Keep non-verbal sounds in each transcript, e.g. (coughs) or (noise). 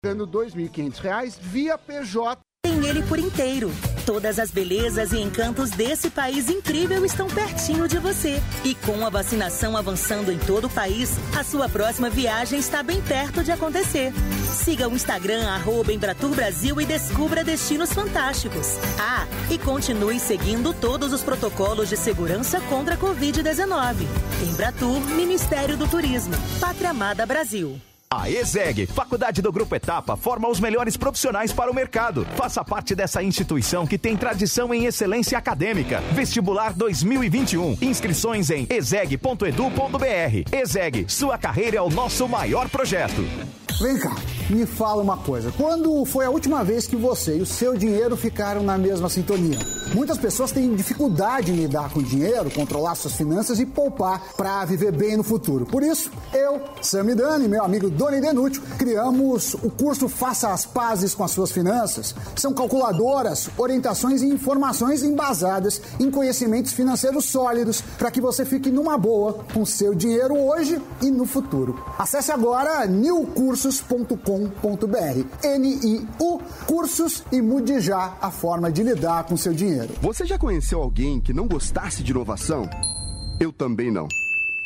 pagando R$ 2.500 via PJ. Tem ele por inteiro. Todas as belezas e encantos desse país incrível estão pertinho de você. E com a vacinação avançando em todo o país, a sua próxima viagem está bem perto de acontecer. Siga o Instagram arroba Embratur Brasil e descubra destinos fantásticos. Ah, e continue seguindo todos os protocolos de segurança contra a Covid-19. Embratur, Ministério do Turismo, Pátria Amada Brasil. A ESEG, Faculdade do Grupo Etapa, forma os melhores profissionais para o mercado. Faça parte dessa instituição que tem tradição em excelência acadêmica. Vestibular 2021. Inscrições em exeg.edu.br. ESEG, sua carreira é o nosso maior projeto. Vem cá, me fala uma coisa. Quando foi a última vez que você e o seu dinheiro ficaram na mesma sintonia? Muitas pessoas têm dificuldade em lidar com o dinheiro, controlar suas finanças e poupar para viver bem no futuro. Por isso, eu, Sami Dani, meu amigo Doni Denútil, criamos o curso Faça as Pazes com as Suas Finanças. São calculadoras, orientações e informações embasadas em conhecimentos financeiros sólidos para que você fique numa boa com seu dinheiro hoje e no futuro. Acesse agora New Cursos cursos.com.br. N-I-U Cursos e mude já a forma de lidar com seu dinheiro. Você já conheceu alguém que não gostasse de inovação? Eu também não.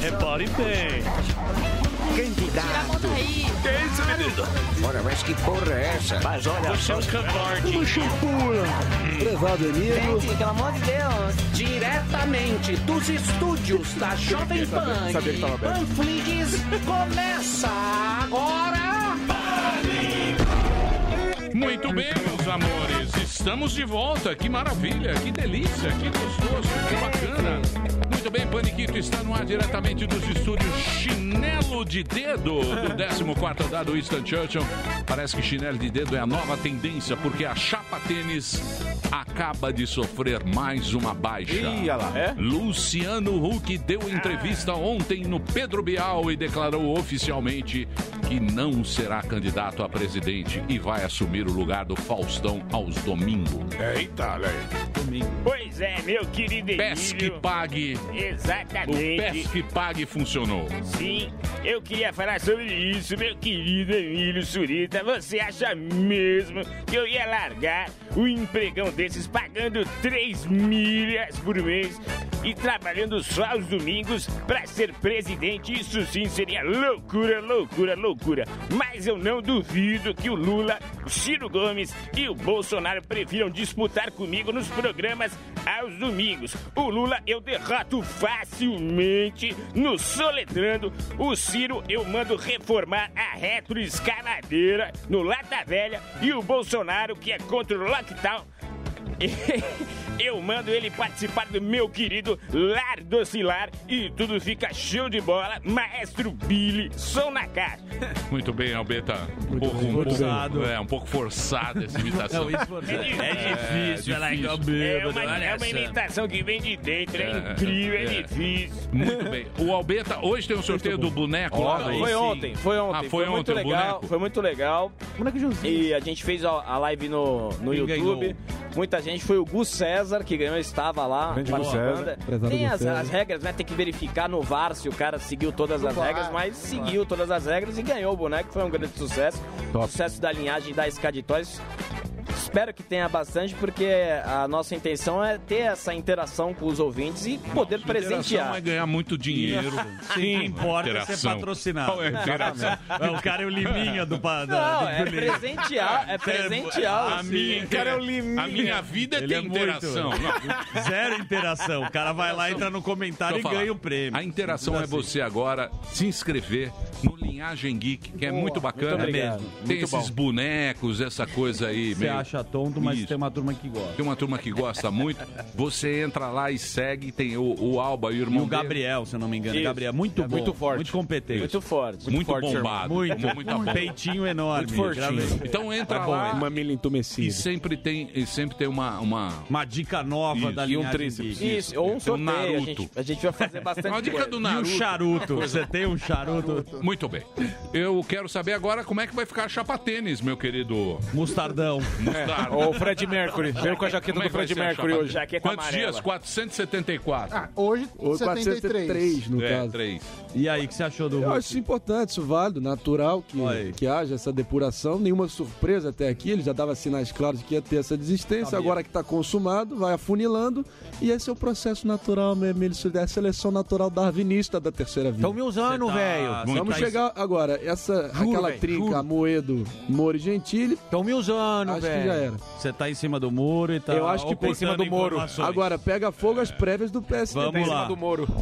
Reparem bem. Candidato. Que é isso, menino? Ora, mas que porra é essa? Mas olha Você é um covarde. Uma champura. Prevado amigo. Gente, pelo amor de Deus. Diretamente dos estúdios da Jovem Pan. Sabia que tava bem. Panflix começa agora. Muito bem, meus amores. Estamos de volta. Que maravilha, que delícia, que gostoso, que bacana. Muito bem, Paniquito está no ar diretamente dos estúdios Chinelo de (laughs) Dedo do 14 andar do Winston Churchill. Parece que chinelo de dedo é a nova tendência, porque a chapa tênis acaba de sofrer mais uma baixa. Ih, olha lá. É? Ah. Luciano Huck deu entrevista ontem no Pedro Bial e declarou oficialmente que não será candidato a presidente e vai assumir o lugar do Faustão aos domingos. Eita, olha aí. Domingo. Pois é, meu querido Pesque Emílio. É pague. O Exatamente. Pesque pague funcionou. Sim, eu queria falar sobre isso, meu querido Emílio Surita. Você acha mesmo que eu ia largar um empregão desses pagando 3 milhas por mês e trabalhando só aos domingos pra ser presidente? Isso sim seria loucura, loucura, loucura. Mas eu não duvido que o Lula, o Ciro Gomes e o Bolsonaro prefiram disputar comigo nos programas aos domingos. O Lula eu derroto facilmente no Soletrando. O Ciro eu mando reformar a retroescavadeira no Lata Velha. E o Bolsonaro, que é contra o lockdown, (laughs) eu mando ele participar do meu querido Lar Docilar e tudo fica show de bola. Maestro Billy, som na cara. Muito bem, Albeta. Um pouco, um pouco- é, um pouco forçado essa imitação. (laughs) Não, isso forçado. É difícil, ela é É uma, é uma imitação que vem de dentro, é incrível, é, difícil. Muito bem. O Albeta, hoje tem um sorteio do boneco lá. do- Foi ontem, foi ontem. Ah, foi, muito ontem o legal, boneco. Foi muito legal. E a gente fez a, a live no, no Quem YouTube. ganhou? Muita gente. Foi o Gu César que ganhou, estava lá. Grande Gu participando. César, empresário Tem Gu as, César. as regras, né? Tem que verificar no VAR se o cara seguiu todas as Claro, regras, mas claro. seguiu todas as regras e ganhou o boneco. Foi um grande sucesso. Top. Sucesso da linhagem da Scaditóis. espero que tenha bastante, porque a nossa intenção é ter essa interação com os ouvintes e poder presentear. vai é ganhar muito dinheiro. (laughs) Sim, importa ser Interação. patrocinado. Qual é a interação? É, o cara é o Liminha do pa- da- Não, do é Bolinha. presentear, é presentear. A minha, a minha vida Ele tem é muito- interação. Zero interação. O cara vai lá, entra no comentário Só e falar. ganha o prêmio. A interação Então, é assim, você agora se inscrever no Linhagem Geek, que é muito bacana. muito obrigado. Tem Muito esses bom. bonecos, essa coisa aí. Você acha tonto, mas tem uma turma que gosta. Tem uma turma que gosta muito. Você entra lá e segue. Tem o, o Alba e o E irmão o Gabriel, se eu não me engano. Isso. Gabriel, muito bom. É Muito forte. Muito competente. Muito forte. Muito bombado. Muito, Com muita muito. bomba. Peitinho enorme. Muito fortinho. gravei. Então entra Tá lá. hein? Mamilo entumecido. E sempre tem, e sempre tem uma, uma... Uma dica nova da E um linhagem tríceps. geek. Isso, ou um Tem sorteio. a Naruto. gente- A gente vai fazer bastante Uma dica coisa. do Naruto. E um charuto? Você tem um charuto? Muito bem. Eu quero saber agora como é que vai ficar a chapa tênis, meu querido. Mustardão. (laughs) Mostarda. É, o Fred Mercury. Veio com a jaqueta Como é do que vai Fred ser a Mercury hoje. chapa tênis? Jaqueta Quantos amarela. dias? 474. Ah, hoje, Ou 73. 473, no é, caso. três. E aí, o que você achou do Eu acho isso importante, isso é válido, natural que, que haja essa depuração. Nenhuma surpresa até aqui, ele já dava sinais claros de que ia ter essa desistência. Agora que está consumado, vai afunilando. E esse é o processo natural mesmo. Ele se- é a seleção natural darwinista da terceira vida. Estão me usando, Você tá- velho. você Vamos tá- chegar agora. Essa, Juro, aquela velho, trinca, juro. Moedo, Moro e Gentili. Estão me usando, acho velho. que já era. Você tá em cima do muro e tá. Eu acho que ocultando informações. Agora, pega fogo as prévias do PSD. Vamos lá.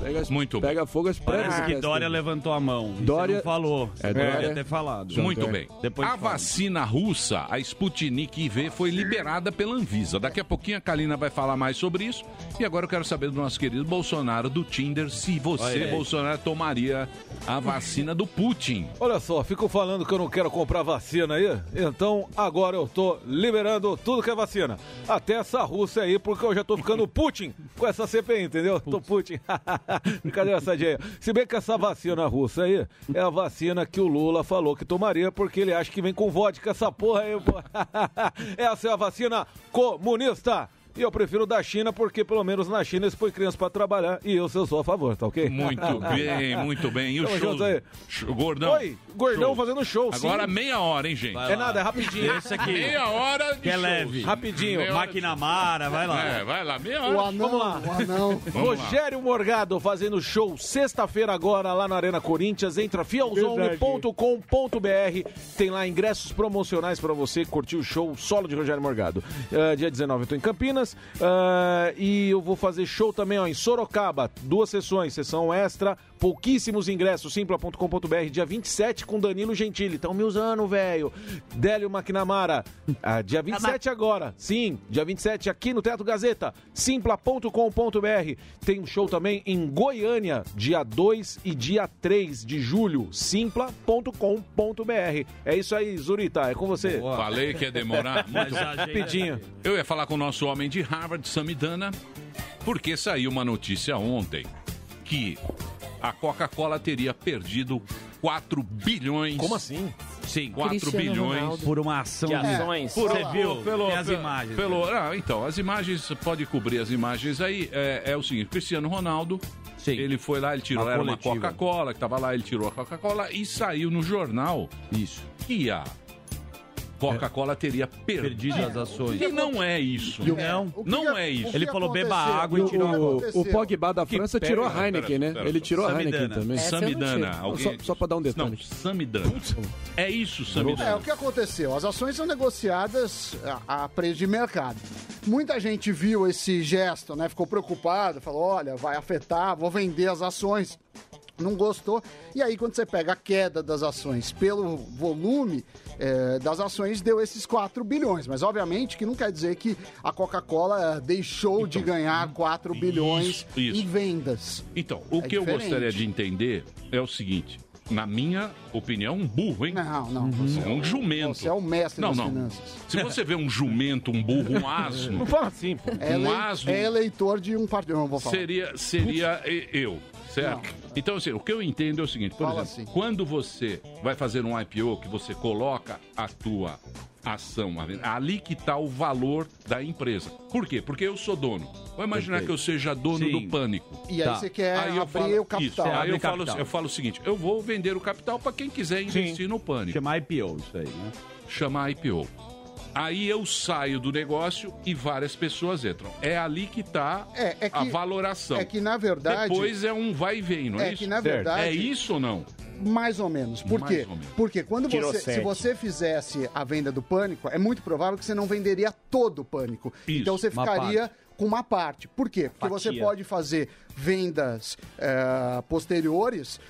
Pega as- Muito Pega fogo as prévias Parece do que PSD. Dória levantou a mão. E Dória- você não falou. Você É, deveria Dória- ter falado. Muito bem. Depois a vacina russa, a Sputnik IV, foi liberada pela Anvisa. Daqui a pouquinho a Kalina vai falar mais sobre isso. E agora eu quero saber do nosso querido Bolsonaro do Tinder se você, Olha aí. Bolsonaro, tomaria a vacina do Putin. Olha só, ficam falando que eu não quero comprar vacina aí, então agora eu tô liberando tudo que é vacina. Até essa Rússia aí, porque eu já tô ficando (laughs) Putin com essa CPI, entendeu? Tô Putin. (laughs) Brincadeira sadinha. Se bem que essa vacina russa aí é a vacina que o Lula falou que tomaria, porque ele acha que vem com vodka essa porra aí, pô. (laughs) Essa é a vacina comunista. E eu prefiro da China, porque pelo menos na China eles põem criança pra trabalhar e eu, se eu sou a favor, tá ok? (laughs) Muito bem, muito bem. E o Tamo show, junto aí. show- Gordão? Oi, Gordão fazendo show, sim. Agora meia hora, hein, gente? É nada, é rapidinho. Esse aqui. Meia hora de Que é shows. leve. Rapidinho. Meia hora de- Maquinamara, vai lá. É, vai lá, meia hora. O de show. anão, Vamos lá. (laughs) Vamos lá. Rogério Morgado fazendo show sexta-feira agora lá na Arena Corinthians. Entra fielzone.com.br. Tem lá ingressos promocionais pra você curtir o show solo de Rogério Morgado. Ah, dia 19 eu tô em Campinas. ah, e eu vou fazer show também ó, em Sorocaba. Duas sessões, sessão extra. Pouquíssimos ingressos, simpla.com.br, dia 27 com Danilo Gentili. Então, Tão me usando, velho. Délio Maquinamara, ah, dia 27 agora. Sim, dia 27 aqui no Teatro Gazeta, simpla.com.br. Tem um show também em Goiânia, dia 2 e dia 3 de julho, simpla.com.br. É isso aí, Zurita, é com você. Falei que (laughs) ia demorar. Muito Rapidinho. Eu ia falar com o nosso homem de Harvard, Samidana, porque saiu uma notícia ontem que a Coca-Cola teria perdido 4 bilhões. Como assim? Sim, 4 Cristiano bilhões. Ronaldo. Por uma ação de Que de- ações? Por, Você viu? Pelo, Tem as pelo- imagens. né? pelo- ah, então, as imagens, pode cobrir as imagens aí. É, é o seguinte, Cristiano Ronaldo, ele foi lá, ele tirou Uma era uma coletiva. Coca-Cola, que tava lá, ele tirou a Coca-Cola e saiu no jornal. Isso. Que a Coca-Cola teria perdido, Perdido as ações. E não é isso. E o- Não. O que não é isso. Ele falou, "Beba água e O- tirou a o, Aconteceu. o Pogba da Que França pera- tirou a pera- Heineken, pera- né? pera- Ele tirou a Samidana. Heineken também. Essa eu não Samidana, Não, alguém- Só, só pra dar um detalhe. Não, Samidana. É isso, Samidana. É, o que aconteceu? As ações são negociadas a, a preço de mercado. Muita gente viu esse gesto, né? Ficou preocupado, falou: olha, vai afetar, vou vender as ações. Não gostou. E aí, quando você pega a queda das ações pelo volume eh, das ações, deu esses 4 bilhões. Mas, obviamente, que não quer dizer que a Coca-Cola deixou de ganhar 4 bilhões Então, isso. em vendas. Então, o É que eu diferente. gostaria de entender é o seguinte. Na minha opinião, um burro, hein? Não, não. Você é um jumento. Você é o mestre não, das não. finanças. Se você vê um jumento, um burro, um asno... (laughs) Não fala assim, pô. É, um elei- asno, é eleitor de um partido. Não vou falar. seria, seria e- eu, certo? Então, assim, o que eu entendo é o seguinte, por Fala assim. exemplo, quando você vai fazer um IPO, que você coloca a tua ação, à venda, ali que está o valor da empresa. Por quê? Porque eu sou dono. Vou imaginar Perfeito. que eu seja dono Sim. do pânico. E aí Tá. você quer eu abrir falo- o capital. Isso, Você aí abre eu falo, capital. eu falo o seguinte, eu vou vender o capital para quem quiser investir no pânico. Chamar IPO, isso aí, né? Chamar IPO. Aí eu saio do negócio e várias pessoas entram. É ali que tá É, é a que- valoração. é que, na verdade- Depois é um vai e vem, não é, É isso? que, na verdade- É isso ou não? Mais ou menos. Por Mais quê? ou menos. Porque quando Tirou você, se sete. você fizesse a venda do pânico, é muito provável que você não venderia todo o pânico. Isso, então você uma ficaria parte. com uma parte. Por quê? Porque você Fatia. pode fazer vendas eh, posteriores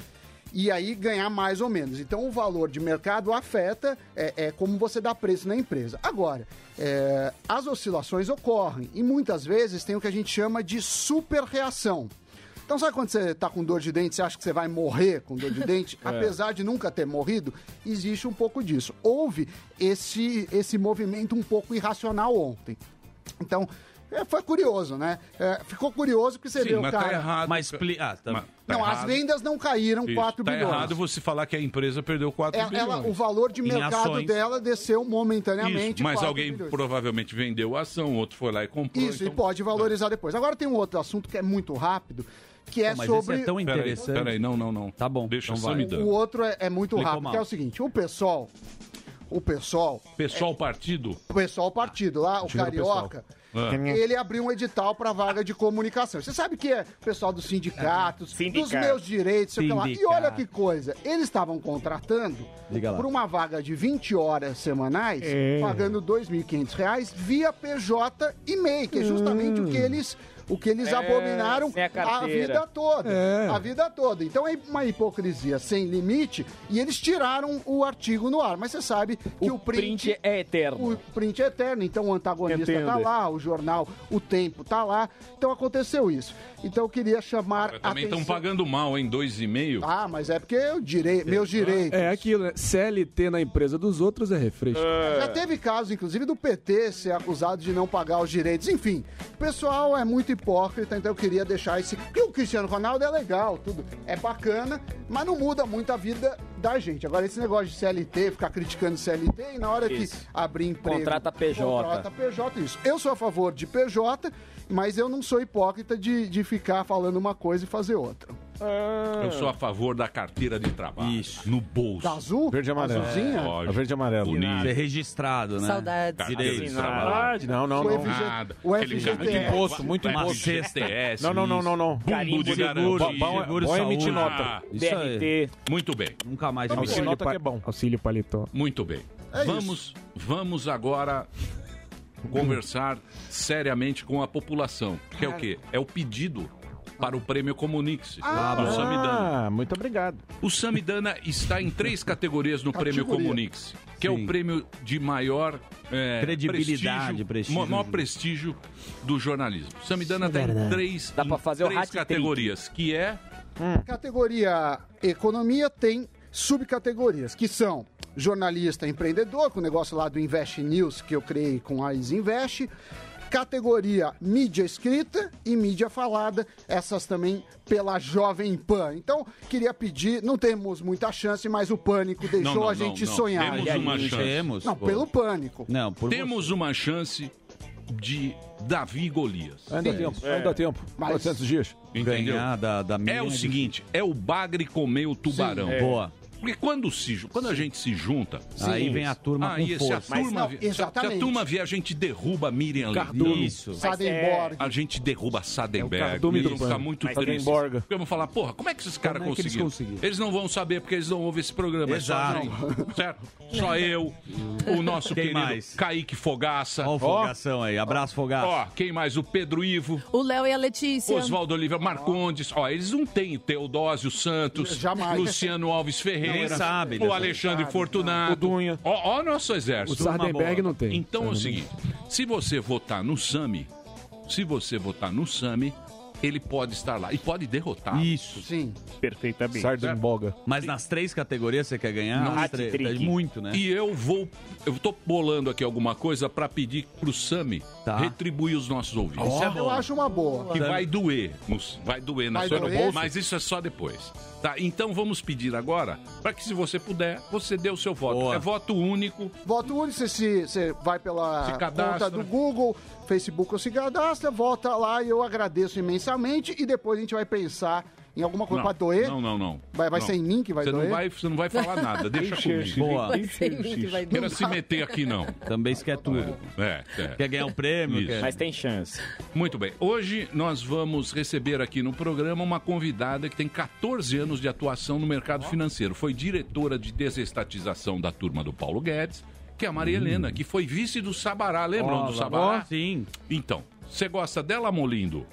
e aí ganhar mais ou menos. Então o valor de mercado afeta é, é como você dá preço na empresa. Agora, eh, as oscilações ocorrem e muitas vezes tem o que a gente chama de superreação. Então sabe quando você tá com dor de dente, você acha que você vai morrer com dor (laughs) de dente, É. apesar de nunca ter morrido? Existe um pouco disso. Houve esse, esse movimento um pouco irracional ontem. Então, é, foi curioso, né? É, ficou curioso porque você Sim, viu, mas cara. tá errado. Mas pli- ah, tá- Mas Não, as errado. vendas não caíram Isso, 4 tá bilhões. É, errado você falar que a empresa perdeu 4 Ela- bilhões. ela- o valor de Em mercado ações. dela desceu momentaneamente. Isso, mas 4 alguém bilhões. provavelmente vendeu a ação, outro foi então, né? lá e comprou. Isso, e pode valorizar depois. Agora tem um outro assunto que é muito rápido, que é Pô, mas esse sobre. é tão Peraí, interessante. peraí, não, não, não. Tá bom. Deixa então o vai. Sami dando. O outro é, é muito Explicou rápido, mal. que é o seguinte: o pessoal. O pessoal. Pessoal partido? O pessoal partido lá, é o Carioca. Ah. Ele abriu um edital para vaga de comunicação. Você sabe que é o pessoal dos sindicatos, dos Sindicato. meus direitos, sei o que lá. E Sindicato. olha que coisa, eles estavam contratando Diga lá. por uma vaga de 20 horas semanais, É. pagando R$ 2.500 reais via PJ e MEI, que é justamente o que eles o que eles É, abominaram sem a a, carteira. vida toda. É. A vida toda. Então é uma hipocrisia sem limite e eles tiraram o artigo no ar. Mas você sabe que o, print, é eterno. O print é eterno, então o antagonista Entendo. tá lá, o jornal, o tempo tá lá. Então aconteceu isso. Então eu queria chamar a Também estão atenção. pagando mal, hein? 2,5. Ah, mas é porque eu direi, meus direitos. É aquilo, né? CLT na empresa dos outros é refresco. Já teve casos, inclusive, do PT ser acusado de não pagar os direitos. Enfim, o pessoal é muito hipócrita, então eu queria deixar esse. Porque o Cristiano Ronaldo é legal, tudo é bacana, mas não muda muito a vida da gente. Agora, esse negócio de CLT, ficar criticando CLT, e na hora que Isso. abrir emprego. Contrata PJ. Contrata PJ, isso. Eu sou a favor de PJ, mas eu não sou hipócrita de, de ficar falando uma coisa e fazer outra. Ah. Eu sou a favor da carteira de trabalho. Isso. No bolso. Da azul? Verde e amarelo. Azulzinha? A verde e amarelo. Ser registrado, né? Saudades. Direitos Assinado. trabalhos. Não, não, não. O FG Nada. o Aquele FGTS. cara- Muito imposto, muito Vai imposto. pro FGTS, Não, não, não, não, não. isso. Carimbo Carimbo de de garantia. garantia. Bom, bom é- Seguro bom é saúde. emitir nota. Ah, Isso aí. DRT. Muito bem. Nunca mais. Tá bom. Auxílio Nota pa- que é bom. Auxílio paletó. Muito bem. É vamos, vamos agora conversar seriamente com a população. Que é o quê? É o pedido para o Prêmio Comunix é. do Samidana. Ah, muito obrigado. O Samidana está em três categorias no Prêmio Categoria. Comunix, que é o Sim. prêmio de maior é, Credibilidade, prestígio, prestígio. ma- maior prestígio do jornalismo. Samidana Isso é tem verdade. três, Dá pra fazer o três hat-trick. categorias, que é Categoria Economia tem subcategorias, que são jornalista empreendedor, com o negócio lá do Invest News que eu criei com a Isinvest. Categoria mídia escrita e mídia falada, essas também pela Jovem Pan. Então, queria pedir, não temos muita chance, mas o pânico deixou não, a gente não, não. sonhar. Temos uma chance. Temos, não, pô. pelo pânico. Não, temos uma chance de Davi Golias. Ainda dá tempo, ainda dá tempo. 400 dias. Entendeu? Ganhar da- da é Miriam o é seguinte, é o bagre comer o tubarão. Sim, é. Boa. Porque quando, se, quando a gente se junta... Sim. Aí vem a turma aí com se a força. Mas turma não, vier- se a- se a exatamente. turma vier, a gente derruba a Miriam Cardume. Levin. Isso. Sadenborg. A gente derruba a É o Sadenberg. cardume eles do vão ficar pano. tá muito Mas tristes. Sadenborg. Porque vão falar, porra, como é que esses caras Como é que eles conseguiram? conseguiram? Eles não vão saber porque eles não ouvem esse programa. é só a Exato. gente, Certo? (laughs) Só eu, o nosso Quem querido mais? Kaique Fogaça. Ó o Fogação aí, abraço, Fogaça. Ó, quem mais? O Pedro Ivo. O Léo e a Letícia. Oswaldo Oliveira, Marcondes, ó, eles não têm Teodósio Santos, Jamais. Luciano Alves Ferreira, Não, eles sabem o dessa- Alexandre sabe, Fortunato, não. O Dunha. Ó, ó nosso exército. O Sardenberg não tem. Então é o seguinte, se você votar no Sami, se você votar no Sami, ele pode estar lá e pode derrotar. Isso. Sim. Perfeitamente. Certo? Boga. Mas nas três categorias você quer ganhar? Não, Nas três- Muito, né? E eu vou. Eu tô bolando aqui alguma coisa pra pedir pro Sami Tá. retribuir os nossos ouvintes. é é Eu acho uma boa. Que vai doer, nos- vai doer na Vai sua doer? mas isso é só depois. Tá, então vamos pedir agora para que se você puder, você dê o seu voto. É voto único. Voto único, você, se, você vai Se pela cadastra. né? conta do Google, Facebook ou se cadastra, vota lá e eu agradeço imensamente e depois a gente vai pensar Em alguma coisa Não, pra doer? Não, não, não. Vai, vai Não. ser em mim que vai você doer? Não vai, você não vai falar (laughs) nada, deixa Ixi, comigo. ixi, Boa. vai ser em mim que vai Não quero doer. se meter aqui, não. Também isso que é tudo. É, é. Quer ganhar o prêmio, quer- Mas tem chance. Muito bem. Hoje nós vamos receber aqui no programa uma convidada que tem 14 anos de atuação no mercado financeiro. Foi diretora de desestatização da turma do Paulo Guedes, que é a Maria Helena, que foi vice do Sabará. Lembram Ó, do lá- Sabará? ó, sim. Então, você gosta dela, Molindo?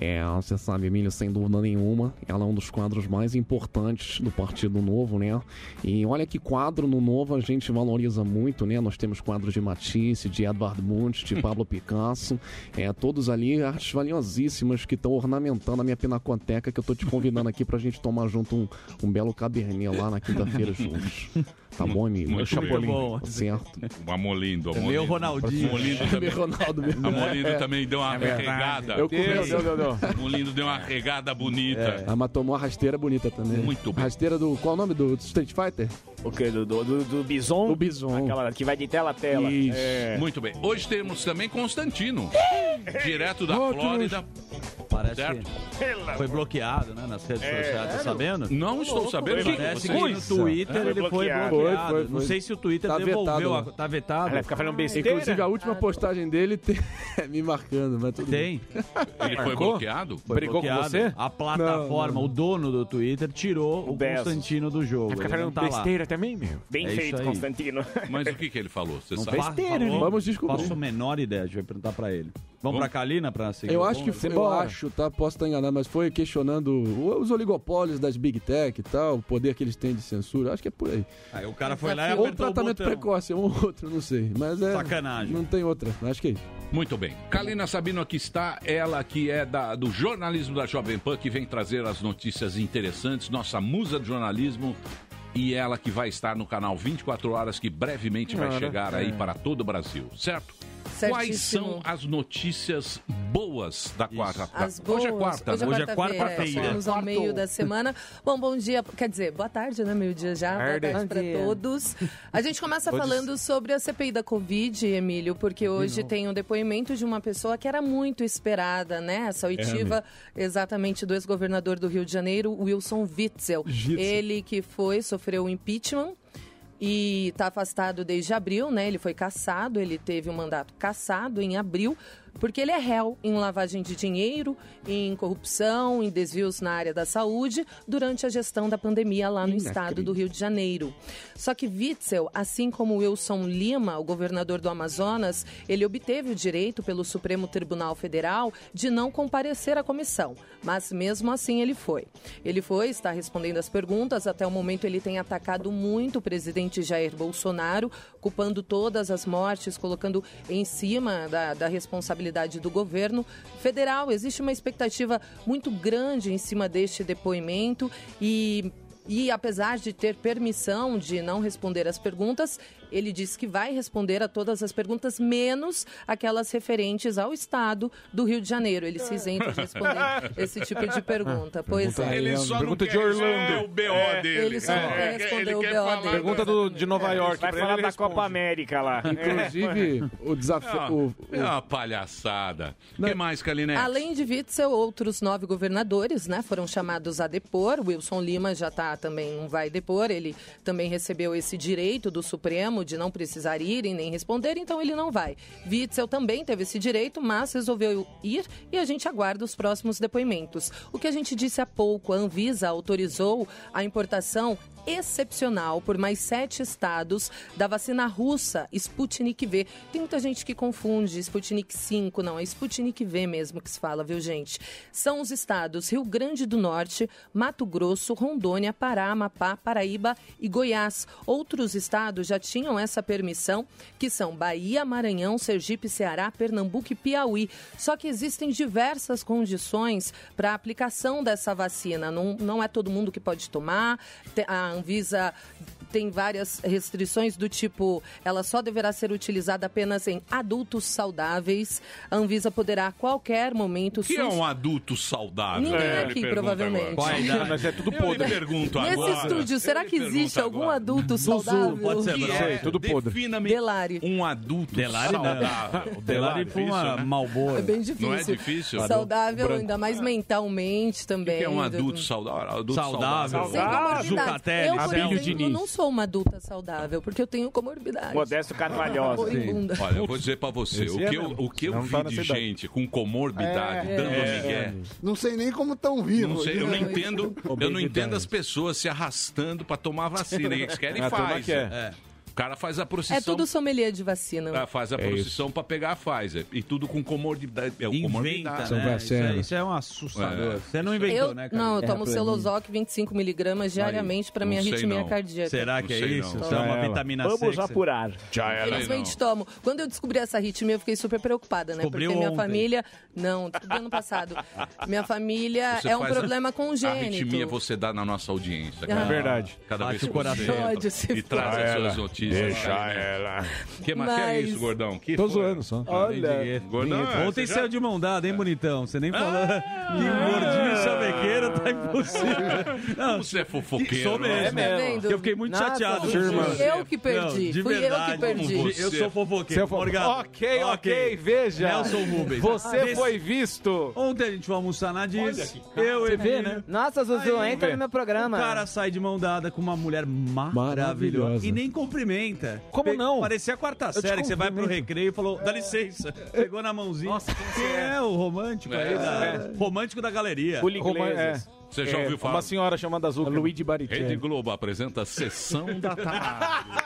É, você sabe, Emílio, sem dúvida nenhuma, ela é um dos quadros mais importantes do Partido Novo, né? E olha que quadro no Novo a gente valoriza muito, né? Nós temos quadros de Matisse, de Edvard Munch, (laughs) de Pablo Picasso, é, todos ali artes valiosíssimas que estão ornamentando a minha pinacoteca que eu tô te convidando aqui pra gente tomar junto um, um belo cabernet lá na (laughs) quinta-feira juntos. Tá bom, Emílio? Muito Chapolin, bom. tá Certo. A Molindo. A É Molindo. meu Ronaldinho. A Molindo É também, meu Ronaldo, meu. A Molindo É. também deu uma É verdade. regada. Eu comi. Deu, deu, deu, deu. A Molindo deu uma regada É. bonita. É. Ah, mas tomou uma rasteira bonita também. Muito bem. Rasteira do. Qual o nome do do Street Fighter? O que? Do, do, do, do Bison? Do Bison. Aquela que vai de tela a tela. Isso. É. Muito bem. Hoje temos (laughs) também Constantino, direto da Outros. Flórida. Parece Certo? que foi bloqueado, né, nas redes É, sociais, tá sério? sabendo? Não estou sabendo, Que, mas parece você- que no Coisa. Twitter Foi ele foi bloqueado. bloqueado. Foi, foi, Não foi. sei se o Twitter Tá devolveu, vetado. a- tá Ah, vetado. Ela fica É falando besteira. Inclusive, a última postagem dele tem... (laughs) é me marcando, mas tudo Tem? bem. Ele foi Marcou? bloqueado? Foi bloqueado. A plataforma, o dono do Twitter, tirou o, Bezos. Constantino do jogo. Fica Ele falando não tá lá. besteira também, meu. É isso aí. Mas o que, que ele falou? Você Não sabe? faz besteira, Falou? Vamos descobrir. Faço a menor ideia, a gente vai perguntar pra ele. Vamos, pra Kalina pra seguir? Eu o acho que bonde? foi, eu acho, tá? Posso estar enganado, mas foi questionando o- os oligopólios das Big Tech e tal, o poder que eles têm de censura. Acho que é por aí. Aí o Um cara foi lá e Ou apertou o tratamento botão. precoce, um ou outro, não sei. Mas é. Sacanagem. Não tem outra. Acho que é isso. Muito bem. Kalina Sabino aqui está, ela que é da- do jornalismo da Jovem Pan, que vem trazer as notícias interessantes, nossa musa do jornalismo. E ela que vai estar no canal 24 Horas, que brevemente vai Ora, chegar aí é. para todo o Brasil, certo? Certíssimo. Quais são as notícias boas da quarta? da- As boas. Hoje é quarta, né? Hoje é quarta-feira. Estamos ao meio da semana. Bom, bom dia. Quer dizer, boa tarde, né? Meio dia já. Tarde. Boa tarde Bom dia. para todos. A gente começa Todos. falando sobre a CPI da Covid, Emílio, porque hoje tem um depoimento de uma pessoa que era muito esperada, né? Essa oitiva, exatamente, do ex-governador do Rio de Janeiro, Wilson Witzel. Witzel. Ele que foi, sofreu um impeachment. E está afastado desde abril, né? Ele foi cassado, ele teve o mandato cassado em abril, porque ele é réu em lavagem de dinheiro, em corrupção, em desvios na área da saúde, durante a gestão da pandemia lá no estado do Rio de Janeiro. Só que Witzel, assim como Wilson Lima, o governador do Amazonas, ele obteve o direito pelo Supremo Tribunal Federal de não comparecer à comissão, mas mesmo assim ele foi. Ele foi, está respondendo as perguntas, até o momento ele tem atacado muito o presidente Jair Bolsonaro, culpando todas as mortes, colocando em cima da, da responsabilidade do governo federal. Existe uma expectativa muito grande em cima deste depoimento e e apesar de ter permissão de não responder as perguntas, ele disse que vai responder a todas as perguntas, menos aquelas referentes ao estado do Rio de Janeiro. Ele se isenta de responder esse tipo de pergunta. Pois é. Ele só não Pergunta quer de Orlando. dizer o BO É. dele. Ele só não quer É, responder ele o quer BO falar dele. Pergunta do- de Nova York. É, Vai pra falar ele, ele da Copa responde. América lá. É. Inclusive, o desafio. Ah, o- É uma palhaçada. O que mais, Kaline? Além de Witzel, outros nove governadores né, foram chamados a depor. Wilson Lima já tá, também não vai depor. Ele também recebeu esse direito do Supremo de não precisar ir e nem responder, então ele não vai. Witzel também teve esse direito, mas resolveu ir e a gente aguarda os próximos depoimentos. O que a gente disse há pouco, a Anvisa autorizou a importação excepcional por mais sete estados da vacina russa Sputnik V. Tem muita gente que confunde Sputnik 5, não, é Sputnik V mesmo que se fala, viu gente? São os estados Rio Grande do Norte, Mato Grosso, Rondônia, Pará, Amapá, Paraíba e Goiás. Outros estados já tinham essa permissão, que são Bahia, Maranhão, Sergipe, Ceará, Pernambuco e Piauí. Só que existem diversas condições para a aplicação dessa vacina. Não, não é todo mundo que pode tomar. Te- A Anvisa tem várias restrições do tipo ela só deverá ser utilizada apenas em adultos saudáveis. A Anvisa poderá a qualquer momento O que é sus- um adulto saudável? Ninguém Eu aqui, lhe pergunto provavelmente. agora. Qual a idade? Mas é tudo Eu lhe pergunto Nesse agora. estúdio, será que existe algum adulto saudável? pode ser, não sei, tudo podre. Delari. Um adulto Delari não. saudável. né? Delari foi uma Marlboro. tipo É bem difícil. Não é difícil? Saudável, Branco. ainda mais mentalmente também. O que é um adulto saudável? Adulto Saudável. Sem Ah, comorbidades. Zucatelli, eu, por Abílio exemplo, Diniz. não sou uma adulta saudável, porque eu tenho comorbidade. Modesto Carvalhosa. Moribunda. Olha, eu vou dizer pra você, Esse o é que eu, mesmo. o que eu Não vi tá de nessa idade. gente com comorbidade, É, dando é. migué, Não sei nem como tão vivo. não sei, eu não entendo, eu não Obesidade. entendo as pessoas se arrastando pra tomar (laughs) vacina, eles Ah, querem A e turma faz. quer. É. O cara faz a procissão. É tudo sommelier de vacina. Ah, faz a É procissão pra pegar a Pfizer. E tudo com comorbidade. É, o comorbidade. Inventa, né? Isso, é, isso é um É. assustador. Você não inventou, então, eu, né, cara? Não, eu tomo Celozoc 25mg diariamente pra minha arritmia cardíaca. Será que é isso? Então Isso é uma vitamina C. Vamos apurar. Já Infelizmente tomo. Quando eu descobri essa arritmia, eu fiquei super preocupada, né? Descobriu Porque minha ontem. família. Não, descobri (laughs) ano passado. Minha família Você é um faz a- problema A arritmia congênito. você dá na nossa audiência. Ah. Cada, É verdade. Cada Bate vez que o coração. você entra Pode ser E traz foda. as suas notícias. Deixa ela. Que, mas... que é Mas- isso, gordão? Que Tô foi? zoando só. Olha. Gordão, é, Ontem você É. saiu de mão dada, hein, bonitão? Você nem falou. que gordinho chavequeiro tá impossível. Não, você é fofoqueiro. Sou mesmo. É Tá mesmo. Eu fiquei muito Nada, chateado. fui eu que perdi. de Fui eu que verdade. perdi. Como você? Eu sou fofoqueiro. Obrigado. Ok, ok, veja. Nelson Rubens. Você Desse- foi visto. Ontem a gente foi almoçar na Olha Diz. que cara. Eu Você e vê, né? Nossa, Zuzu, entra no meu programa. O cara sai de mão dada com uma mulher maravilhosa Maravilhosa. e nem cumprimenta. Como não? Parecia a quarta Eu te série que você vai pro cumprimento. recreio e falou, dá licença. Pegou na mãozinha. Nossa, quem é? o romântico É, aí? da- é. Romântico da galeria. Roman- é. Você já É, ouviu falar? Uma senhora chamada Azul. Luigi Rede Globo apresenta a sessão da tarde.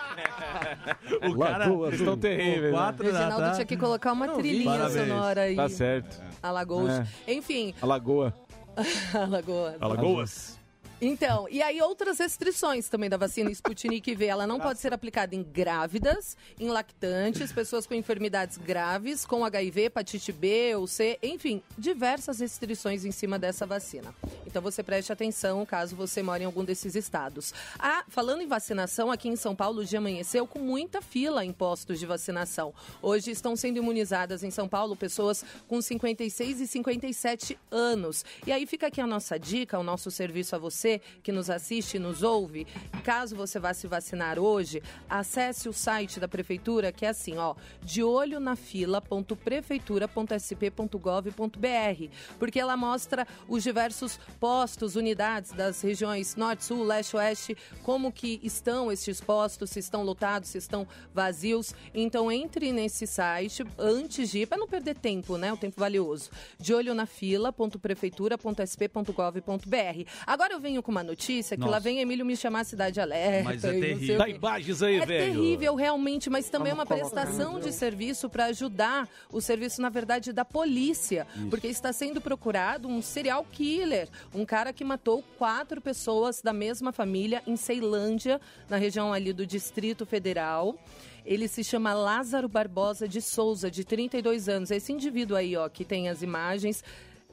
O cara... Eles um, estão terríveis. né? Quatro da Reginaldo tarde. tinha que colocar uma trilhinha Parabéns. sonora aí. Tá certo. Alagoas. Tá É. Enfim, A lagoa. (laughs) Alagoas. Alagoas. Então, e aí outras restrições também da vacina Sputnik V. Ela não pode ser aplicada em grávidas, em lactantes, pessoas com enfermidades graves, com HIV, hepatite B ou C, enfim, diversas restrições em cima dessa vacina. Então você preste atenção caso você mora em algum desses estados. Ah, falando em vacinação, aqui em São Paulo, o dia amanheceu com muita fila em postos de vacinação. Hoje estão sendo imunizadas em São Paulo pessoas com 56 e 57 anos. E aí fica aqui a nossa dica, o nosso serviço a você que nos assiste e nos ouve. Caso você vá se vacinar hoje, acesse o site da prefeitura que é assim, ó, de olho na fila.prefeitura.sp.gov.br, porque ela mostra os diversos postos, unidades das regiões norte, sul, leste, oeste, como que estão estes postos, se estão lotados, se estão vazios. Então entre nesse site antes de ir, para não perder tempo, né? O tempo valioso. De olho na fila.prefeitura.sp.gov.br. Agora eu venho com uma notícia que Nossa. lá vem Emílio me chamar Cidade Alerta. Mas e não é sei o terrível. quê. Dá imagens aí, é velho. terrível, realmente, mas também é uma Vamos colocar. prestação de serviço para ajudar o serviço, na verdade, da polícia. Isso. Porque está sendo procurado um serial killer, um cara que matou quatro pessoas da mesma família em Ceilândia, na região ali do Distrito Federal. Ele se chama Lázaro Barbosa de Souza, de 32 anos. Esse indivíduo aí, ó, que tem as imagens.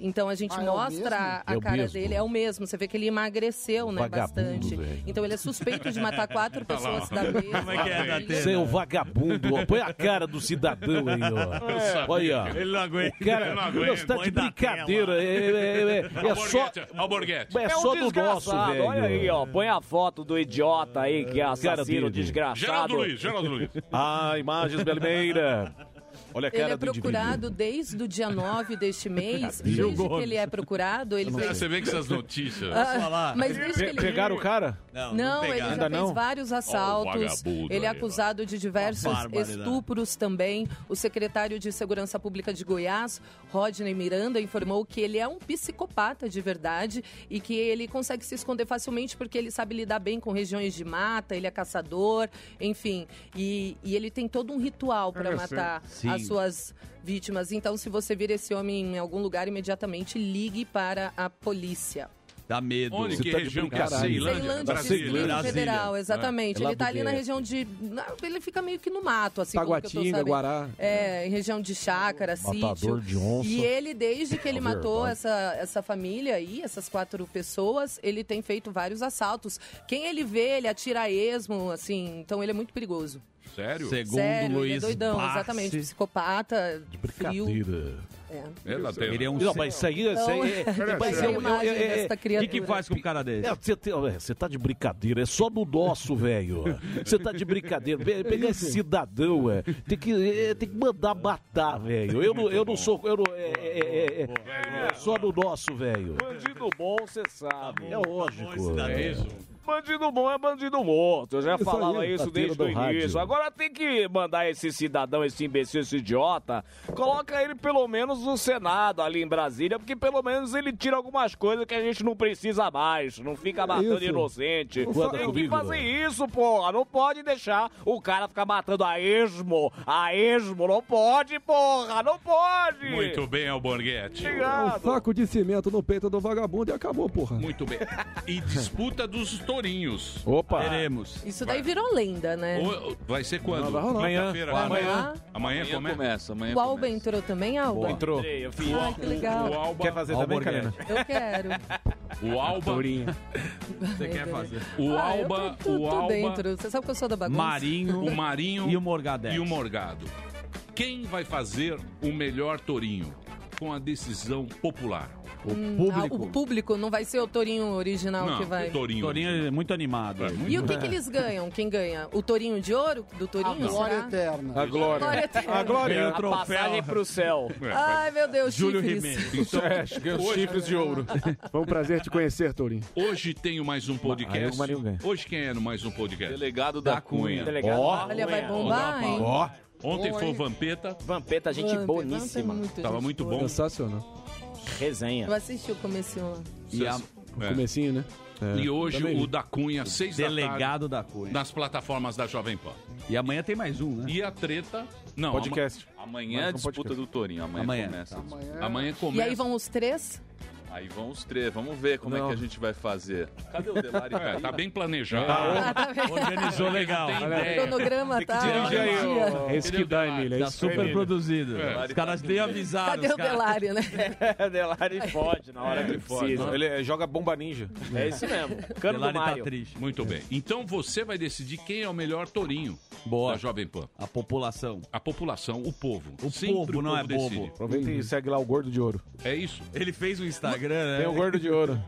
Então a gente Ah, é o mostra a- a mesmo? É o cara mesmo. dele, é o mesmo. Você vê que ele emagreceu, né, Vagabundo, bastante. velho. Então ele é suspeito de matar (laughs) quatro (laughs) Olha lá, pessoas ó. da mesma. Como é que é, Datena? Você é um vagabundo, ó. Põe a cara do cidadão aí, ó. Eu sabia. É. Olha aí, ó. Ele não aguenta. O cara, Ele não aguenta. Você tá de Põe da brincadeira. É, é, é, é, é só... Alborguete, Alborguete. É só do nosso, velho. um Olha aí, ó. Põe a foto do idiota aí que é assassino, dele. desgraçado. Geraldo Luiz, Geraldo (laughs) Luiz. Ah, imagens, Belmeira. Olha a cara Ele é do indivíduo. procurado desde o dia 9 (laughs) deste mês. Gil Desde que Gomes. ele é procurado, ele fez... Você vê que essas notícias. Ah, mas desde que Pe- ele... Pegaram o cara? Não, ele já fez vários assaltos. vagabundo ele é aí, ó. acusado de diversos barbaridade. estupros também. O secretário de Segurança Pública de Goiás, Rodney Miranda, informou que ele é um psicopata de verdade e que ele consegue se esconder facilmente porque ele sabe lidar bem com regiões de mata, ele é caçador, enfim. E, e ele tem todo um ritual para Ah, Eu sei. matar Sim. as suas vítimas. Então, se você vir esse homem em algum lugar, imediatamente ligue para a polícia. Dá medo. Onde? Você Que tá de região que é? brincadeira. Ceilândia? Ceilândia, Brasília. Distrito Brasília. Federal, É. né? exatamente. É lá ele tá ali porque- na região de. na- Ele fica meio que no mato, assim. pelo que eu tô Taguatinga, sabendo. Guará. É, em região de chácara, Assim, Matador sítio. de onça. E ele, desde que ele É matou verdade. essa, essa família aí, essas quatro pessoas, ele tem feito vários assaltos. Quem ele vê, ele atira a esmo, assim. Então ele é muito perigoso. Sério? Sério, ele é doidão, exatamente. Psicopata, frio. É. Ela tem- Ele é um Não, mas isso aí... isso (laughs) aí é- Então, mas é essa é a um- imagem é- é- desta O que, criatura. que faz com um cara desse? É, Você tem- é, você tá de brincadeira, é só no nosso, velho. Você tá de brincadeira. Pe- Pegar esse cidadão, é, tem, que, é, tem que mandar matar, velho. Eu, não- eu não sou. Eu não, é, é, é, é, é só no nosso, velho. Bandido bom, você sabe. É lógico. é. Bandido bom é bandido morto. Eu já Isso falava aí, isso bateram desde o no rádio. início. Agora tem que mandar esse cidadão, esse imbecil, esse idiota. Coloca ele pelo menos no Senado ali em Brasília, porque pelo menos ele tira algumas coisas que a gente não precisa mais. Não fica matando Isso. inocente. é Concorda tem que comigo, né? fazer isso, porra. Não pode deixar (laughs) o cara ficar matando a esmo. A esmo. Não pode, porra. Não pode. Muito bem, Alborguete. Um saco de cimento no peito do vagabundo e acabou, porra. Muito bem. E disputa dos tourinhos. Opa. Teremos. Isso daí virou lenda, né? O- Vai ser quando? Não, vai rolar. Amanhã. Quinta-feira. Amanhã. Amanhã, começa? o Alba entrou também, Alba? Entrei, eu fiz. Ai, que legal. O Alba. Quer fazer também, Karina? Eu quero. O Alba. Você quer fazer? O Ah, eu Alba. tô, tô- o tô Alba. dentro. Você sabe que eu sou da bagunça. Marinho, o Marinho E o Morgadete. e o Morgado. Quem vai fazer o melhor tourinho com a decisão popular? O Hum, ah, o público não vai ser o Torinho original que vai. o Torinho. Torinho é muito animado. E o que, que eles ganham? Quem ganha? O Torinho de ouro do Ah, Torinho? A glória será? eterna. A glória. Glória eterna. A glória. Ganhou o troféu. pro céu. É, Ai, meu Deus, Júlio chifres. Então, É, hoje, de ouro. Foi um prazer te conhecer, Tourinho. hoje tenho mais um Aí podcast. o Marinho ganha. Hoje quem é no mais um podcast? Delegado da Cunha. Delegado da Olha, Cunha. vai bombar, Ó. hein? Ó. Ontem Boa, foi o hein? Vampeta. Vampeta, gente Vampeta, boníssima. Vampeta é muito Tava gente muito boa. bom. Sensacional. Resenha. Eu assisti o comecinho lá. E a- No comecinho, né? É. E hoje Também. o da Cunha, seis Delegado da Cunha. Nas plataformas da Jovem Pan. E amanhã tem mais um, né? E a treta. Não, Podcast. ama- Amanhã é a disputa do Torinho. Amanhã, Amanhã. começa. Tá. Amanhã, um Amanhã E começa. aí vão os três? Aí vão os três. Vamos ver como é que a gente vai fazer. Cadê o Delari? (laughs) É, tá bem planejado. Tá, tá bem. Organizou legal. Tem Olha, ideia. cronograma Tem que tá, dirigir aí ó, (laughs) o- dia. É isso que dá, Emília. Tá super produzido. É. Os caras nem avisaram. Cadê os o caras. Delari, né? É. Delari fode na hora que precisa. Ele é, joga bomba ninja. É isso (laughs) mesmo. Cano tá do Maio. Muito bem. Então você vai decidir quem é o melhor tourinho Boa. da Jovem Pan. A população. A população, o povo. O Sempre povo não é bobo. decide. Aproveita e segue lá o Gordo de Ouro. É isso. Ele fez um Instagram, né? Tem o Gordo de (laughs) Ouro.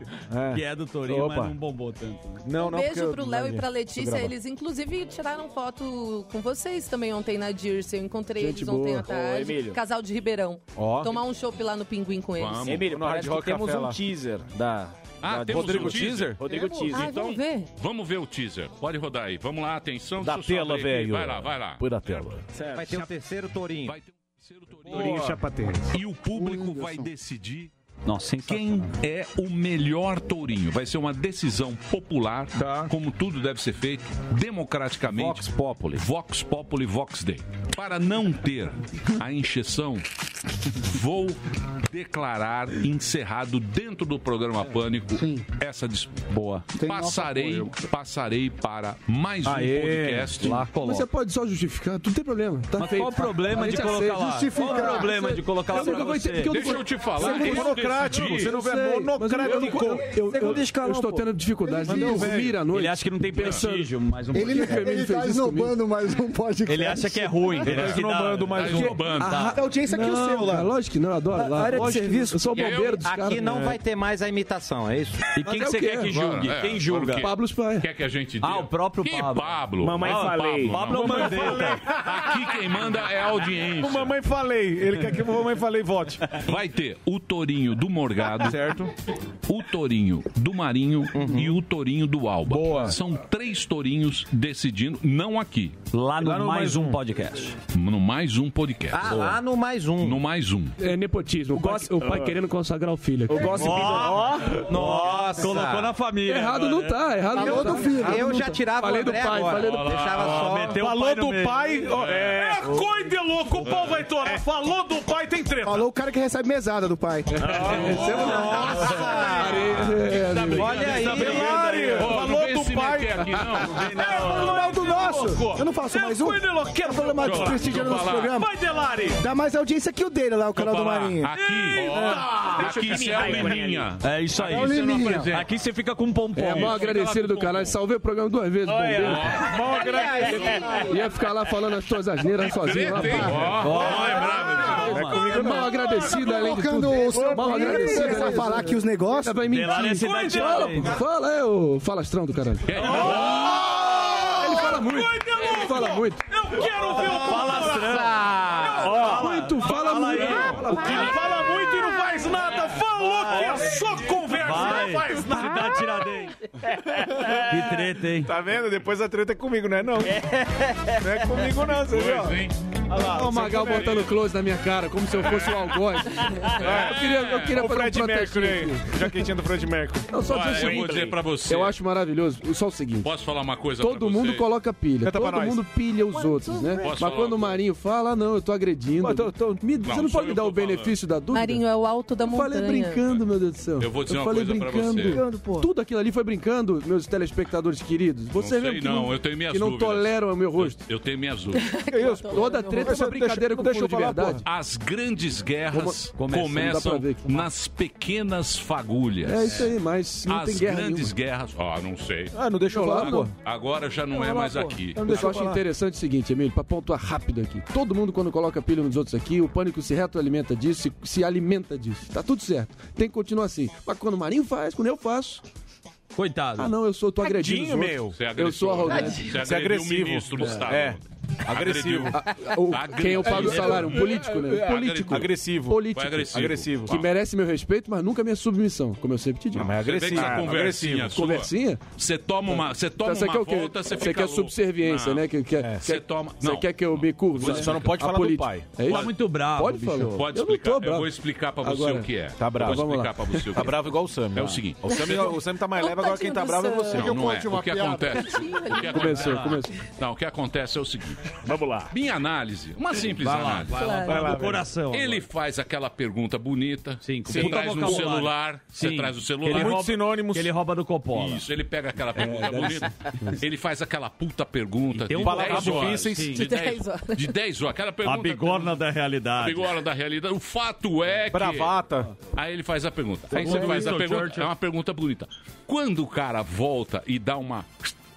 Que é do Torinho, Opa. mas não bombou tanto. né? Não, Um não, porque beijo eu- pro Léo e pra Tô Letícia. gravando. Eles, inclusive, tiraram foto com vocês também ontem na Dirce. Eu encontrei Gente eles ontem boa. à Ô, tarde. Emílio. Casal de Ribeirão. Ó. Tomar um chopp lá no Pinguim com eles. Vamos. Emílio, No parece Hard que Rock temos Café um lá. teaser da... Ah, da- temos Rodrigo um teaser? Rodrigo Teaser. Então, Ah, vamos ver. Vamos ver o teaser. Pode rodar aí. Vamos lá, atenção. Da Deixa eu só tela, abrir aqui. velho. Vai lá, vai lá. Põe na tela. Vai ter o terceiro tourinho. Vai ter o terceiro tourinho. Tourinho chapatense. E o público vai decidir Nossa, quem é o melhor tourinho. Vai ser uma decisão popular, como tudo deve ser feito, democraticamente. Vox Populi. Vox Populi, Vox Dei. Para não ter a injeção, vou declarar encerrado dentro do programa Pânico essa disputa. Boa. Passarei, passarei para mais Aê, um podcast. Mas você pode só justificar, não tem problema. Tá Mas feito. qual o problema A gente de colocar aceita. lá? Justificar. Qual o problema de colocar lá Eu nunca pra vou você? entender, porque não Deixa vou- eu te falar, Segundo- eu decidi. Sei, mas eu- Eu, eu, eu, Segundo escalão, estou pô. tendo dificuldade de Ele não dormir veio. à noite. Ele acha que não tem pensando, prestígio, mas um por que pouquinho. que o Emílio Ele fez tá isso comigo? mais um podcast. Ele acha que é ruim. tá Ele acha que dá- um. um. tá esnobando. A Tá. ra- é Não, cara, Lógico que não, eu adoro A- lá. a área de lógico que serviço. Eu sou o Eu- bombeiro dos Aqui caras. não É. vai ter mais a imitação, é isso? E quem Mas é que você o quê? quer que julgue? Agora, é, quem agora o julga? quê? Pablo Spy. Quer que a gente diga? Ah, o próprio que Pablo. Pablo? Mamãe Ah, falei. Pablo, Pablo é o Mamãe Mandetta. Aqui quem manda é a audiência. O mamãe falei. Ele quer que o mamãe falei vote. Vai ter o tourinho do Morgado, certo? O tourinho do Marinho Uhum. e o tourinho do Alba. Boa. São três tourinhos decidindo, não aqui. Lá no, mais, um podcast. No mais um podcast. Ah, Boa. lá no mais um. No mais um. É nepotismo. O pai, o pai querendo consagrar o filho. Eu gosto Ó, Nossa. Colocou na família. Errado né? não tá, errado Eu, não tá. eu já tirava o Falei André do pai, agora. falei do pai. Deixava só. Falou do pai. ó, É, É. coisa de louco, o pau vai É. torar. Falou do pai, tem treta. Ah, Falou o cara que recebe mesada do pai. Nossa! É, Olha aí, Hilário! Falou do pai. Aqui, não, não vem, É, falando mal do nosso. Eu não É faço mais um. Quero falar mal de Deixa eu prestígio no nosso falar. programa. Vai, Delari. Dá mais audiência que o dele lá, o canal do Marinho. Aqui, ó, aqui Deixa eu você tirar é o o Liminha. É isso aí. É o Você não Liminha. apresenta. Aqui você fica com pompom. É, Isso, mal agradecido do canal. Salvei o programa duas vezes, bombeiro. Mal agradecido. Ia ficar lá falando as tuas (laughs) asneiras sozinho. treta, hein? rapaz. Ó, ó, é bravo, Ó, É mal agradecido, além de tudo. Mal agradecido. Pra falar aqui os negócios. Vai mentir. Fala, pô, Fala, é o falastrão do caralho. É, Ele fala muito. Ele fala muito. Eu quero ver o Fala muito, fala muito. O cara fala muito e não faz nada. Falou que é só conversa, Vai. não faz nada. Cidade Tiradentes. Que treta, hein? Tá vendo? Depois a treta é comigo, não é não? Não é comigo não, você viu? Olha lá, Olha o você Magal viu, né? botando close na minha cara, como se eu fosse o algoz. Eu queria, eu queria o fazer um É. Fred Mercury aí. protestinho. Jaquetinha do Fred Mercury. Não, só dizer o eu vou seguinte. dizer pra você. Eu acho maravilhoso. Só o seguinte. Posso falar uma coisa pra Todo mundo vocês? coloca pilha, Canta pra todo nós. mundo pilha os outros, né? Posso falar Mas quando o Marinho fala, ah, não, eu tô agredindo. Me- Não, você não sou pode eu me dar que o benefício da dúvida? Marinho é o alto da Eu montanha. falei brincando, meu Deus do céu. Eu vou dizer uma falei coisa pra brincando. você. Brincando, Tudo aquilo ali foi brincando, meus telespectadores queridos. Vocês sei, mesmo que não, eu tenho minhas que não dúvidas. toleram o meu rosto. Eu tenho minhas dúvidas. Toda treta é uma brincadeira com o fundo de verdade. As grandes guerras Como- começa, não começam dá pra ver nas pequenas fagulhas. É isso aí, mas não As tem guerra grandes nenhuma. guerras. Ah, não sei. Ah, não deixou lá, pô. Agora já não, é Olha lá, mais pô. Então aqui. Eu, acho interessante o seguinte, Emílio, pra pontuar rápido aqui. Todo mundo, quando coloca pilha nos outros aqui, o pânico se retroalimenta disso, se, se alimenta disso. Tá tudo certo. Tem que continuar assim. Mas quando o Marinho faz, quando eu faço. Coitado. Ah, não, eu sou, tô agredindo. Tadinho, os outros. meu. Você é Eu sou agressor, né? arrogante. Você é Você é agrediu o agressivo. ministro do Estado. É. Agressivo. Ah, o- quem eu pago o salário? Um político, né? Um Político. Agressivo. Político. Vai agressivo. Agressivo. Que merece meu respeito, mas nunca minha submissão, como eu sempre te digo. Ah, Não, mas é Você vê que essa conversinha sua, Conversinha? Ah, Você toma uma, você toma Então, você uma quer o quê? volta, você fica quer louco. É. subserviência, né? Que, que, quer, Você toma- Você não. quer que eu me curva? Você só não pode A falar do política. pai. É isso? Tá muito bravo, Pode bicho. falar. Pode Eu não explicar. tô Eu, bravo. vou explicar pra você Agora. o que é. Tá bravo. Eu vou Vamos lá. explicar pra você o que Tá é. bravo igual o Sam. É o seguinte. O Sam, o Sam tá mais leve, agora quem tá bravo é você. Não, não é. O que acontece? O que Começou, acontece- Ah. começou. Não, o que acontece é o seguinte. Vamos lá. Minha análise, uma simples Vai lá, análise. vai lá, vai lá, Do vai lá. Ele faz aquela pergunta bonita. Sim, com você puta traz no vocabulário. celular. Você Sim. traz o Ele celular. rouba- Muitos sinônimos. que ele rouba do Coppola. Isso, ele pega É, aquela pergunta deve bonita. Ele faz aquela puta pergunta. tem um de palavras 10 horas. difíceis. Sim, De De 10 10 horas. horas. De 10 horas. Aquela pergunta. A bigorna da realidade. bigorna da realidade. O fato é que. Bravata. Aí ele faz a pergunta. Aí Segundo você faz a Winston pergunta. Churchill. É uma pergunta bonita. Quando o cara volta e dá uma.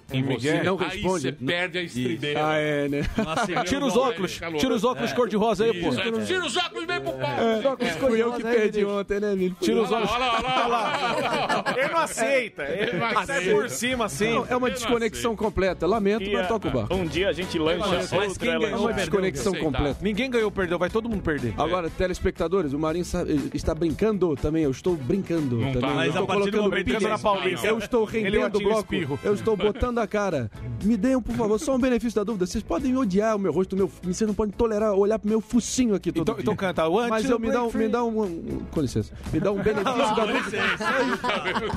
Em Miguel. você, Não aí responde. você perde a estribeira. Ah, é, né? Tá Tira os óculos, tira os óculos cor-de-rosa aí, pô. É, Isso, é. Tira os óculos e vem pro palco. É. Fui eu que perdi ontem, né, Emílio? (laughs) Tira (laughs) os olhos. Olha lá, olha lá, olha lá. Ele não aceita. Ele Ele não sai aceita. por cima, assim. Não, é uma desconexão completa. Lamento, mas toca o barco. Um dia a gente né, Mas quem ganhou, perdeu, desconexão completa. Ninguém ganhou, perdeu. Vai todo mundo perder. Agora, telespectadores, o Marinho sa- eh, está brincando também. Eu estou brincando também. tá, eu mas a estou partir do momento que entra na Paulista, Eu estou ele rendendo o atira o bloco. espirro. Eu estou botando a cara. Me deem, por favor, só um benefício da dúvida. Vocês podem odiar o meu rosto, o meu, vocês não podem tolerar olhar pro meu focinho aqui todo Então, canta. Mas eu me dá, um, me dá um, um- Com licença. Me (laughs) dá um benefício da é assim, dúvida.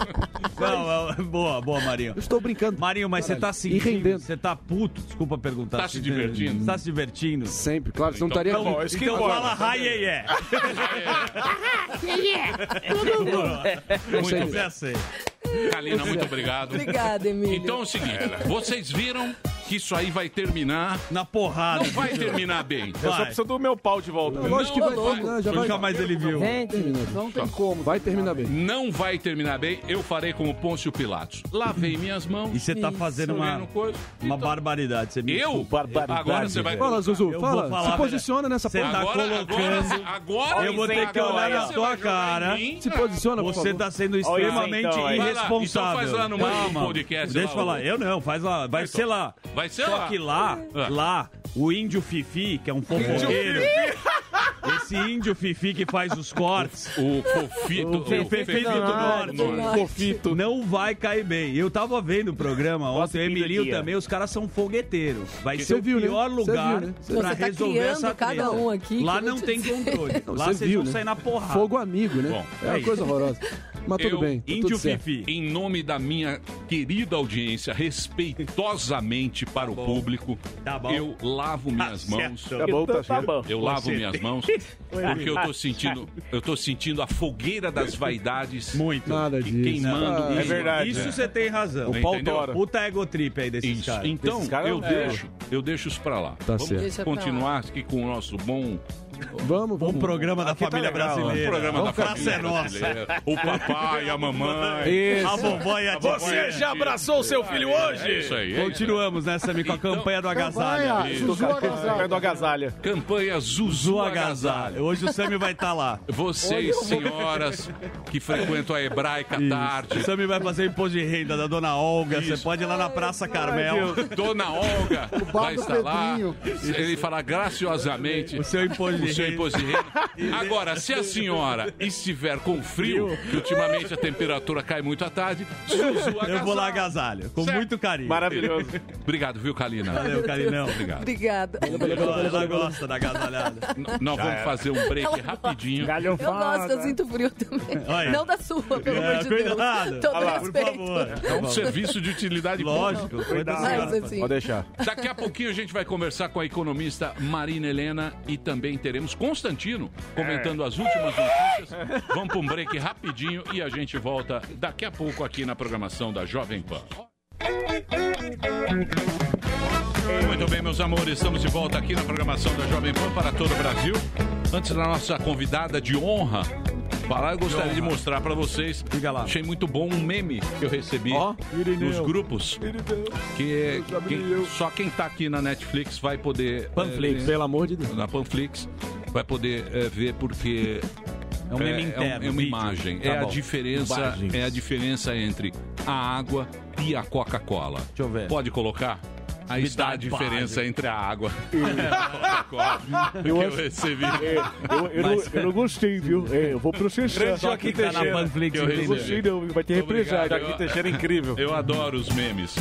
Não, é boa, boa, Marinho. Estou brincando. Marinho, mas você tá sentindo, você tá puto, desculpa perguntar. Tá se se divertindo? tá Tá se divertindo? Sempre, claro, senão estaria aqui. é Então fala hi, yeah, yeah. Muito Já bem. sei. Kalina, muito obrigado. Obrigada, Emílio. Então é o seguinte, vocês viram que isso aí vai terminar... Na porrada. Não vai terminar bem. Eu só preciso do meu pau de volta. Lógico que vai- Não, já vai- Nunca mais ele viu. Não tem como. Vai terminar bem. Não vai terminar bem, eu farei como Pôncio Pilatos. Lavei minhas mãos. E você tá fazendo uma- vendo coisa. Uma barbaridade. Você me então. Eu? Agora você vai. Fala, Zuzu. Eu fala. vou falar, se posiciona nessa Você tá colocando- Agora, Eu vou ter que olhar na tua cara. Se posiciona, por Você favor. tá sendo Olha, extremamente então, aí. irresponsável. Vai lá, então faz lá no mais um Calma. podcast, Deixa lá, eu falar. o- Eu não, faz lá. Vai ser lá. Vai ser Só lá. Ah. que lá, lá, o índio Fifi, que é um fofoqueiro. Esse índio Fifi que faz os cortes. O Fofito. O Fefito do Norte. Fofito. Não vai cair bem. Eu tava vendo o programa ontem, o Emilinho também, os caras são fogueteiros. Vai Que- ser Você o viu, né? pior Você lugar viu, né? pra Você tá resolver criando essa cada treta. um aqui que Lá eu vou não te tem (laughs) dizer. um controle. Não, Lá você vocês viu, vão né? sair na porrada. Fogo amigo, né? Bom, é uma é coisa isso. horrorosa. Mas tudo eu, bem, tá Índio tudo certo. Fifi, em nome da minha querida audiência, respeitosamente para o público, Tá bom. eu lavo minhas Tá mãos. certo. Tá bom, tá certo. Eu Com lavo certeza. minhas mãos porque eu tô sentindo, eu tô sentindo a fogueira das vaidades. Muito. Nada disso. Queimando. Ah, Isso- Isso- Isso você tem razão. O pau Entendeu? tora. Puta ego trip aí desses Isso. caras. Então, Desses caras eu, é- deixo, eu deixo isso pra lá. Tá Vamos certo. é Deixa pra lá. continuar aqui com o nosso bom. Vamos, vamos. Um programa da Aqui tá família legal, brasileira. Um programa Vamos da ficar- família Praça é nossa. brasileira. O papai, a mamãe. Isso. A vovó e a vovó titia. e a Já abraçou o seu filho hoje? É isso aí. Então, é isso aí. Continuamos, né, Samir, com a campanha do agasalho. Isso. Campanha do agasalho. Campanha Zuzu Agasalho. Hoje o Sammy vai estar lá. Vocês, (laughs) senhoras, que frequentam a hebraica à tarde. O Sammy vai fazer imposto de renda da dona Olga. Você pode ir lá na Praça Carmel. Dona Olga vai do estar lá. Pedrinho. Ele falar graciosamente o seu imposto de renda. renda. Agora, se a senhora estiver com frio, que ultimamente a temperatura cai muito à tarde, Zuzu Eu vou lá agasalho, com muito carinho. Maravilhoso. Obrigado, viu, Kalina? Valeu, Kalinão. Obrigado. Obrigada. Ela, ela gosta da agasalhada. Nós Já vamos era. fazer um break rapidinho. Eu gosto, eu sinto frio também. Olha. Não da sua, pelo É, amor de cuidado. Deus. Todo Olha lá, por respeito. É um serviço de utilidade Lógico, pública. cuidado. Mas, assim, Pode deixar. (laughs) Daqui a pouquinho a gente vai conversar com a economista Marina Helena e também teremos Constantino comentando as últimas notícias. Vamos para um break rapidinho e a gente volta daqui a pouco aqui na programação da Jovem Pan. Muito bem, meus amores, estamos de volta aqui na programação da Jovem Pan para todo o Brasil. Antes da nossa convidada de honra falar, eu gostaria de mostrar para vocês. Achei muito bom um meme que eu recebi Irineu. nos grupos. Que é- quem- só quem tá aqui na Netflix vai poder. Panflix, eh, pelo amor de Deus. Na Panflix vai poder eh, ver porque. É um meme interno, É, uma vídeo. imagem. Tá é a bom. diferença. Imagens. É a diferença entre a água e a Coca-Cola. Deixa eu ver. Pode colocar? Aí está a diferença entre a água (laughs) e a Coca-Cola que eu recebi. Eu, eu não, eu não gostei, viu? É, eu vou processar. Grande Joaquim Tá na Teixeira. Panflix, Eu não entendeu? gostei, não. Vai ter tá represália. Obrigado. Eu adoro os memes.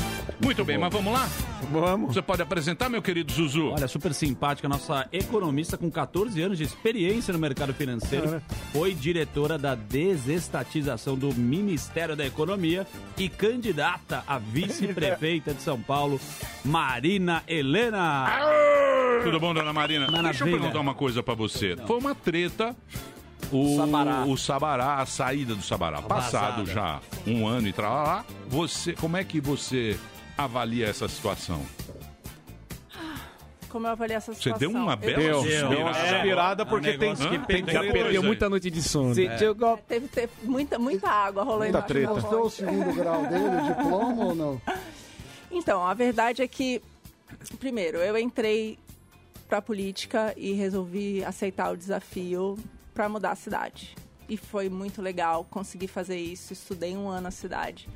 Muito bem, mas vamos lá? Vamos. Você pode apresentar, meu querido Zuzu? Olha, super simpática, nossa economista com 14 anos de experiência no mercado financeiro. Foi diretora da desestatização do Ministério da Economia e candidata a vice-prefeita de São Paulo, Marina Helena. Tudo bom, dona Marina? Deixa eu Maravilha. perguntar uma coisa pra você. Foi uma treta. O Sabará. o Sabará, a saída do Sabará. Passado já um ano e tal, lá, você, como é que você avalia essa situação? Como eu avaliei essa Você situação? deu uma bela Eu- suspirada. Deu uma suspirada porque tem- Hã? tem É um que coisa perder aí. muita noite de sono. É. Teve, teve muita, muita água rolando Muita embaixo treta. do Mostrou o um. segundo grau dele, o diploma ou não? Então, a verdade é que, primeiro, eu entrei pra política e resolvi aceitar o desafio pra mudar a cidade. E foi muito legal, consegui fazer isso, estudei um ano a cidade.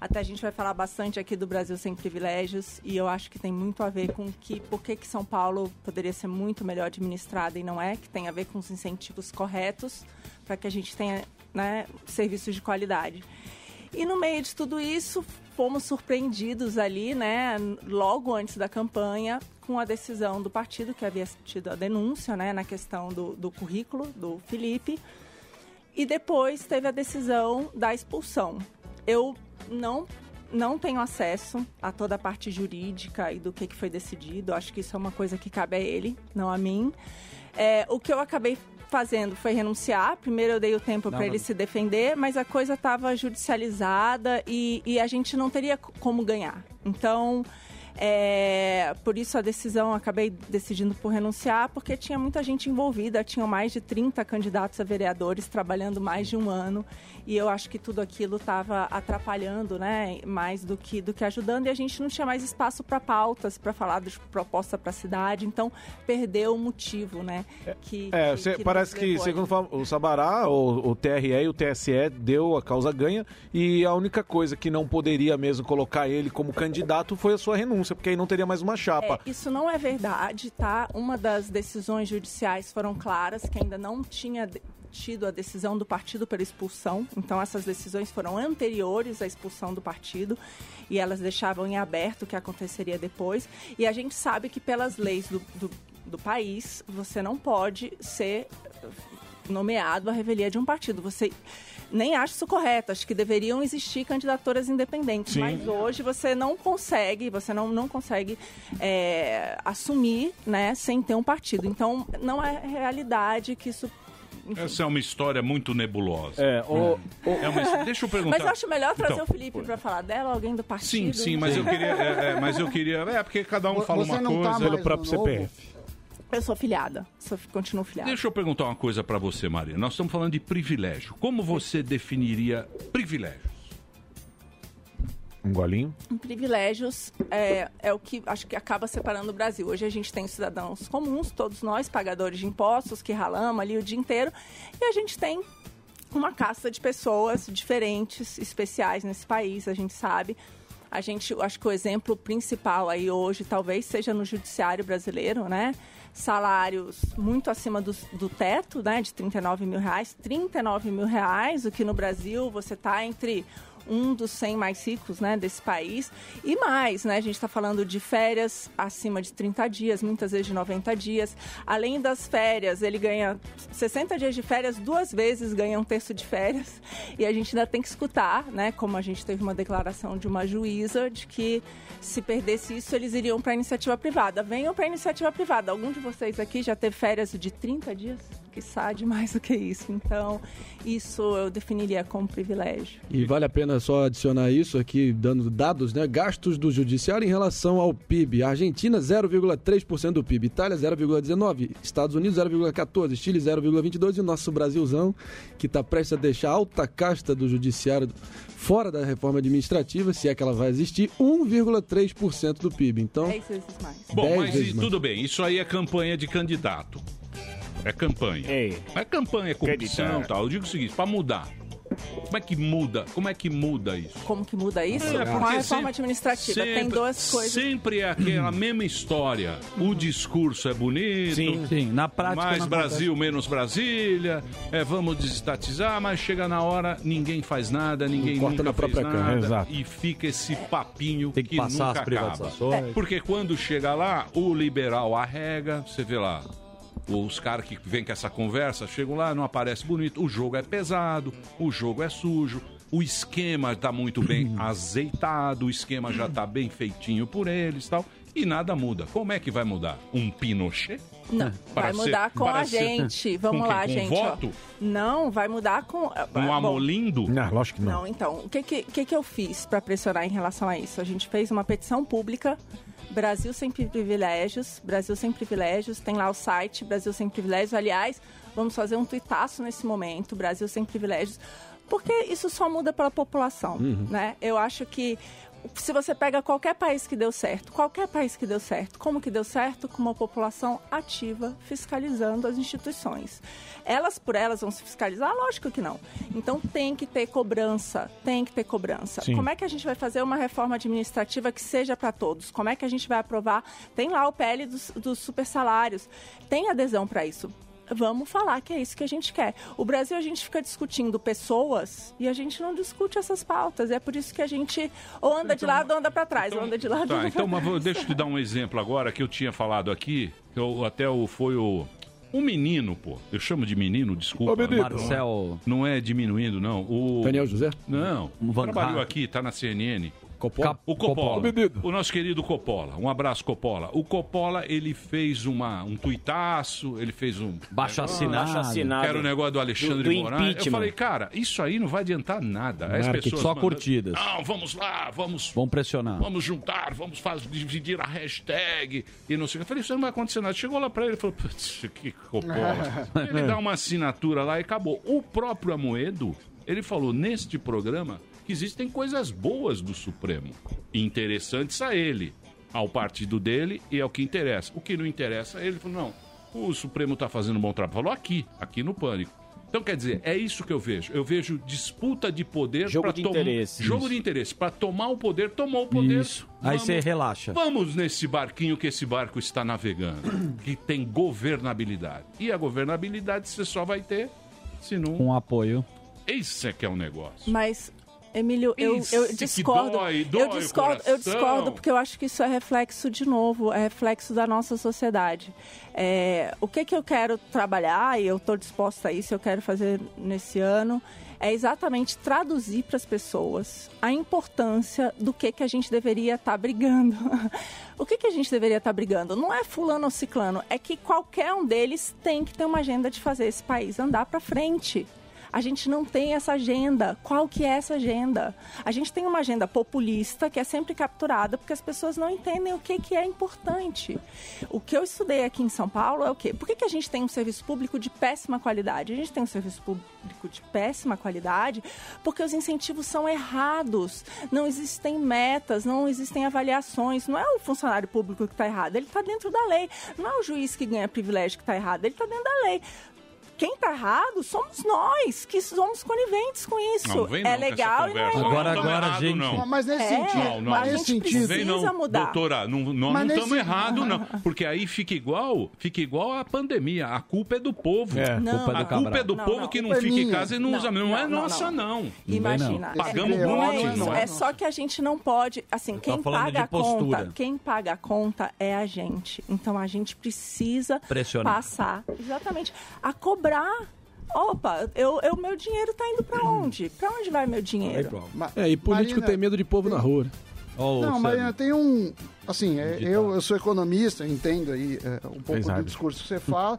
Até a gente vai falar bastante aqui do Brasil sem privilégios e eu acho que tem muito a ver com que por que que São Paulo poderia ser muito melhor administrada e não é, que tem a ver com os incentivos corretos para que a gente tenha né, serviços de qualidade. E no meio de tudo isso, fomos surpreendidos ali, né, logo antes da campanha, com a decisão do partido, que havia tido a denúncia, né, na questão do, do currículo do Felipe. E depois teve a decisão da expulsão. Eu não não tenho acesso a toda a parte jurídica e do que, que foi decidido. Acho que isso é uma coisa que cabe a ele, não a mim. É, o que eu acabei fazendo foi renunciar. Primeiro eu dei o tempo Não, para ele não. se defender, mas a coisa estava judicializada e, e a gente não teria c- como ganhar. Então, é, por isso a decisão, acabei decidindo por renunciar, porque tinha muita gente envolvida, tinham mais de 30 candidatos a vereadores trabalhando mais de um ano, e eu acho que tudo aquilo estava atrapalhando, né, mais do que, do que ajudando, e a gente não tinha mais espaço para pautas, para falar de proposta para a cidade, então perdeu o motivo, né, que, É, que- cê- que parece nos que, levou a segundo fala- o Sabará, o, o TRE e o TSE deu a causa ganha e a única coisa que não poderia mesmo colocar ele como candidato foi a sua renúncia, porque aí não teria mais uma chapa. É, isso não é verdade, tá? Uma das decisões judiciais foram claras, que ainda não tinha de- tido a decisão do partido pela expulsão. Então, essas decisões foram anteriores à expulsão do partido e elas deixavam em aberto o que aconteceria depois. E a gente sabe que, pelas leis do, do, do país, você não pode ser nomeado à revelia de um partido. Você nem acho isso correto. Acho que deveriam existir candidaturas independentes. Sim. Mas hoje você não consegue, você não, não consegue é, assumir, né, sem ter um partido. Então, não é realidade que isso. enfim. Essa é uma história muito nebulosa. É, o- É uma his- Deixa eu perguntar. (laughs) Mas eu acho melhor trazer Então, o Felipe para falar dela, alguém do partido. né? Sim, sim, mas eu queria. É, é, mas eu queria. É, porque cada um Você fala uma não tá coisa. mais Pelo próprio no novo? CPF. (laughs) Eu sou filiada, sou, continuo filiada. Deixa eu perguntar uma coisa pra você, Maria. Nós estamos falando de privilégio. Como você definiria privilégio? Um golinho? Privilégios é, é o que acho que acaba separando o Brasil. Hoje a gente tem os cidadãos comuns, todos nós, pagadores de impostos, que ralamos ali o dia inteiro, e a gente tem uma casta de pessoas diferentes, especiais nesse país, a gente sabe. A gente, eu acho que o exemplo principal aí hoje talvez seja no judiciário brasileiro, né? Salários muito acima do, do teto, né? De 39 mil reais. 39 mil reais, o que no Brasil você tá entre um dos 100 mais ricos, né, desse país. E mais, né, a gente está falando de férias acima de 30 dias, muitas vezes de 90 dias. Além das férias, ele ganha 60 dias de férias, duas vezes ganha um terço de férias. E a gente ainda tem que escutar, né, como a gente teve uma declaração de uma juíza de que se perdesse isso, eles iriam para a iniciativa privada. Venham para a iniciativa privada. Algum de vocês aqui já teve férias de 30 dias? Que sabe mais do que isso. Então, isso eu definiria como privilégio. E vale a pena só adicionar isso aqui, dando dados, né? Gastos do judiciário em relação ao PIB. Argentina, 0,3% do PIB. Itália, 0,19%. Estados Unidos, 0,14%. Chile, 0,22%. E o nosso Brasilzão, que está prestes a deixar a alta casta do judiciário fora da reforma administrativa, se é que ela vai existir, 1,3% do PIB. Então, Dez vezes mais. Bom, Dez mas vezes e- mais. tudo bem, isso aí é campanha de candidato. É campanha. É campanha, é corrupção e Candidato. tal. Eu digo o seguinte, pra mudar. Como é que muda? Como é que muda isso? Como que muda isso? É, Com a porque reforma sempre- administrativa. Tem sempre- duas coisas. Sempre é aquela mesma história. O discurso é bonito. Sim, sim. Na prática, Mais não Brasil, menos Brasília. É, vamos desestatizar, mas chega na hora, ninguém faz nada, ninguém Corta nunca na própria fez cana. nada. Exato. E fica esse papinho Tem que passar nunca as privatizações. acaba. É, Porque quando chega lá, o liberal arrega, você vê lá. Os caras que vêm com essa conversa chegam lá, não aparece bonito. O jogo é pesado, o jogo é sujo, o esquema está muito bem Uhum. azeitado, o esquema já está bem feitinho por eles e tal. E nada muda. Como é que vai mudar? Um Pinochet? Não, vai Para ser- mudar com para a ser- gente. Vamos com quem? lá, Com gente. ó. voto? Não, vai mudar com. Um amolindo? Não, lógico que Não, então, o que, que, que que eu fiz para pressionar em relação a isso? A gente fez uma petição pública, Brasil Sem Privilégios, Brasil Sem Privilégios, tem lá o site Brasil Sem Privilégios. Aliás, vamos fazer um tuitaço nesse momento, Brasil Sem Privilégios, porque isso só muda pela população, Uhum. né? Eu acho que se você pega qualquer país que deu certo, qualquer país que deu certo, como que deu certo? Com uma população ativa, fiscalizando as instituições. Elas por elas vão se fiscalizar? Lógico que não. Então tem que ter cobrança, tem que ter cobrança. Sim. Como é que a gente vai fazer uma reforma administrativa que seja para todos? Como é que a gente vai aprovar? Tem lá o PL dos, dos super salários, tem adesão para isso. Vamos falar que é isso que a gente quer. O Brasil, a gente fica discutindo pessoas e a gente não discute essas pautas. É por isso que a gente ou anda de lado ou anda para trás, ou anda de lado ou Então, Tá, anda então pra mas trás. vou- deixa eu te dar um exemplo agora que eu tinha falado aqui. que eu- até o, foi o. Um menino, pô. Eu chamo de menino, desculpa. Ô, menino. Marcel. Não é diminuindo, não. O... Daniel José? Não. Van trabalhou Gaal. aqui, tá na CNN. Coppola? O Coppola. Coppola. O nosso querido Coppola. Um abraço, Coppola. O Coppola, ele fez uma, um tuitaço, ele fez um... Baixo assinado. Baixo assinado. Era o negócio do Alexandre Do- do Moraes. Eu impeachment. falei, cara, isso aí não vai adiantar nada. As Nada, tem pessoas só mandando, curtidas. Não, vamos lá, vamos... Vão pressionar. Vamos juntar, vamos faz, dividir a hashtag e não sei o que. Eu falei, isso não vai acontecer nada. Chegou lá pra ele e falou, putz, que (laughs) copola. ele dá uma assinatura lá e acabou. O próprio Amoedo, ele falou neste programa que existem coisas boas do Supremo, interessantes a ele, ao partido dele e ao que interessa. O que não interessa a ele, ele falou, não, o Supremo tá fazendo um bom trabalho. Falou aqui, aqui no Pânico. Então, quer dizer, é isso que eu vejo. Eu vejo disputa de poder. Jogo pra de tom- interesse. Jogo de interesse. Para tomar o poder, tomou o poder. Isso. Aí você relaxa. Vamos nesse barquinho que esse barco está (clears throat) navegando, que tem governabilidade. E a governabilidade você só vai ter se não. Com apoio. Isso é que é um negócio. Mas, Emílio, eu, Isso eu que discordo. dói, dói eu o discordo, eu coração. discordo, porque eu acho que isso é reflexo de novo, é reflexo da nossa sociedade. É, o que, que eu quero trabalhar, e eu estou disposta a isso, eu quero fazer nesse ano, é exatamente traduzir para as pessoas a importância do que, que a gente deveria estar brigando. (laughs) o que, que a gente deveria estar brigando? Não é fulano ou ciclano, é que qualquer um deles tem que ter uma agenda de fazer esse país andar para frente. A gente não tem essa agenda. Qual que é essa agenda? A gente tem uma agenda populista que é sempre capturada porque as pessoas não entendem o que, que é importante. O que eu estudei aqui em São Paulo é o quê? Por que, que a gente tem um serviço público de péssima qualidade? A gente tem um serviço público de péssima qualidade porque os incentivos são errados. Não existem metas, não existem avaliações. Não é o funcionário público que está errado, ele está dentro da lei. Não é o juiz que ganha privilégio que está errado, ele está dentro da lei quem tá errado somos nós, que somos coniventes com isso. Não, vem não é com essa legal e não é conversa. legal. Agora, Não tamo agora, errado, gente. não. Mas nesse É, sentido, Não, não. mas nesse sentido. Vem não, doutora, não, nós Mas não nesse- estamos errados, não. Porque aí fica igual, fica igual a pandemia. A culpa é do povo. É, Não. culpa é do a culpa Cabral. é do Não, povo não, que não culpa é fica em minha. casa e não, Não, usa. Não, é não, não, nossa, não. Imagina. Pagamos é, não é muito, isso. não É é? só que a gente não pode. Tá Assim, quem falando de paga a postura. conta, quem paga a conta é a gente. Então a gente precisa Pressionar. passar exatamente a cobrar. Opa, eu, eu- meu dinheiro tá indo para onde? Para onde vai meu dinheiro? É, e político Marina- tem medo de povo na rua. Não, Mariana, tem um. Assim, é, eu, eu sou economista, eu entendo aí é, um pouco do sabe. discurso que você fala,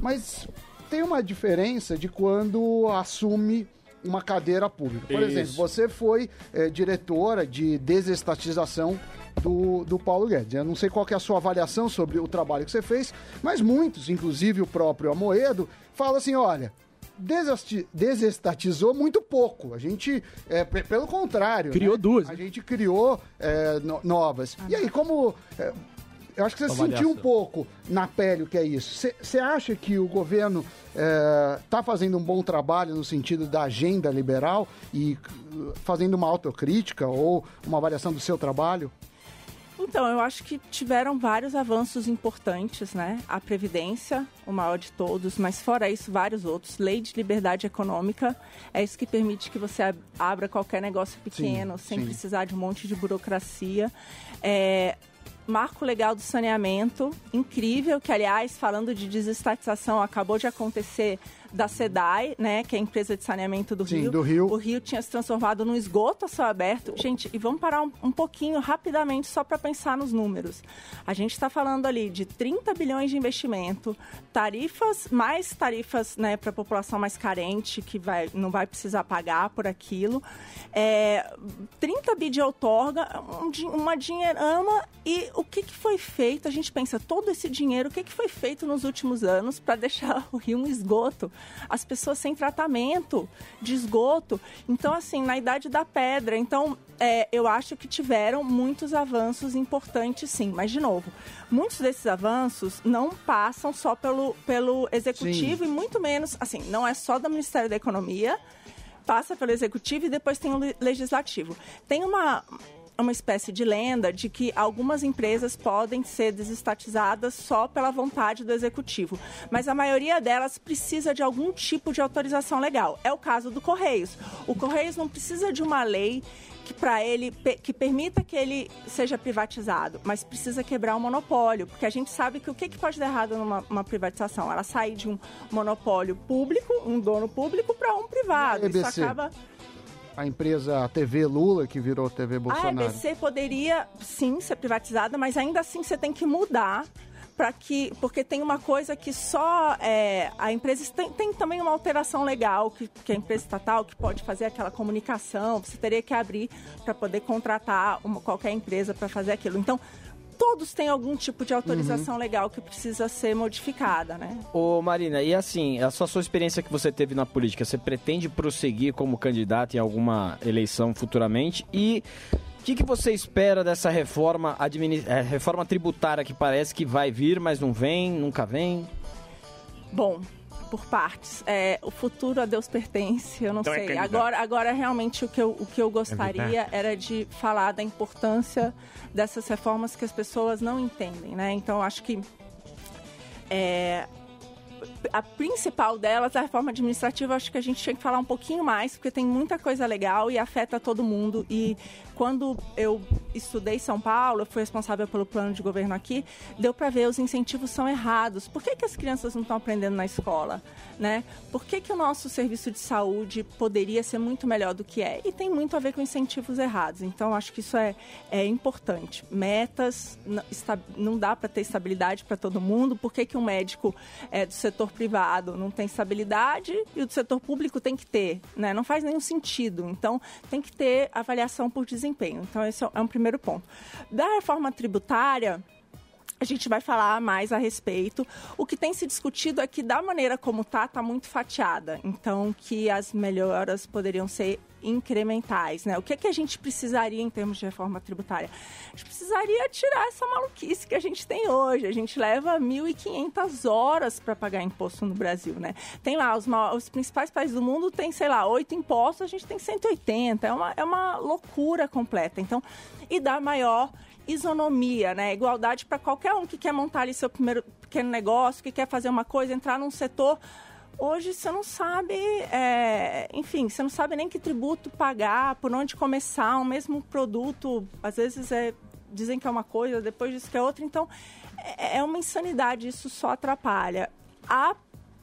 mas tem uma diferença de quando assume uma cadeira pública. Por Isso. exemplo, você foi é, diretora de desestatização do, do Paulo Guedes. Eu não sei qual que é a sua avaliação sobre o trabalho que você fez, mas muitos, inclusive o próprio Amoedo, falam assim, olha, desesti- desestatizou muito pouco. A gente, é, pe- pelo contrário... né? Criou duas, né? A gente criou é, no- novas. E aí, como... é, eu acho que você Avaliação. sentiu um pouco na pele o que é isso. Você acha que o governo está fazendo um bom trabalho no sentido da agenda liberal e eh, fazendo uma autocrítica ou uma avaliação do seu trabalho? Então, eu acho que tiveram vários avanços importantes, né? A Previdência, o maior de todos, mas fora isso, vários outros. Lei de liberdade econômica, é isso que permite que você ab- abra qualquer negócio pequeno, sem sim. precisar de um monte de burocracia. É, Marco legal do saneamento, incrível, que aliás, falando de desestatização, acabou de acontecer da SEDAI, né, que é a empresa de saneamento do Sim, Rio. do Rio. O Rio tinha se transformado num esgoto a céu aberto. Gente, e vamos parar um, um pouquinho rapidamente só para pensar nos números. A gente está falando ali de 30 bilhões de investimento, tarifas, mais tarifas né, para a população mais carente, que vai, não vai precisar pagar por aquilo. É, 30 bi de outorga, um din- uma dinheirama. E o que, que foi feito? A gente pensa, todo esse dinheiro, o que, que foi feito nos últimos anos para deixar (laughs) o rio um esgoto? As pessoas sem tratamento de esgoto. Então, assim, na idade da pedra. Então, é, eu acho que tiveram muitos avanços importantes, sim. Mas, de novo, muitos desses avanços não passam só pelo, pelo executivo Sim. e muito menos, assim, não é só do Ministério da Economia, passa pelo executivo e depois tem o le- legislativo. Tem uma uma espécie de lenda de que algumas empresas podem ser desestatizadas só pela vontade do executivo, mas a maioria delas precisa de algum tipo de autorização legal. É o caso do Correios. O Correios não precisa de uma lei que para ele pe- que permita que ele seja privatizado, mas precisa quebrar o monopólio, porque a gente sabe que o que, que pode dar errado numa uma privatização? Ela sair de um monopólio público, um dono público, para um privado. Isso EBC. acaba A empresa TV Lula, que virou Ah, é TV Bolsonaro. a EBC poderia, sim, ser privatizada, mas ainda assim você tem que mudar para que porque tem uma coisa que só é, a empresa tem, tem também uma alteração legal que, que a empresa estatal que pode fazer aquela comunicação você teria que abrir para poder contratar uma, qualquer empresa para fazer aquilo então todos têm algum tipo de autorização legal que precisa ser modificada né Ô Marina, e assim, a sua, sua experiência que você teve na política, você pretende prosseguir como candidata em alguma eleição futuramente? E o que, que você espera dessa reforma, admini- eh, reforma tributária que parece que vai vir, mas não vem, nunca vem? Bom, por partes. É, o futuro a Deus pertence, eu não Então é sei. candidato. agora, agora realmente o que eu, o que eu gostaria Candidato. era de falar da importância dessas reformas que as pessoas não entendem, né? Então acho que é, a principal delas, a reforma administrativa, acho que a gente tinha que falar um pouquinho mais, porque tem muita coisa legal e afeta todo mundo. E quando eu estudei em São Paulo, eu fui responsável pelo plano de governo aqui, deu para ver os incentivos são errados. Por que, que as crianças não estão aprendendo na escola? Né? Por que, que o nosso serviço de saúde poderia ser muito melhor do que é? E tem muito a ver com incentivos errados. Então, acho que isso é, é importante. Metas, n- esta- não dá para ter estabilidade para todo mundo. Por que, que um médico é, do setor privado não tem estabilidade e o do setor público tem que ter? Né? Não faz nenhum sentido. Então, tem que ter avaliação por desempenho. Então, esse é o- é um primeiro ponto. Da reforma tributária, a gente vai falar mais a respeito. O que tem se discutido é que da maneira como tá, tá muito fatiada. Então que as melhoras poderiam ser incrementais, né? O que é que a gente precisaria em termos de reforma tributária? A gente precisaria tirar essa maluquice que a gente tem hoje. A gente leva 1.500 horas para pagar imposto no Brasil, né? Tem lá os, ma- os principais países do mundo tem, sei lá, oito impostos, a gente tem 180. É uma, é uma loucura completa. Então, e dá maior isonomia, né? Igualdade para qualquer um que quer montar ali seu primeiro pequeno negócio, que quer fazer uma coisa, entrar num setor. Hoje você não sabe, é, enfim, você não sabe nem que tributo pagar, por onde começar, o mesmo produto, às vezes é, dizem que é uma coisa, depois diz que é outra, então é, é uma insanidade, isso só atrapalha.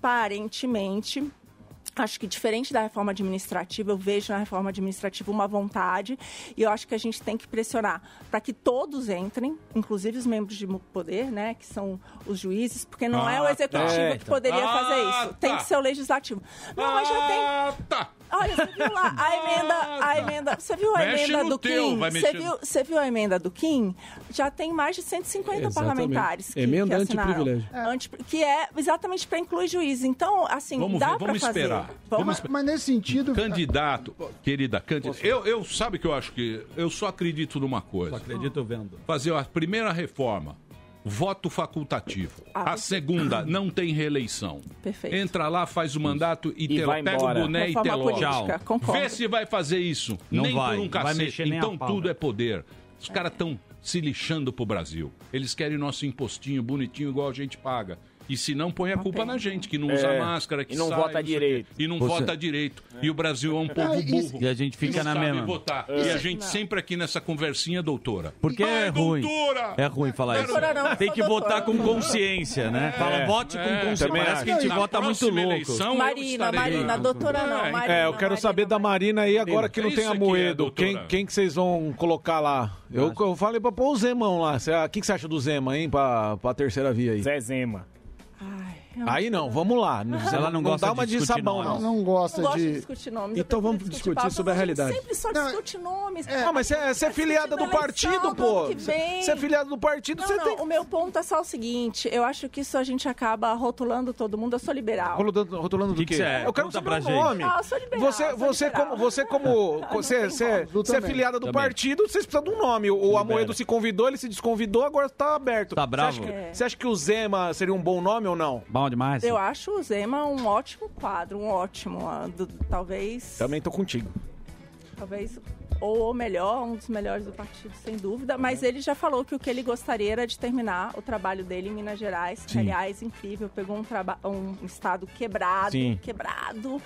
Aparentemente, Acho que diferente da reforma administrativa, eu vejo na reforma administrativa uma vontade e eu acho que a gente tem que pressionar para que todos entrem, inclusive os membros de poder, né, que são os juízes, porque não é o Ah, executivo tá. que poderia Ah, fazer isso, tem tá. Ah, que ser o legislativo. Não, mas já tem. Olha, você viu lá a emenda, a emenda, você viu a tá. Mexe emenda no do teu, Kim? vai Você mexer no- viu, você viu a emenda do Kim? Já tem mais de 150 Exatamente. parlamentares que, Emenda que assinaram. antiprivilégio. Anti- que é exatamente para incluir juízes. Então, assim, Vamos dá ver, vamos pra fazer. esperar. Vamos esperar. Mas nesse sentido. ah, Candidato, querida, candidato. Eu, eu sabe que eu acho que. Eu só acredito numa coisa. Só acredito vendo. Fazer a primeira reforma. Voto facultativo. Ah, a segunda, não tem reeleição. Perfeito. Entra lá, faz o mandato e, telo- vai pega embora. o boné Reforma e telote. política, concordo. Vê se vai fazer isso. Não nem vai, por um não vai cacete. mexer nem a então pau, tudo né? é poder. Os caras estão se lixando pro Brasil. Eles querem nosso impostinho bonitinho igual a gente paga. E se não, põe a culpa na gente, que não usa É. máscara, que E não sai, vota sei o quê. direito. E não Você- vota direito. E o Brasil é um povo Ah, e- burro. E a gente fica que não na sabe mesma. votar. É. E a gente sempre aqui nessa conversinha, doutora. Porque é ruim. É ruim falar isso. Doutora não, Tem que doutora. votar com consciência, né? Fala, vote com consciência. Parece que a gente Na vota muito próxima louco. eleição, Marina, eu estarei Marina, lá. doutora não, É, Marina, É, eu quero saber da Marina aí, agora que não então, Isso tem a aqui é, Moedo. doutora. Tá. Quem, quem que vocês vão colocar lá? Eu, eu falei pra pôr o Zemão lá. Cê- O que, que você acha do Zema, hein, pra, pra terceira via aí? Zé Zema. Aí não, vamos lá. Ela não gosta dá de uma de discutir sabão, nomes. não. Não gosta Eu gosto de discutir nomes. eu Então vamos prefiro discutir papas, sobre a gente realidade. sempre só discute nomes. Ah, mas você é, você é filiada do partido, pô. Você é filiada do partido, Não, você não, tem o meu ponto é só o seguinte, eu acho que isso a gente acaba rotulando todo mundo, eu sou liberal. Rotulando, rotulando Que do que quê? você é? Eu quero Conta saber pra o gente. nome. Ah, eu sou liberal, você, eu sou você liberal. como, (laughs) você como, você, você, você é também. filiado do Também. partido, você precisa de um nome. O, o Amoedo Libera. se convidou, ele se desconvidou, agora tá aberto. Tá bravo. Você acha, que, É. você acha que o Zema seria um bom nome ou não? Bom demais. Eu acho o Zema um ótimo quadro, um ótimo, ah, do- talvez, Também tô contigo. talvez ou o melhor, um dos melhores do partido, sem dúvida, Uhum. mas ele já falou que o que ele gostaria era de terminar o trabalho dele em Minas Gerais, que Sim. aliás, incrível, pegou um, traba- um estado quebrado, Sim. quebrado,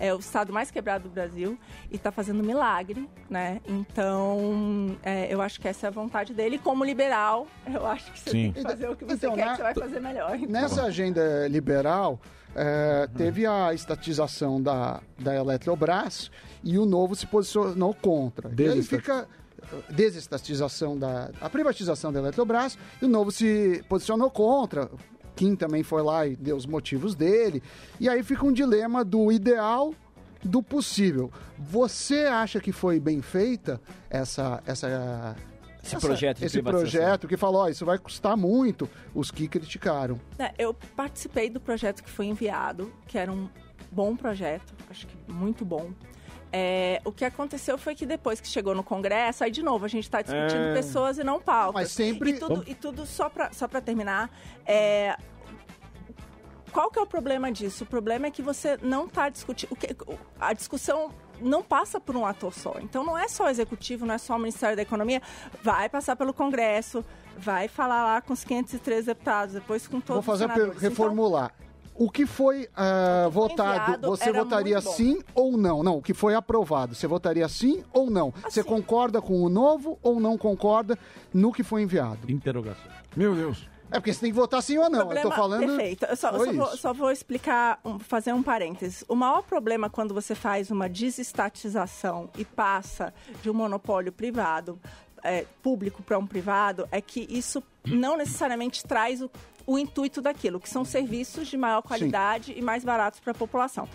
é o estado mais quebrado do Brasil e tá fazendo milagre, né? Então, é, eu acho que essa é a vontade dele como liberal, eu acho que você Sim. tem que fazer o que você Então, quer, na- que você vai fazer melhor. então. Nessa agenda liberal, é, teve a estatização da, da Eletrobras e o Novo se posicionou contra. E aí Desestat- fica desestatização da a privatização da Eletrobras e o Novo se posicionou contra. Kim também foi lá e deu os motivos dele. E aí fica um dilema do ideal do possível. Você acha que foi bem feita essa essa Esse essa- projeto de esse privatização. projeto que falou, ó, isso vai custar muito, os que criticaram. Né, Eu participei do projeto que foi enviado, que era um bom projeto, acho que muito bom. É, o que aconteceu foi que depois que chegou no Congresso, aí de novo a gente está discutindo É. pessoas e não pautas. Mas sempre- E tudo, e tudo só para só pra terminar, é, qual que é o problema disso? O problema é que você não está discutindo. o que- o- A discussão não passa por um ator só. Então não é só o executivo, não é só o Ministério da Economia. Vai passar pelo Congresso, vai falar lá com os 503 deputados, depois com todos Vou fazer os a per- senadores. Então, reformular. O que foi ah, votado, enviado você era votaria muito bom. sim ou não? Não, o que foi aprovado, você votaria sim ou não? Você Assim. concorda com o novo ou não concorda no que foi enviado? Interrogação. Meu Deus. É porque você tem que votar sim ou não. eu tô falando. Perfeito. Eu só, eu Foi só vou, isso. só vou explicar, um- fazer um parênteses. O maior problema quando você faz uma desestatização e passa de um monopólio privado, é, público para um privado, é que isso não necessariamente traz o o intuito daquilo, que são serviços de maior qualidade e mais baratos para a população.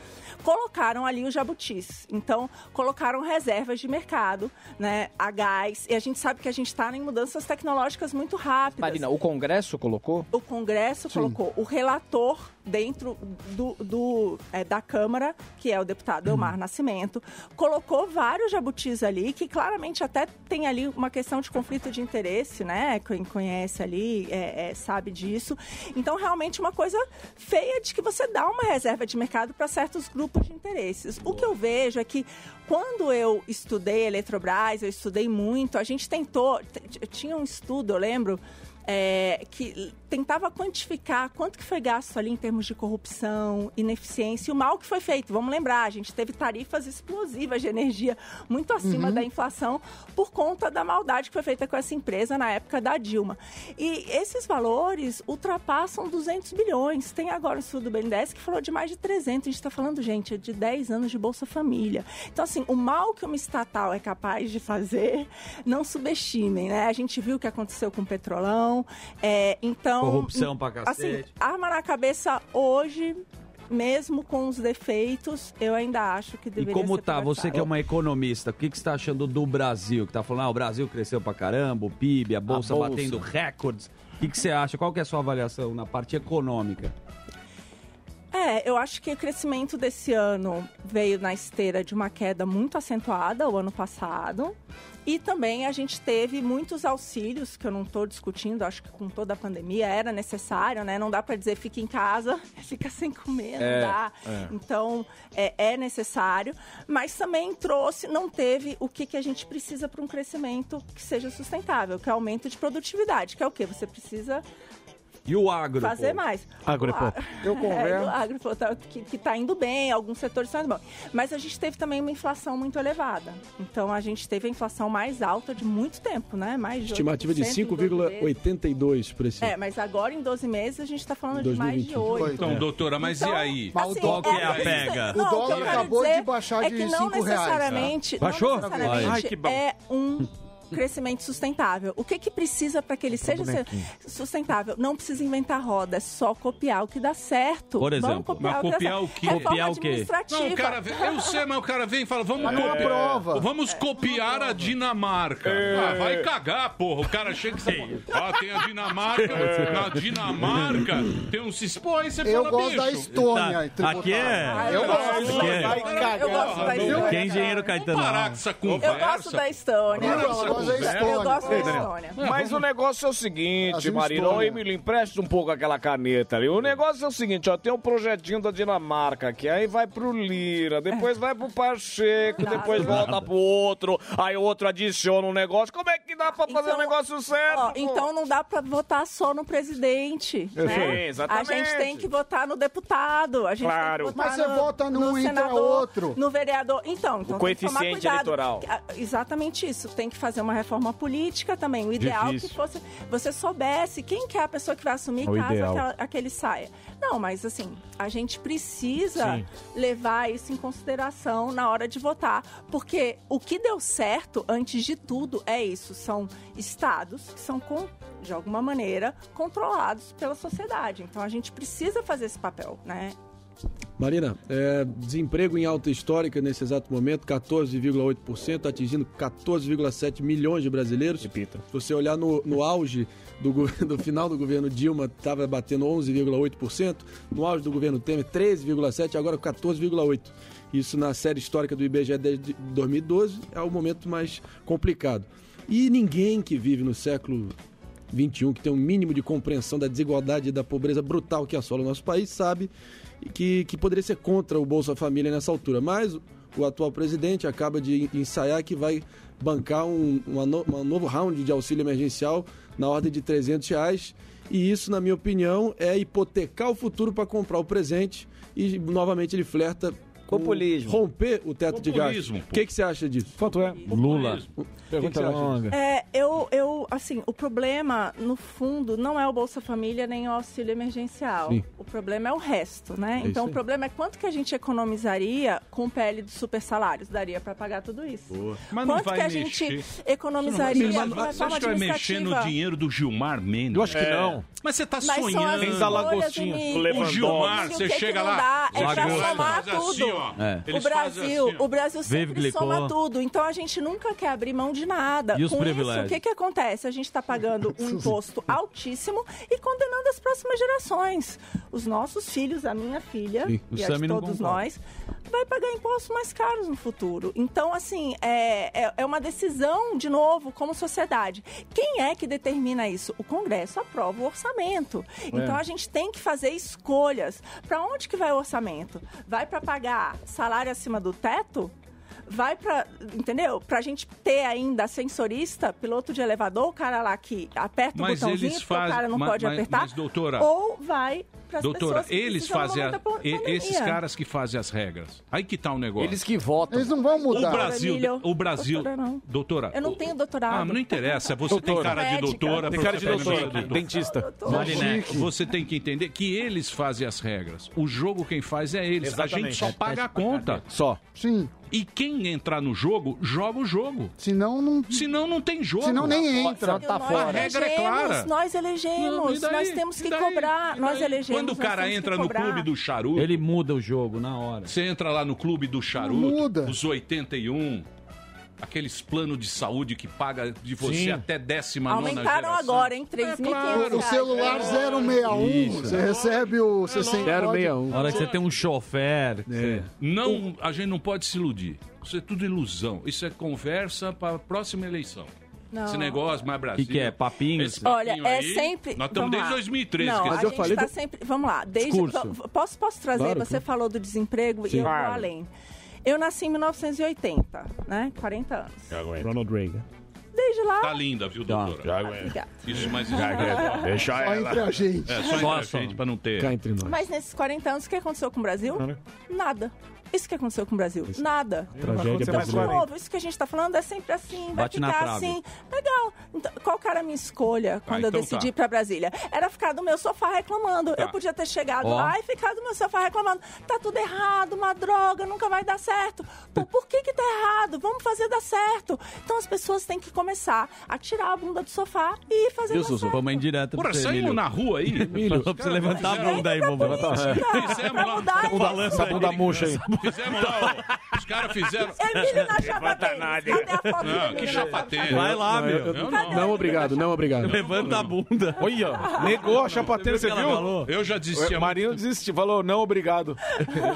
Colocaram ali os jabutis, então colocaram reservas de mercado, né, a gás, e a gente sabe que a gente está em mudanças tecnológicas muito rápidas. Marina, o Congresso colocou? O Congresso Sim. colocou o relator dentro do, do, eh, da Câmara, que é o deputado Elmar Nascimento, colocou vários jabutis ali, que claramente até tem ali uma questão de conflito de interesse, né? Quem conhece ali eh, eh, sabe disso. Então, realmente, uma coisa feia de que você dá uma reserva de mercado para certos grupos de interesses. O que eu vejo é que quando eu estudei Eletrobras, eu estudei muito, a gente tentou, t- t- tinha um estudo, eu lembro, é, que tentava quantificar quanto que foi gasto ali em termos de corrupção, ineficiência e o mal que foi feito. Vamos lembrar, a gente teve tarifas explosivas de energia muito acima Uhum. da inflação por conta da maldade que foi feita com essa empresa na época da Dilma. E esses valores ultrapassam 200 bilhões. Tem agora um estudo do BNDES que falou de mais de 300. A gente está falando, gente, de 10 anos de Bolsa Família. Então, assim, o mal que uma estatal é capaz de fazer, não subestimem, né? A gente viu o que aconteceu com o Petrolão. é, então... Corrupção pra Assim, cacete. arma na cabeça hoje... Mesmo com os defeitos, eu ainda acho que E deveria como ser tá? Você que é uma economista, o que, que você tá achando do Brasil? Que tá falando, ah, o Brasil cresceu pra caramba, o PIB, a bolsa, bolsa. batendo recordes. O que, que você acha? Qual que é a sua avaliação na parte econômica? É, eu acho que o crescimento desse ano veio na esteira de uma queda muito acentuada o ano passado. E também a gente teve muitos auxílios, que eu não estou discutindo, acho que com toda a pandemia era necessário, né? Não dá para dizer fica em casa, (laughs) fica sem comer, É, não dá. é. Então, é, é necessário, mas também trouxe, não teve o que, que a gente precisa para um crescimento que seja sustentável, que é aumento de produtividade, que é o quê? Você precisa E o agro? é fazer pô? mais. O a- Eu (laughs) É, converso. do agro pô, tá- que, que tá indo bem, alguns setores estão indo bem. Mas a gente teve também uma inflação muito elevada. Então a gente teve a inflação mais alta de muito tempo, né? Mais de Estimativa de 8% em 12 5,82 para esse. meses. É, mas agora em 12 meses a gente está falando de mais de 8. Então, doutora, mas e aí? Mas o assim, dólar- Qual que é a é- pega? Não, O dólar que eu quero acabou de dizer baixar é de que não cinco reais, É. necessariamente, tá? Baixou? Não necessariamente Ai, que bom. é um crescimento sustentável. O que que precisa para que ele Tá seja bonequinho. se- sustentável? Não precisa inventar roda, é só copiar o que dá certo. Por Vamos exemplo. copiar Mas o que dá copiar certo. o quê? Reforma Copiar o quê? é administrativa. Não, o cara vem, eu sei, mas o cara vem e fala, vamos Mas não copiar. aprova. Vamos copiar a Dinamarca. Ah, vai cagar, porra. O cara chega e fala, ah, tem a Dinamarca. Na Dinamarca tem um sis- Pô, aí você Eu fala, gosto bicho. da Estônia. Tá. e tributária. Aqui é- Ah, Eu gosto da Aqui é- Estônia. Eu gosto da Estônia. Que é engenheiro Caetano. parar com essa Eu gosto da Estônia. Não, Eu gosto da Estônia. Eu gosto da Estônia. Mas o negócio é o seguinte, Brasil Marina, estoura. ô Emílio, empresta um pouco aquela caneta ali. O negócio é o seguinte, ó, tem um projetinho da Dinamarca aqui, aí vai pro Lira, depois vai pro Pacheco, depois volta pro outro, aí o outro adiciona um negócio. Como é que dá pra fazer um negócio certo? Então, Ó, então não dá pra votar só no presidente. né? Sim, exatamente. A gente tem que votar no deputado. A gente Claro. tem que votar Mas você no, vota num, no entra senador, outro. No vereador. Então, então tem que tomar coeficiente cuidado. eleitoral. Ah, Exatamente isso. Tem que fazer uma reforma política também. O ideal é Difícil. que fosse você soubesse quem que é a pessoa que vai assumir É o caso ideal. aquela- aquele saia. Não, mas assim, a gente precisa Sim. levar isso em consideração na hora de votar, porque o que deu certo, antes de tudo, é isso. São estados que são, con- de alguma maneira, controlados pela sociedade. Então a gente precisa fazer esse papel, né? Marina, é, desemprego em alta histórica nesse exato momento, 14,8%, atingindo 14,7 milhões de brasileiros. Repita. Se você olhar no, no auge do, go- (laughs) do final do governo Dilma, estava batendo 11,8%, no auge do governo Temer, 13,7%, agora 14,8%. Isso na série histórica do IBGE desde 2012 é o momento mais complicado. E ninguém que vive no século 21, que tem um mínimo de compreensão da desigualdade e da pobreza brutal que assola o nosso país, sabe que, que poderia ser contra o Bolsa Família nessa altura. Mas o atual presidente acaba de ensaiar que vai bancar um, uma no- uma novo round de auxílio emergencial na ordem de 300 reais. E isso, na minha opinião, é hipotecar o futuro para comprar o presente. E, novamente, ele flerta com Populismo. romper o teto Populismo, de pô. gastos. O que, que você acha disso? Fato é, Lula. Pergunta longa. É, eu, eu, assim, o problema, no fundo, não é o Bolsa Família nem o auxílio emergencial. Sim. O problema é o resto, né? É então, isso o aí. problema é quanto que a gente economizaria com o PL dos super salários. Daria para pagar tudo isso. Mas não quanto vai que a mexer. gente economizaria Você, não vai- de uma você acha forma que vai mexer no administrativa? dinheiro do Gilmar Mendes? Eu acho que não. Mas você tá Mas são as sonhando. escolhas, Henrique. O Gilmar, Henrique, você o que chega que não lá. dá? É pra Lagosta. somar Faz assim, tudo. ó. É. O Eles fazem Brasil, assim, ó. o Brasil sempre Vive soma glicou. tudo. Então a gente nunca quer abrir mão de nada. E os Com isso, privilégios? o que, que acontece? A gente está pagando (laughs) um imposto altíssimo e condenando as próximas gerações. Os nossos filhos, a minha filha Sim, o e a Sami de não todos concorda. nós, vai pagar impostos mais caros no futuro. Então, assim, é, é, é uma decisão, de novo, como sociedade. Quem é que determina isso? O Congresso aprova o orçamento. Então, É. a gente tem que fazer escolhas. Para onde que vai o orçamento? Vai para pagar salário acima do teto? Vai para, entendeu? Para a gente ter ainda ascensorista, piloto de elevador, o cara lá que aperta Mas o eles botãozinho porque o fazem- cara não mas- pode mas- apertar. mas, doutora- ou vai para as Doutora, pessoas que eles precisam no fazem. momento a- da pan- e- esses pandemia. caras que fazem as regras. Aí que tá o negócio. Eles que votam. Eles não vão mudar. O Brasil. Emílio, O Brasil. doutora, não. Doutora. Eu não o- tenho Ah, doutorado. não interessa. Você tem Doutora. cara de Médica. doutora. Tem cara de professora doutora. Dentista. Doutora. Você, você tem que entender que eles fazem as regras. O jogo quem faz é eles. A gente Exatamente. só É, paga é, a conta. Só. Sim. E quem entrar no jogo, joga o jogo. Senão não, Senão não tem jogo. Senão nem Tá entra. fora, tá Nós fora. A Nós regra é clara. elegemos, Nós elegemos, Não, nós e daí? temos que E daí? cobrar, E nós daí? elegemos. Quando o nós cara temos que entra no assim, cobrar. clube do charuto. Ele muda o jogo na hora. Você entra lá no clube do charuto, Muda. os 81, aqueles planos de saúde que paga de você Sim. até décima nona Aumentaram geração. agora, hein? 3.500 É O reais. celular 061, você recebe o 60. Na hora que você tem um chofer. É. Não, a gente não pode se iludir. Isso é tudo ilusão. Isso é conversa para a próxima eleição. Não. Esse negócio mais Brasil. Que que é? Papinho? Esse Olha, papinho é aí, sempre. Nós estamos vamos lá. desde 2013. Não, que a gente tá sempre. Vamos lá. Desde, Discurso. v- posso, posso trazer? Claro, Você claro. falou do desemprego Sim. e eu vou Claro. além. Eu nasci em 1980, né? 40 anos. Ronald Reagan. Desde lá. Tá linda, viu, doutora? Obrigada. Isso, É, mas (laughs) isso Já aguento. Deixa Só ela. entre a gente. É, só entre Só, a só. gente, pra não ter... Cá entre Mas nesses 40 anos, o que aconteceu com o Brasil? Não, né? Nada. Isso que aconteceu com o Brasil, nada. Tragédia então, de brasileira. novo, isso que a gente tá falando é sempre assim, vai Bate na ficar trave. assim. Legal. Então, qual que era a minha escolha quando então eu decidi tá. ir pra Brasília? Era ficar do meu sofá reclamando. Tá. Eu podia ter chegado Ó. lá e ficado do meu sofá reclamando. Tá tudo errado, uma droga, nunca vai dar certo. Pô, por que que tá errado? Vamos fazer dar certo. Então as pessoas têm que começar a tirar a bunda do sofá e fazer Viu, dar Sussu? certo. Foi uma indireta Porra, pra você, saímos Emílio. na rua aí? Emílio, pra você levantar a bunda aí, vovô. Mudar Um balanço aí. bunda murcha aí. Fizemos lá, ó. Os caras fizeram... Emílio na chapa Levanta nada. Não, que chapateiro. Vai lá, Não, meu. eu- eu- Eu não, obrigado, não, (laughs) obrigado. Levanta a bunda. Olha, negou a chapateira, você Você viu o que viu? ela falou? Eu já desisti há muito Marinho desistiu, falou não, (laughs) obrigado.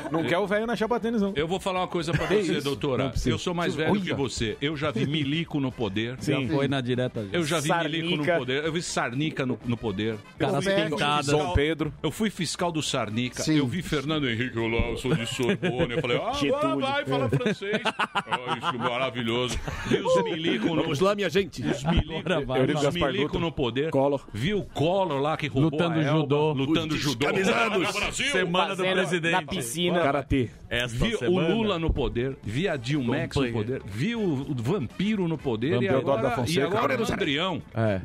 não quer o velho na chapa tênis, não. Eu vou falar uma coisa pra Que você, isso? Não doutora. precisa. Eu sou mais Precisa- velho Olha. que você. Eu já vi Milico no poder. Sim. Já foi na direta. já. Eu já vi Sarnica. Milico no poder. Eu vi Sarnica no, no poder. Caras Eu fui pintadas. fiscal- Dom Pedro. Eu fui fiscal do Sarnica. Sim. Eu vi Fernando Henrique. Eu, lá, eu sou de Sorbonne. Eu falei, ah, agora Getúlio. vai, fala francês. Ah, isso é maravilhoso. Vi os Milico no... Vamos lá, minha gente. Os Milico, Agora vai. Eurico os Gaspar milico Dutra. no poder. Vi o Collor lá que roubou Lutando a Elba, judô. Lutando Os judô. descamisados. Brasil. Semana do presidente. Karatê. Esta Vi semana. o Lula no poder, vi a Dilmex no Campanha. poder, vi o um Vampiro no poder Vampiro e agora, Eduardo da Fonseca. e agora Agora o Andrião.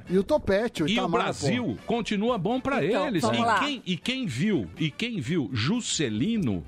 E o Topete, o E o Itamar, Brasil continua bom pra Então, eles. vamos E lá. quem, e quem viu, e quem viu Juscelino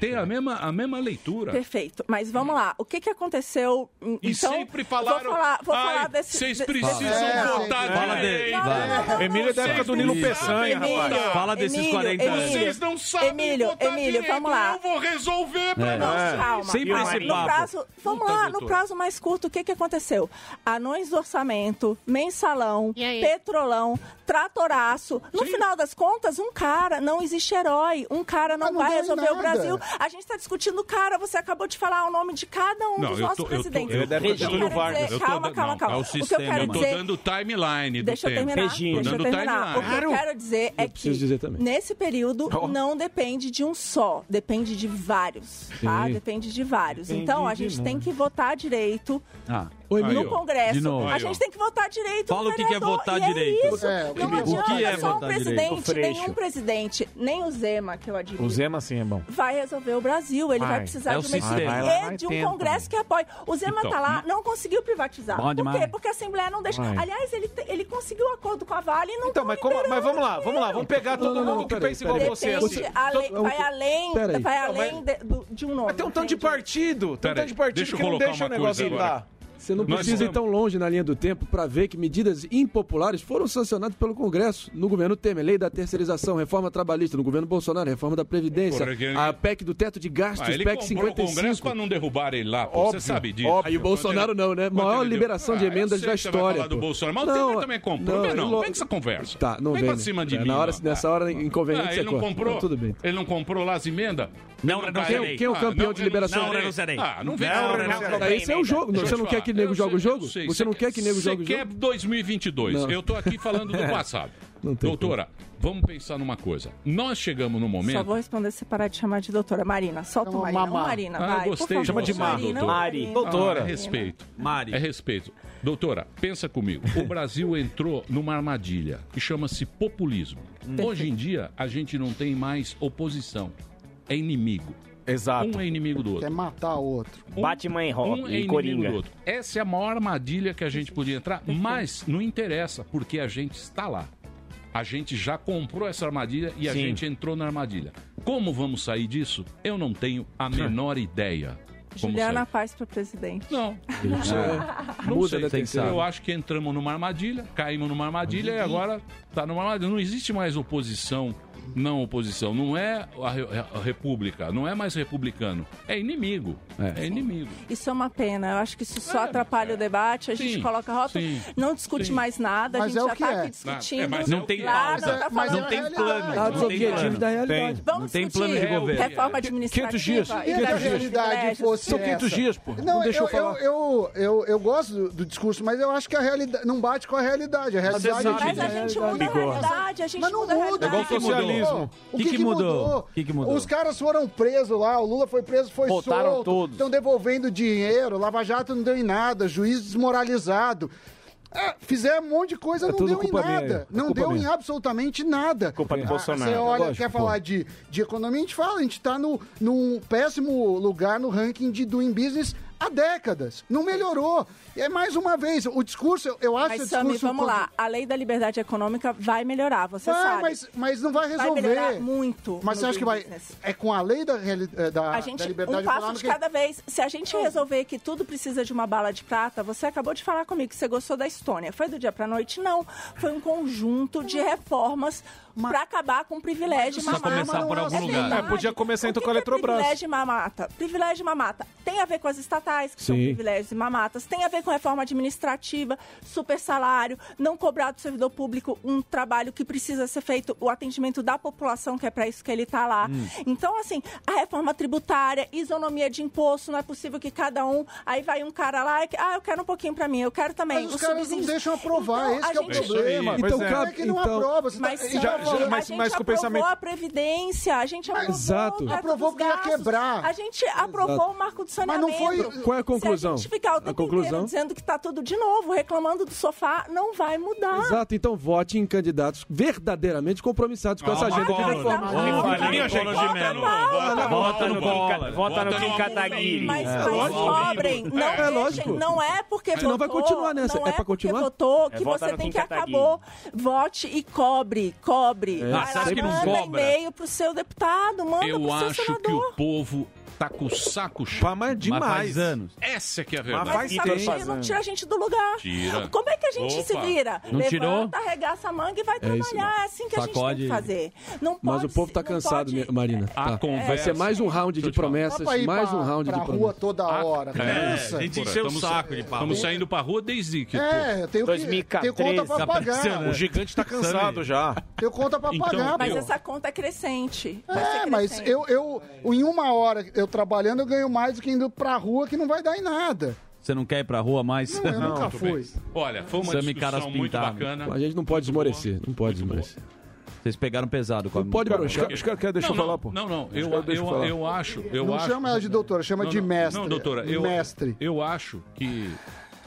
tem a mesma, a mesma leitura. Perfeito. Mas vamos lá. O que, que aconteceu? Hum, Hum. E então, sempre falaram, Vou falar, vou "Ai, falar desse. vocês de- precisam desse- votar Fala direito." dele. Não, Vai. não, não, não, Emílio é da não, época do vocês Nilo não Peçanha, sabem, rapaz. Emílio. Fala desses Emílio, 40 anos. Vocês não sabem Emílio, votar Emílio, direito. vamos lá. Eu vou resolver pra Não, nós. calma. Sempre calma. esse no papo. prazo, vamos Puta, lá, doutora. no prazo mais curto, o que, que aconteceu? Anões do orçamento, mensalão, petrolão, tratoraço. No final das contas, um cara, não existe herói. Um cara não, não vai deu em resolver o nada. Brasil. A gente está discutindo o cara, você acabou de falar o nome de cada um Não, dos eu nossos tô, eu tô, presidentes. eu O que eu tô, quero dizer- Eu tô calma, dando- calma, não, calma. É o o que eu sistema. quero Eu tô dizer dando timeline do Deixa eu tempo. terminar. Beijinho. Deixa eu Dando terminar. timeline. O que eu Claro. quero dizer é que preciso dizer também. nesse período Ó. não depende de um só, depende de vários, tá? Sim. Depende de vários. Depende então a de gente muito. tem que votar direito Ah, no Congresso. De novo. A Aí, ó. gente tem que votar direito. Fala no o que que é vereador, votar e é direito. isso. É, o que não que é adianta votar só um direito? presidente, O Freixo. nenhum presidente, nem o Zema que eu admiro O Zema sim é bom. vai resolver o Brasil. Ele vai, Vai. precisar É o de uma equipe sistema. Vai lá, e vai de um tenta. Congresso que apoie. O Zema Então, tá lá, não conseguiu privatizar. Bom Por quê? demais. Porque a Assembleia não deixa. Vai. Aliás, ele, te- ele conseguiu um acordo com a Vale e não Então, mas, como, mas vamos lá, vamos lá, vamos pegar todo Não, não, mundo não, que peraí, pensa igual peraí. você. Depende, assim. ale- Todo- vai além- Peraí. vai Não, mas- além de- do- de um nome. Mas tem um tanto de partido, tem um tanto de partido deixa eu que não colocar deixa o uma negócio coisa andar. agora. Você não Nós precisa ir estamos- tão longe na linha do tempo para ver que medidas impopulares foram sancionadas pelo Congresso no governo Temer. Lei da terceirização, reforma trabalhista, no governo Bolsonaro, reforma da Previdência, Porra, que ele- a PEC do teto de gastos, Ah, ele PEC comprou o 55. Congresso pra não derrubar ele lá, pô. Óbvio, você sabe disso. óbvio. Aí o Bolsonaro não, né? Maior ele deu? liberação de Ah, eu emendas sei da que você vai história, falar do pô. Bolsonaro, mas Não, o Temer também comprou, não, não, não. ele- Vem com essa conversa. Tá, não vem. vem, pra cima de né? mim. Na hora- não. nessa hora, inconveniente, Ah, você ele não corta. comprou? Não, tudo bem. Ele não comprou lá as emendas? Não, Ele não vai- serei. Quem é o campeão de liberação? não, Não, não serei. Ah, não vem. Não, com- não serei. Esse é o jogo. Deixa eu Você te não quer que falar. nego Eu jogue o sei, jogo? eu sei. Você não quer que nego jogue o Você quer 2022. Não. Eu tô aqui (laughs) falando do É. passado. Não tem Doutora, vamos pensar numa coisa. Nós chegamos no Só momento... vou responder se parar de chamar de doutora. Marina, solta o Marina. Não, Marina, Ah, vai. eu gostei. por favor. Chama de Mar, Marina, doutora. Marina. Ah, é respeito. Mari. É respeito. Doutora, pensa comigo. O Brasil entrou numa armadilha que chama-se populismo. Hoje em dia, a gente não tem mais oposição. É inimigo. Exato. Um é inimigo do outro. Quer matar o outro. Um- um é inimigo do outro. Essa é a maior armadilha que a gente podia entrar, mas não interessa, porque a gente está lá. A gente já comprou essa armadilha e a Sim. gente entrou na armadilha. Como vamos sair disso? Eu não tenho a menor ideia. (laughs) Como Juliana Paz para presidente. é Não. Não sei. Não sei. da terceira. Eu acho que entramos numa armadilha, caímos numa armadilha e agora tá numa armadilha. Não existe mais oposição, não oposição. Não é a, re- a república, não é mais republicano. É inimigo. É, inimigo. Isso é uma pena. Eu acho que isso só atrapalha o debate. A gente Sim, coloca a rota, sim, não discute sim. mais nada. a Mas é gente o já que tá é. aqui Não, discutindo. é, mas não tem Lá, pauta. não tá Mas falando não tem nada. plano, Vamos não tem discutir. plano. Tem. Vamos Não tem discutir plano de governo. É, Reforma administrativa. 500 dias. e E da a realidade privilégios. fosse essa? Não, deixa eu, eu, eu, eu, eu gosto do, do discurso, mas eu acho que a realidade não bate com a realidade. A Mas realidade é a É, gente muda a realidade, a gente Mas não muda a muda. realidade. O que, que mudou? O que que mudou? Os caras foram presos lá, o Lula foi preso, foi Voltaram solto. todos. Estão devolvendo dinheiro, Lava Jato não deu em nada, juiz desmoralizado. É, fizeram um monte de coisa, não tudo deu em culpa minha, é nada. não culpa deu em minha. absolutamente nada. Culpa do Bolsonaro. Você olha, Lógico, quer pô. falar de, de economia, a gente fala, a gente tá no, num péssimo lugar no ranking de doing business há décadas. Não melhorou. E É mais uma vez, o discurso, eu, eu acho que o Mas, discurso... Sami, um vamos lá. A lei da liberdade econômica vai melhorar, você Vai, sabe. mas- mas não vai resolver. melhorar muito. Mas no você acha que vai... business. É com a lei da, reali- eh, da, A da gente, liberdade um passo de econômica... cada vez. Se a gente resolver que tudo precisa de uma bala de prata, você acabou de falar comigo que você gostou da Estônia. Foi do dia pra noite? Não. Foi um conjunto de reformas pra acabar com o privilégio Precisa mamata. começar por algum lugar. É, podia começar então com a Eletrobras. Privilégio e mamata. Privilégio e mamata. Tem a ver com as estatais, que são Sim. privilégios e mamatas. Tem a ver com reforma administrativa, super salário, não cobrar do servidor público um trabalho que precisa ser feito, o atendimento da população, que é pra isso que ele tá lá. Hum. Então, assim, a reforma tributária, isonomia de imposto, não é possível que cada um. Aí vai um cara lá, e que, ah, eu quero um pouquinho pra mim, eu quero também. Mas os Os caras não subsídios- Então, deixam aprovar, esse a que é o gente- problema. Pois Então, é. como é que não Então- aprova? Você tá- Mas, já- Sandro, já- a mas- gente mas com o aprovou pensamento- a Previdência, a gente aprovou, Exato. o teto Aprovou dos porque ia gastos, quebrar. A gente aprovou Exato. o marco do Mas saneamento. não foi- Qual é a conclusão? Se a gente ficar o A tempo conclusão- inteiro dizendo que tá tudo de novo, reclamando do sofá, não vai mudar. Exato, então vote em candidatos verdadeiramente compromissados com essa agenda de reforma. Vota no Bola. Vota no Kim Kataguiri. Mas, É. mas Lógico. cobrem. Não, É é, lógico. não é porque Senão votou. vai continuar nessa. Não É pra porque continuar? votou que É votar você no tem Kim que Kataguiri. acabou. Vote e cobre. Cobre. É. Vai Ah, lá, você acha que não manda cobra? e-mail pro seu deputado. Manda pro Eu seu acho que o povo tá com o saco cheio. Mas demais. faz anos. Essa que é a Mas verdade. isso aqui não tira a gente do lugar. Tira. Como é que a gente se Opa. vira? Não Levanta, tirou? arregaça a manga e vai É isso, trabalhar. É assim que a gente tem Sacode. que fazer. Não Mas pode o povo tá cansado, né, Marina. Tá. Vai conversa- ser mais um round de promessas, Dá pra ir mais pra- um round pra de rua promessas. toda hora. Cansa. É, gente encheu o saco de pau. Estamos saindo pra rua desde que. É, eu tenho que- 2014. tenho conta pra pagar. O gigante tá cansado já. Tenho conta Então, pra pagar, Mas pô. essa conta é crescente. Vai ser É, mas crescente. eu, eu, em uma hora eu trabalhando, eu ganho mais do que indo pra rua que não vai dar em nada. Você não quer ir pra rua mais? eu nunca tudo fui. bem. Olha, foi uma Sammy discussão Caras muito Pintado. bacana. A gente não pode esmorecer, não pode esmorecer. Vocês pegaram pesado com a Pode, com a- Barulho, os caras os caras querem deixar não, eu não, falar, pô. Não, não, eu, caras eu, deixam falar. eu acho, eu não acho... chama ela de doutora, chama Não, de não, mestre. Não, doutora, eu, Mestre. eu acho que.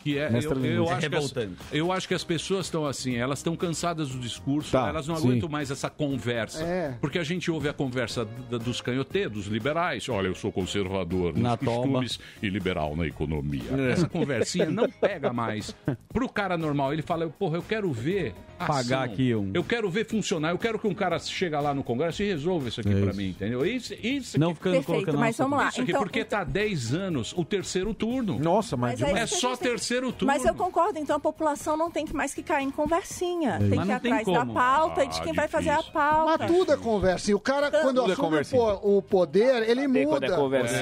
Que é, Mestre eu, eu Linguiça. acho que as, Revoltante. eu acho que as pessoas estão assim, elas estão cansadas do discurso, Tá, elas não sim. aguentam mais essa conversa. É. Porque a gente ouve a conversa d- dos canhoteiros, dos liberais. Olha, eu sou conservador nos Na costumes e liberal na economia. É. Essa conversinha não pega mais. Pro cara normal, ele fala, porra, eu quero ver ação. Pagar aqui um- Eu quero ver funcionar, eu quero que um cara chega lá no Congresso e resolva isso aqui pra mim, entendeu? Isso, isso É Não aqui- ficando Perfeito, colocando mas nossa- vamos lá, Isso aqui então- porque tá 10 anos o terceiro turno. Nossa, Mas é é isso que a só gente tem- terceiro turno. Mas eu concordo, então a população não tem que mais que cair em conversinha. Tem Mas que ir não tem atrás da como. pauta e de Ah, quem vai fazer a pauta. Mas tudo é conversa. E o cara, quando Tudo é assume o conversinha. po- o Tá. poder, Tá ele muda.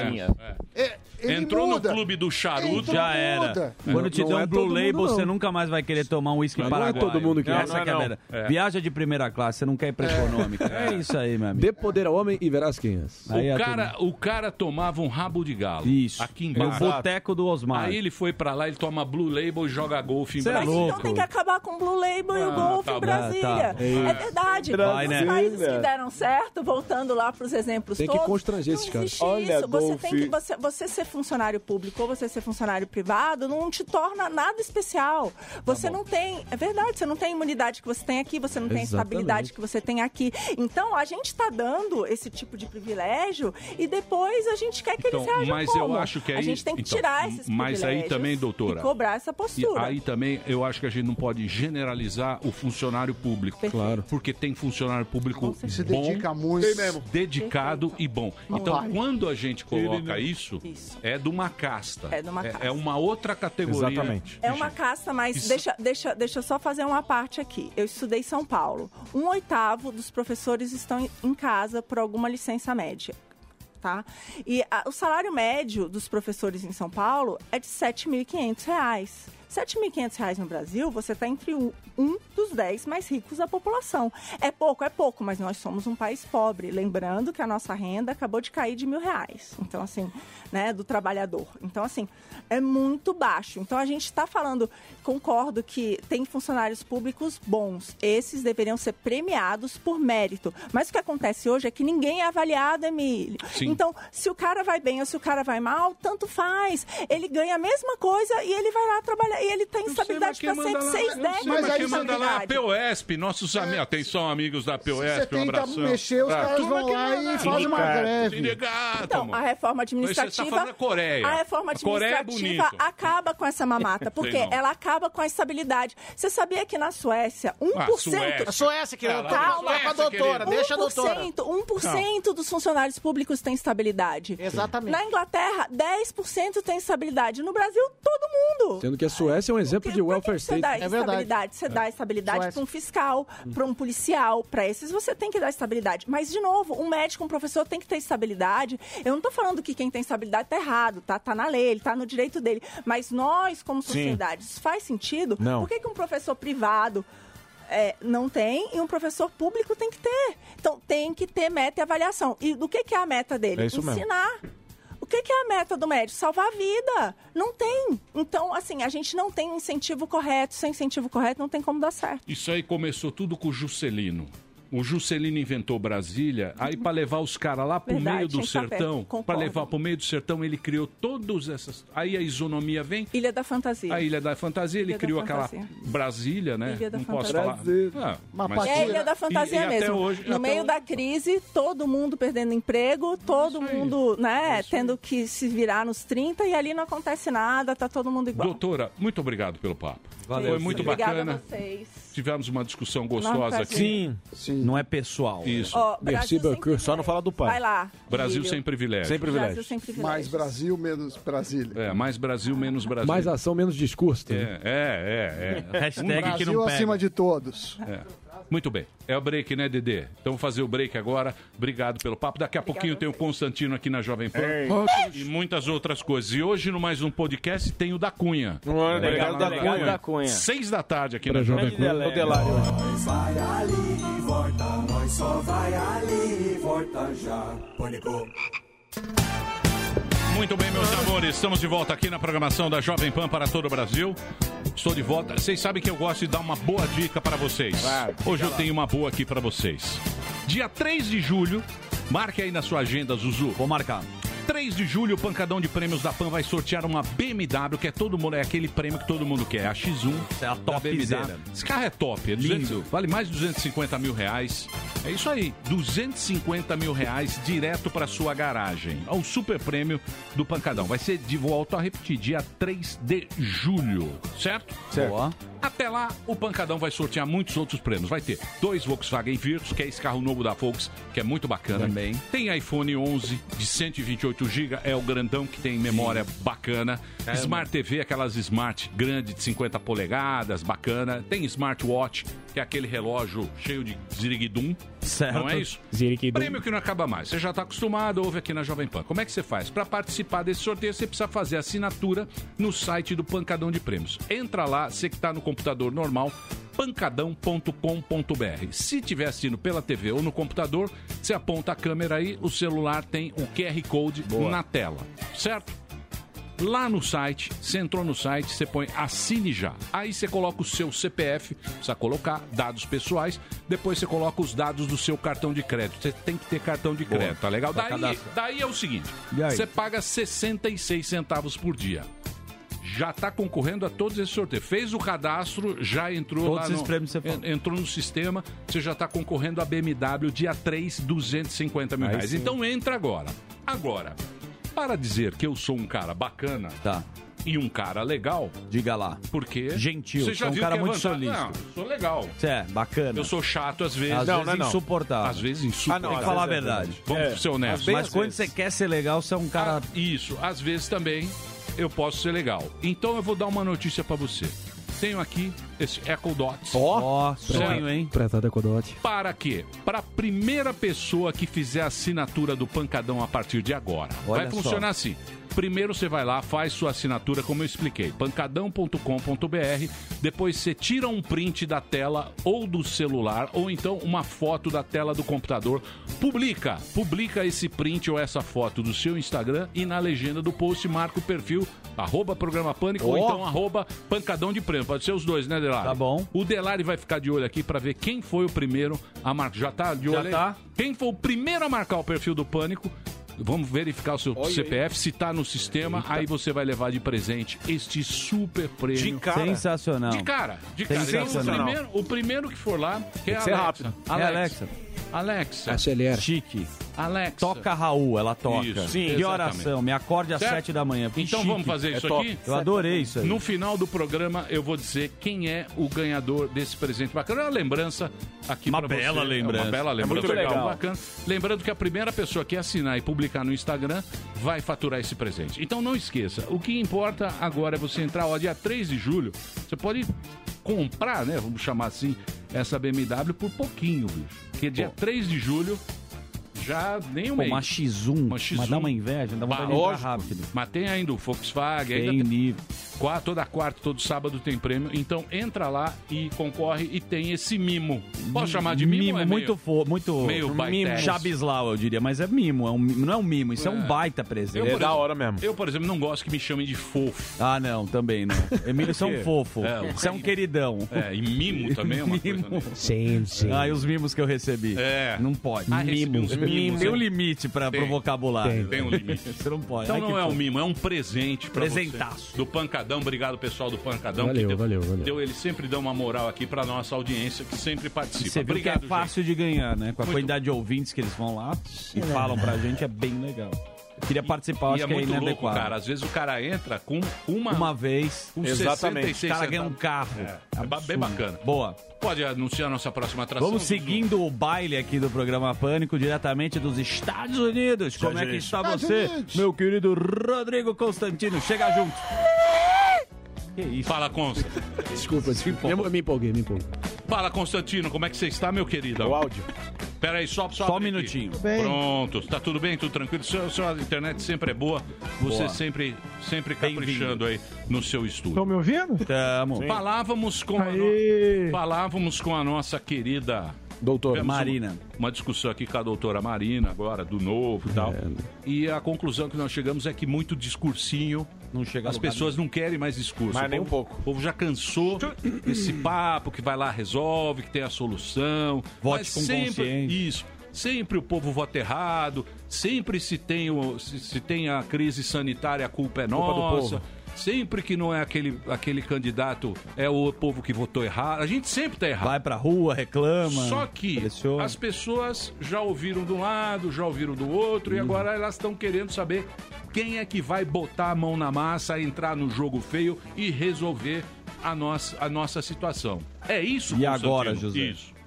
É, é. ele Entrou muda. no clube do charuto. Então Já muda. era. Não- Quando te não dão é um Blue todo mundo, Label, não. você nunca mais vai querer tomar um uísque não é paraguaio. todo mundo que- Essa Não, que é não, a não. verdade. É. Viaja de primeira classe, você não quer ir pra econômica. É isso aí, meu amigo. é Dê poder ao homem e verás quem és. O cara, o cara tomava um rabo de galo. Isso. Aqui É o embaixo. boteco do Osmar. Aí ele foi pra lá, ele toma Blue Label e joga golfe em Cê é Brasília. louco. Então Tem que acabar com o Blue Label e o Ah, Golf tá em bom. Brasília. Ah, tá. Isso. É verdade. Vai, Os né? países que Brasília. deram certo, voltando lá para os exemplos Tem que todos, constranger esses caras. existe isso. Você tem que você, você ser funcionário público ou você ser funcionário privado não te torna nada especial. Tá Você não tem, é verdade, você não tem a imunidade que você tem aqui, você não tem a Exatamente. estabilidade que você tem aqui. Então a gente está dando esse tipo de privilégio e depois a gente quer que Então, eles reajam mas como? eu acho que aí. a gente tem que então, tirar esses Mas aí privilégios também, e doutora. cobrar essa postura. E aí também eu acho que a gente não pode generalizar o funcionário público. Claro. Porque tem funcionário público bom, Se dedica muito. Tem mesmo. dedicado e bom. Não então, vai. quando a gente Ele não- coloca isso, é de uma casta. É de uma casta. é uma outra categoria. Exatamente. É uma casta, mas Isso- deixa, deixa, deixa eu só fazer uma parte aqui. Eu estudei em São Paulo. Um oitavo dos professores estão em- em casa por alguma licença média. Tá? E a- o salário médio dos professores em São Paulo é de R$ 7.500. reais. R$ 7.500 reais no Brasil, você está entre o- um dos 10 mais ricos da população. É pouco, é pouco, mas nós somos um país pobre. Lembrando que a nossa renda acabou de cair de mil reais. Então, assim, né, do trabalhador. Então, assim, é muito baixo. Então, a gente está falando, concordo que tem funcionários públicos bons. Esses deveriam ser premiados por mérito. Mas o que acontece hoje é que ninguém é avaliado, Emílio. Sim. Então, se o cara vai bem ou se o cara vai mal, tanto faz. Ele ganha a mesma coisa e ele vai lá trabalhar. E ele tem instabilidade para sempre seis décadas. é, Mas de É. quem manda lá é a instabilidade. POSP, nossos amigos. Atenção, amigos da você POSP, um tenta abração. mexer, os Ah, caras turma vão que lá não e dá. fazem uma Sindicato, greve. sindicato, Então, amor. a reforma Mas você tá falando administrativa. da Coreia. A reforma A Coreia é administrativa bonito. acaba com essa (laughs) mamata, porque Sei não. ela acaba com a estabilidade. Você sabia que na Suécia, 1%. Ah, Suécia. A Suécia, querida. tá Calma, Vai pra doutora, deixa a doutora. 1%, 1% dos funcionários públicos tem estabilidade. Exatamente. Na Inglaterra, 10% tem estabilidade. No Brasil, todo mundo. Sendo que a Suécia é um exemplo de welfare Você state. dá É estabilidade, você dá estabilidade para um fiscal, Hum. para um policial, para esses você tem que dar estabilidade. Mas, de novo, um médico, um professor tem que ter estabilidade. Eu não tô falando que quem tem estabilidade tá errado, tá, tá na lei, ele tá no direito dele. Mas nós, como Sim. sociedade, isso faz sentido? Não. Por que, que um professor privado. é, não tem e um professor público tem que ter. Então tem que ter meta e avaliação. E do que, que é a meta dele? É isso mesmo. Ensinar. O que, que é a meta do médico? Salvar a vida. Não tem. Então, assim, a gente não tem incentivo correto. Sem incentivo correto, não tem como dar certo. Isso aí começou tudo com o Juscelino. O Juscelino inventou Brasília, aí para levar os caras lá pro Verdade, meio do tem que tá sertão, perto, concordo. para levar pro meio do sertão, ele criou todas essas. Aí a isonomia vem, Ilha da Fantasia. a Ilha da Fantasia, ele Ilha da criou aquela Fantasia. Brasília, né? Ilha da Não posso Fantasia. falar. Ah, mas- É a Ilha da E- Fantasia e até mesmo. hoje- no até meio hoje- da crise, todo mundo perdendo emprego, todo mundo, É né, tendo que se virar nos 30 e ali não acontece nada, tá todo mundo igual. Doutora, muito obrigado pelo papo. Valeu, Foi muito Obrigada bacana. a vocês. Tivemos uma discussão Enorme gostosa prazer. aqui. Sim, Não é pessoal. Isso. Ó, Brasil sem Só não falar do pai. Vai lá. Brasil Emílio. sem privilégio. Sem privilégio. Brasil sem privilégio. Mais Brasil, menos Brasília. É, mais Brasil, menos Brasil. Mais ação, menos discurso. É, é, é. (laughs) é. Um Brasil acima de todos. É. Muito bem. É o break, né, Dedê? Então vou fazer o break agora. Obrigado pelo papo. Daqui a pouquinho tem o Constantino aqui na Jovem Pan. Ei. E muitas outras coisas. E hoje, no mais um podcast, tem o da Cunha. é? Obrigado, da Obrigado, Cunha. Seis da tarde aqui Pra na Jovem Jovem Pan. Pan. Odelário. Nós vai ali e volta, nós só vai ali e volta já. Pânico. Muito bem, meus amores, estamos de volta aqui na programação da Jovem Pan para todo o Brasil. Estou de volta. Vocês sabem que eu gosto de dar uma boa dica para vocês. Claro, fica Hoje eu lá. tenho uma boa aqui para vocês. Dia 3 de julho, marque aí na sua agenda, Zuzu. Vou marcar. 3 de julho, o Pancadão de Prêmios da Pan vai sortear uma BMW, que é todo mundo, é aquele prêmio que todo mundo quer. A X1 é a topzera. Esse carro é top, é Lindo. 200 vale mais de 250 mil reais. É isso aí, 250 mil reais direto para sua garagem. É o super prêmio do Pancadão. Vai ser de volta a repetir, dia 3 de julho, certo? Certo. Boa. Até lá, o Pancadão vai sortear muitos outros prêmios. Vai ter dois Volkswagen Virtus, que é esse carro novo da Volks, que é muito bacana. Também. Tem iPhone 11 de 128 GB, é o grandão que tem memória bacana. Caramba. Smart TV, aquelas smart grande de 50 polegadas, bacana. Tem smartwatch, que é aquele relógio cheio de ziriguidum. Certo. Não é isso? Ziriguidum. Prêmio que não acaba mais. Você já está acostumado, ouve aqui na Jovem Pan. Como é que você faz? Para participar desse sorteio, você precisa fazer assinatura no site do Pancadão de Prêmios. Entra lá, você que está no computador normal, pancadão.com.br. Se estiver assistindo pela TV ou no computador, você aponta a câmera aí, o celular tem o QR Code na tela, certo? Lá no site, você entrou no site, você põe assine já. Aí você coloca o seu CPF, precisa colocar dados pessoais, depois você coloca os dados do seu cartão de crédito. Você tem que ter cartão de crédito, tá legal? Pra Daí, cadastrar. daí é o seguinte: E aí? você paga 66 centavos por dia. Já está concorrendo a todos esses sorteios. Fez o cadastro, já entrou Todos lá esses no, prêmios você en- entrou no sistema, você já está concorrendo a BMW dia 3, 250 mil Aí reais. sim. Então entra agora. Agora, para dizer que eu sou um cara bacana Tá. e um cara legal. Diga lá. Porque. Gentil, Você já sou um viu cara que é muito vantagem- solícito. Não, sou legal. Isso é, bacana. Eu sou chato às vezes. Às Não, vezes não, não. insuportável. Ah, Às vezes insuportável. Tem que falar a verdade. Vamos É. ser honestos. Mas quando você quer ser legal, você é um cara. Ah, Isso, às vezes também eu posso ser legal. Então eu vou dar uma notícia pra você. Tenho aqui esse Echo Dots. Ó, Certo? sonho, hein? Preta Decodote. Para quê? Para a primeira pessoa que fizer a assinatura do Pancadão a partir de agora. Olha vai só. funcionar assim. Primeiro você vai lá, faz sua assinatura, como eu expliquei, pancadão.com.br. Depois você tira um print da tela ou do celular, ou então uma foto da tela do computador. Publica, publica esse print ou essa foto do seu Instagram e na legenda do post marca o perfil, arroba programa Pânico ou Ó. então arroba pancadão de prêmio. Pode ser os dois, né, Delari? Tá bom. O Delari vai ficar de olho aqui pra ver quem foi o primeiro a marcar. Já tá de Já olho aí? tá. Quem foi o primeiro a marcar o perfil do Pânico? Vamos verificar o seu Olha aí. CPF, se tá no sistema, aí você vai levar de presente este super prêmio. De cara. Sensacional. De cara, de cara. Sensacional. O primeiro, o primeiro que for lá, que Tem é que a ser Alexa. rápido. É Alexa. Alexa. Acelera. Chique. Alexa. Toca Raul, ela toca. Isso, Sim, exatamente. que oração. Me acorde às Certo? 7 da manhã. Que Então chique. vamos fazer É isso top. aqui? Eu adorei isso aí. No final do programa eu vou dizer quem é o ganhador desse presente bacana. É uma lembrança aqui Uma pra bela você. lembrança. É uma bela É lembrança. muito legal. Bacana. Lembrando que a primeira pessoa que assinar e publicar no Instagram vai faturar esse presente. Então não esqueça, o que importa agora é você entrar, ó, dia 3 de julho, você pode comprar, né, vamos chamar assim, essa BMW por pouquinho, bicho. Porque dia 3 de julho já nem Pô, um mês. uma X1, Uma X1. mas dá uma inveja, dá vontade Bah, de entrar Ah, lógico. rápido. Mas tem ainda o Volkswagen, Tem ainda Qua- Toda quarta, todo sábado tem prêmio. Então entra lá e concorre e tem esse mimo. Posso chamar de mimo? É muito meio- fo, muito meio mimo. baitex. Chabislau, eu diria, mas é mimo, é um, mimo, não é um mimo, isso é, É. um baita presente. por exemplo- Eu, por exemplo, não gosto que me chamem de fofo. Ah, não, também (laughs) não. Emílio são Por quê? fofo. É, o Você é um queridão. É, e mimo também é uma mimo. coisa. Sim, sim. Ah, e os mimos que eu recebi. É. Não pode. Ah, recebi uns mimos, Tem um né? limite pra, Tem. pro vocabulário. Tem um limite. Você não pode. Então Ai, não que é um fofo. mimo, é um presente pra Presentaço. você. Do Pancadão, obrigado pessoal do Pancadão. Valeu, deu, valeu, valeu. Deu, eles sempre dão uma moral aqui pra nossa audiência que sempre participa. Você viu obrigado, que é fácil de ganhar, né? Com a Muito. quantidade de ouvintes que eles vão lá e falam pra gente, é bem legal. Eu queria participar, E acho é que é muito louco, inadequado. cara. Às vezes o cara entra com uma, Uma vez. com Exatamente. 66 O cara ganha um centavos. carro. É, é ba- bem bacana. Boa. Pode anunciar a nossa próxima atração. Vamos seguindo o baile aqui do programa Pânico, diretamente dos Estados Unidos. Como é que Unidos. está Estados você, Unidos. meu querido Rodrigo Constantino? Chega junto. Que isso? Fala, Consta. Desculpa, desculpa. Me, me empolguei, me empolguei. Fala, Constantino, como é que você está, meu querido? O áudio. Pera aí, só, só, Só um abrir aqui. minutinho. bem. Pronto, tá tudo bem, tudo tranquilo. Sua, sua internet sempre é boa. Você Boa. sempre, sempre caprichando aí no seu estúdio. Estão me ouvindo? Tamo. Falávamos com, a no- Falávamos com a nossa querida Doutora Tivemos Marina. Uma, uma discussão aqui com a doutora Marina, agora, do novo e É. tal. (laughs) E a conclusão que nós chegamos é que muito discursinho. Não chega As a lugar pessoas não querem mais discurso. Mas O nem povo- um pouco. O povo já cansou desse papo que vai lá, resolve, que tem a solução. Vote Mas com sempre, consciência. Isso. Sempre o povo vota errado, sempre se tem, o, se, se tem a crise sanitária, a culpa é Culpa do nossa. povo. Sempre que não é aquele, aquele candidato, é o povo que votou errado. A gente sempre tá errado. Vai pra rua, reclama. Só que pressiona. as pessoas já ouviram de um lado, já ouviram do outro, Uhum. e agora elas estão querendo saber quem é que vai botar a mão na massa, entrar no jogo feio e resolver a nossa, a nossa situação. É isso, E agora, Constantino? José? Isso.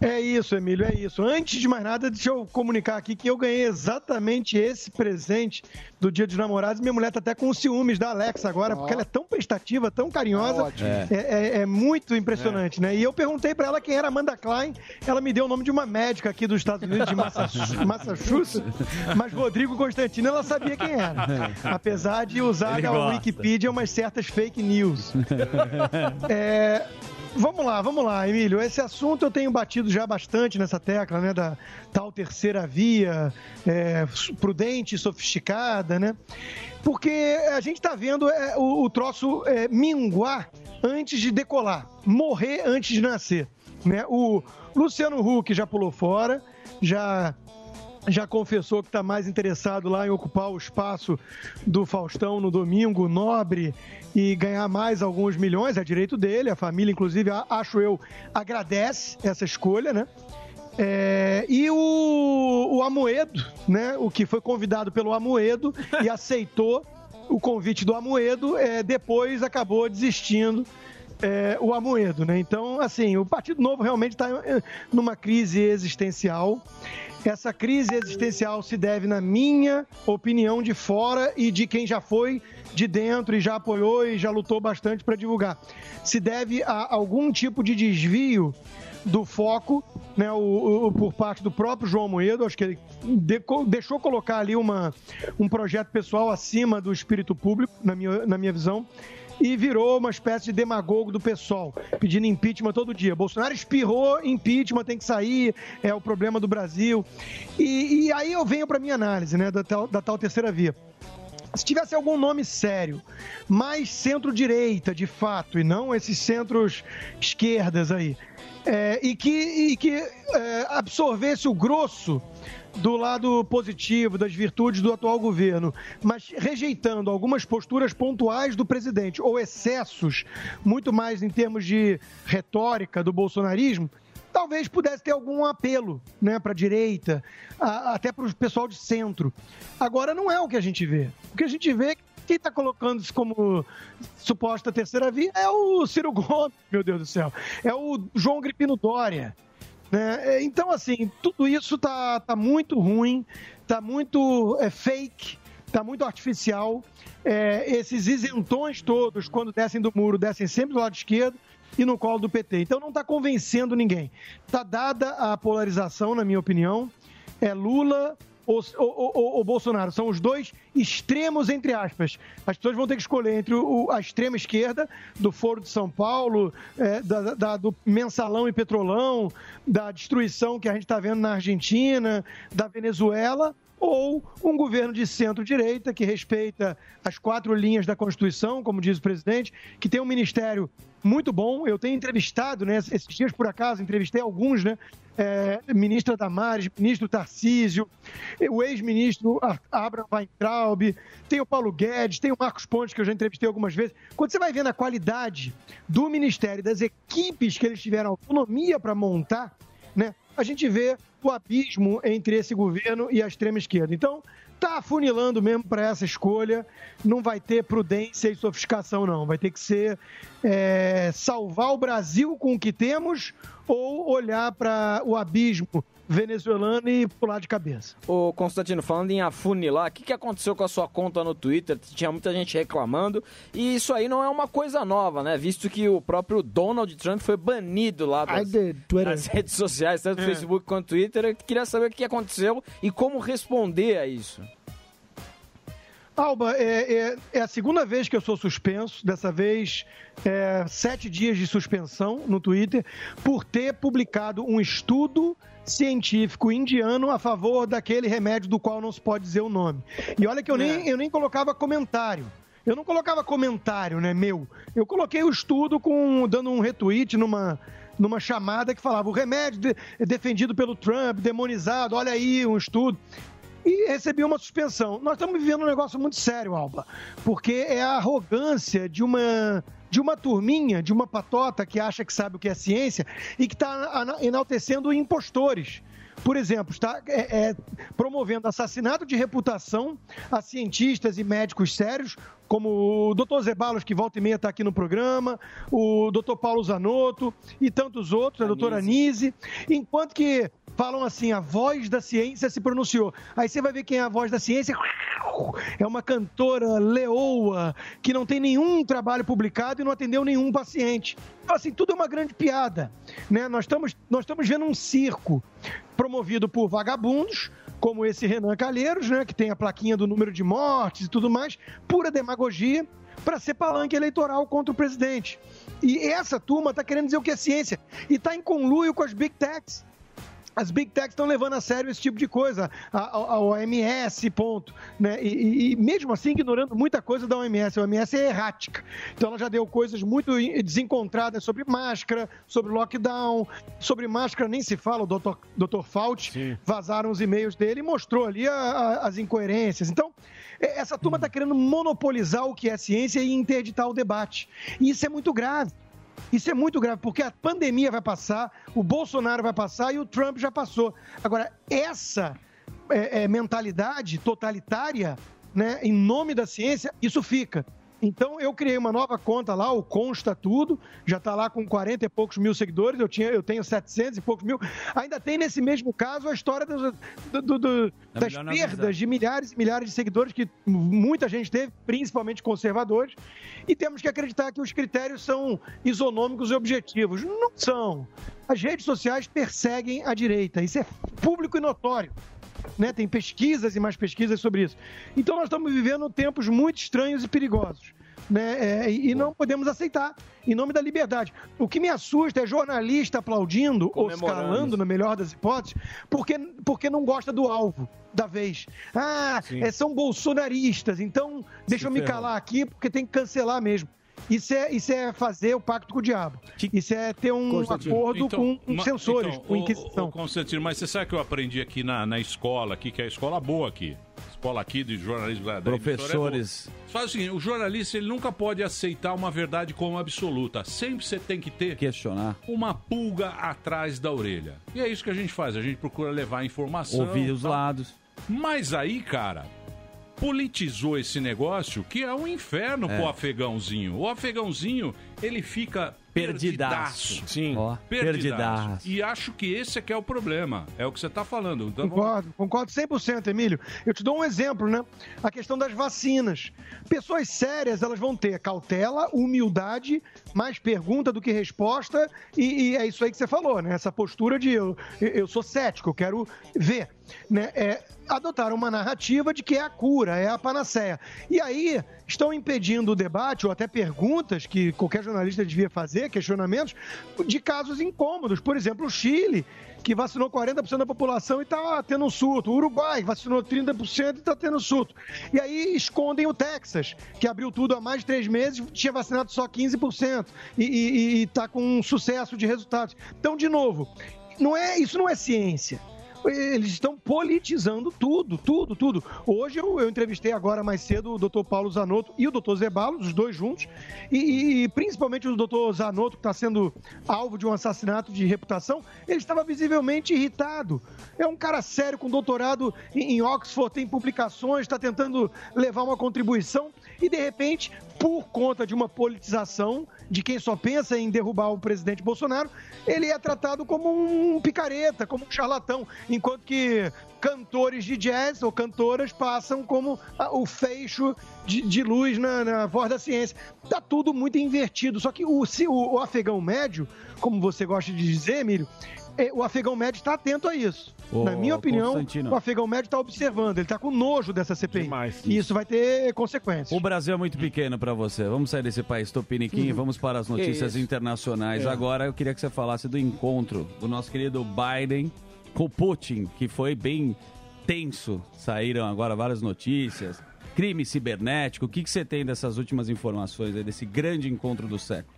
É isso, Emílio, é isso. Antes de mais nada, deixa eu comunicar aqui que eu ganhei exatamente esse presente do Dia dos Namorados. Minha mulher tá até com ciúmes da Alexa agora, porque ela é tão prestativa, tão carinhosa. Ah, ótimo. É, é- é muito impressionante, né? E eu perguntei pra ela quem era Amanda Klein. Ela me deu o nome de uma médica aqui dos Estados Unidos, de Massachusetts, Massachusetts, (laughs) mas Rodrigo Constantino, ela sabia quem era. Apesar de usar É. Ele a gosta. Wikipedia umas certas fake (laughs) news. É, vamos lá, vamos lá, Emílio. Esse assunto eu tenho batido já bastante nessa tecla, né? Da tal terceira via, é, prudente, e sofisticada, né? Porque a gente está vendo é, o, o troço é, minguar antes de decolar, morrer antes de nascer. Né? O Luciano Huck já pulou fora, já já confessou que está mais interessado lá em ocupar o espaço do Faustão no domingo, nobre, e ganhar mais alguns milhões, é direito dele, a família, inclusive, a- acho eu, agradece essa escolha, né? É, e o, o Amoedo, né? O que foi convidado pelo Amoedo e aceitou o convite do Amoedo, é, depois acabou desistindo é, o Amoedo, né? Então, assim, o Partido Novo realmente está numa crise existencial. Essa crise existencial se deve, na minha opinião, de fora e de quem já foi de dentro e já apoiou e já lutou bastante para divulgar. Se deve a algum tipo de desvio do foco, né, o, o- o- por parte do próprio João Moedo, acho que ele deco- deixou colocar ali uma, um projeto pessoal acima do espírito público, na minha, na minha visão, e virou uma espécie de demagogo do pessoal, pedindo impeachment todo dia. Bolsonaro espirrou, impeachment tem que sair, é o problema do Brasil. E, e aí eu venho para minha análise, né, da tal- da tal terceira via se tivesse algum nome sério, mais centro-direita de fato, e não esses centros esquerdas aí, é, e que, e que é, absorvesse o grosso do lado positivo, das virtudes do atual governo, mas rejeitando algumas posturas pontuais do presidente ou excessos, muito mais em termos de retórica do bolsonarismo, talvez pudesse ter algum apelo né, para a direita, a- até para o pessoal de centro. Agora, não é o que a gente vê. O que a gente vê é que quem está colocando isso como suposta terceira via é o Ciro Gomes, (laughs) meu Deus do céu. É o João Gripino Dória. Né? É, Então, assim, tudo isso tá, tá muito ruim, tá muito é, fake, tá muito artificial. É, esses isentões todos, quando descem do muro, descem sempre do lado esquerdo e no colo do PT. Então não está convencendo ninguém. Está dada a polarização, na minha opinião. É Lula ou, ou- ou- ou Bolsonaro. São os dois extremos, entre aspas. As pessoas vão ter que escolher entre o- a extrema esquerda, do Foro de São Paulo, é, da- da- do mensalão e petrolão, da destruição que a gente está vendo na Argentina, da Venezuela, ou um governo de centro-direita que respeita as quatro linhas da Constituição, como diz o presidente, que tem um ministério muito bom. Eu tenho entrevistado, né, esses dias por acaso, entrevistei alguns, né? É, ministra Damares, ministro Tarcísio, o ex-ministro Ar- Abraham Weintraub, tem o Paulo Guedes, tem o Marcos Pontes, que eu já entrevistei algumas vezes. Quando você vai vendo a qualidade do ministério, das equipes que eles tiveram autonomia para montar, né? a gente vê o abismo entre esse governo e a extrema esquerda. Então, tá afunilando mesmo para essa escolha. Não vai ter prudência e sofisticação, não. Vai ter que ser é, salvar o Brasil com o que temos ou olhar para o abismo venezuelano e pular de cabeça. Ô, Constantino, falando em afunilar, o que, que aconteceu com a sua conta no Twitter? Tinha muita gente reclamando. E isso aí não é uma coisa nova, né? Visto que o próprio Donald Trump foi banido lá das, das redes sociais, tanto É. Facebook quanto Twitter. Eu queria saber o que aconteceu e como responder a isso. Alba, é, é- é a segunda vez que eu sou suspenso, dessa vez é, sete dias de suspensão no Twitter, por ter publicado um estudo científico indiano a favor daquele remédio do qual não se pode dizer o nome. E olha que eu, nem, eu nem colocava comentário. Eu não colocava comentário, né, meu. Eu coloquei o estudo com dando um retweet numa numa chamada que falava o remédio de- defendido pelo Trump, demonizado, olha aí um estudo. E recebi uma suspensão. Nós estamos vivendo um negócio muito sério, Alba, porque é a arrogância de uma de uma turminha, de uma patota que acha que sabe o que é ciência e que está enaltecendo impostores. Por exemplo, está é, é, promovendo assassinato de reputação a cientistas e médicos sérios, como o Dr. Zebalos, que volta e meia está aqui no programa, o Dr. Paulo Zanotto e tantos outros, a doutora Anise, enquanto que falam assim, a voz da ciência se pronunciou. Aí você vai ver quem é a voz da ciência. É uma cantora leoa que não tem nenhum trabalho publicado e não atendeu nenhum paciente. Então, assim, tudo é uma grande piada. Né? Nós, estamos, nós estamos vendo um circo promovido por vagabundos, como esse Renan Calheiros, né, que tem a plaquinha do número de mortes e tudo mais, pura demagogia, para ser palanque eleitoral contra o presidente. E essa turma está querendo dizer o que é ciência e está em conluio com as big techs. As big techs estão levando a sério esse tipo de coisa, a, a- a OMS, ponto. Né? E, e- e mesmo assim, ignorando muita coisa da OMS. A OMS é errática. Então, ela já deu coisas muito in- desencontradas sobre máscara, sobre lockdown. Sobre máscara, nem se fala, o Dr. Dr. Fauci vazaram os e-mails dele e mostrou ali a- a- as incoerências. Então, é, essa turma está querendo monopolizar o que é ciência e interditar o debate. E isso é muito grave. Isso é muito grave, porque a pandemia vai passar, o Bolsonaro vai passar e o Trump já passou. Agora, essa é, é, mentalidade totalitária, né, em nome da ciência, isso fica. Então, eu criei uma nova conta lá, o Consta Tudo, já está lá com 40 e poucos mil seguidores, eu, tinha, eu tenho 700 e poucos mil. Ainda tem, nesse mesmo caso, a história dos- do- do- do- É das melhor não perdas avisar. de milhares e milhares de seguidores que muita gente teve, principalmente conservadores, e temos que acreditar que os critérios são isonômicos e objetivos. Não são. As redes sociais perseguem a direita, isso é público e notório. Né? Tem pesquisas e mais pesquisas sobre isso. Então nós estamos vivendo tempos muito estranhos e perigosos. Né? É, e e não podemos aceitar, em nome da liberdade. O que me assusta é jornalista aplaudindo ou Comemorando. escalando, na melhor das hipóteses, porque, porque não gosta do alvo da vez. Ah, Sim. é, são bolsonaristas, então deixa eu me ferrou. calar aqui porque tem que cancelar mesmo. Isso é, isso é fazer o pacto com o diabo. Isso é ter um Constantino. acordo Então, com, com ma- censores, então, com ô- inquisição. ô, Constantino, mas você sabe que eu aprendi aqui na, na escola, aqui, que é a escola boa aqui. Escola aqui de jornalismo. Da, da emissora é Professores. boa. Faz o seguinte, o jornalista ele nunca pode aceitar uma verdade como absoluta. Sempre você tem que ter... Questionar. Uma pulga atrás da orelha. E é isso que a gente faz, a gente procura levar a informação. Ouvir os tal. lados. Mas aí, cara, politizou esse negócio que é um inferno pro afegãozinho. O afegãozinho, ele fica perdidaço. Sim. Perdidaço. perdidaço. E acho que esse é que é o problema. É o que você tá falando. Então, Concordo, concordo 100%, Emílio. Eu te dou um exemplo, né? A questão das vacinas. Pessoas sérias, elas vão ter cautela, humildade, mais pergunta do que resposta, e, e é isso aí que você falou, né? Essa postura de eu, eu sou cético, eu quero ver. Né? É, adotaram uma narrativa de que é a cura, é a panaceia. E aí estão impedindo o debate, ou até perguntas que qualquer jornalista devia fazer, questionamentos, de casos incômodos. Por exemplo, o Chile, que vacinou 40% da população e está tendo um surto. O Uruguai vacinou 30% e está tendo um surto. E aí escondem o Texas, que abriu tudo há mais de três meses, tinha vacinado só 15% e está com um sucesso de resultados. Então, de novo, não é, isso não é ciência. Eles estão politizando tudo, tudo, tudo. Hoje eu, eu entrevistei agora mais cedo o Dr. Paulo Zanotto e o Dr. Zebalos, os dois juntos, e, e- e principalmente o Dr. Zanotto, que está sendo alvo de um assassinato de reputação, ele estava visivelmente irritado. É um cara sério, com doutorado tá em, em Oxford, tem publicações, está tentando levar uma contribuição, e de repente por conta de uma politização de quem só pensa em derrubar o presidente Bolsonaro, ele é tratado como um picareta, como um charlatão, enquanto que cantores de jazz ou cantoras passam como a- o feixo de, de luz na, na voz da ciência. Tá tudo muito invertido. Só que o, se o, o afegão médio, como você gosta de dizer, Emílio, é, o afegão médio está atento a isso. Ô, na minha opinião, Constantino. o afegão médio está observando, ele está com nojo dessa CPI. e isso vai ter consequências. O Brasil é muito pequeno para você. Vamos sair desse país topiniquim e Uhum. vamos para as Que notícias isso. internacionais. É. Agora eu queria que você falasse do encontro do nosso querido Biden com o Putin, que foi bem tenso. Saíram agora várias notícias. Crime cibernético. O que, que você tem dessas últimas informações aí, desse grande encontro do século?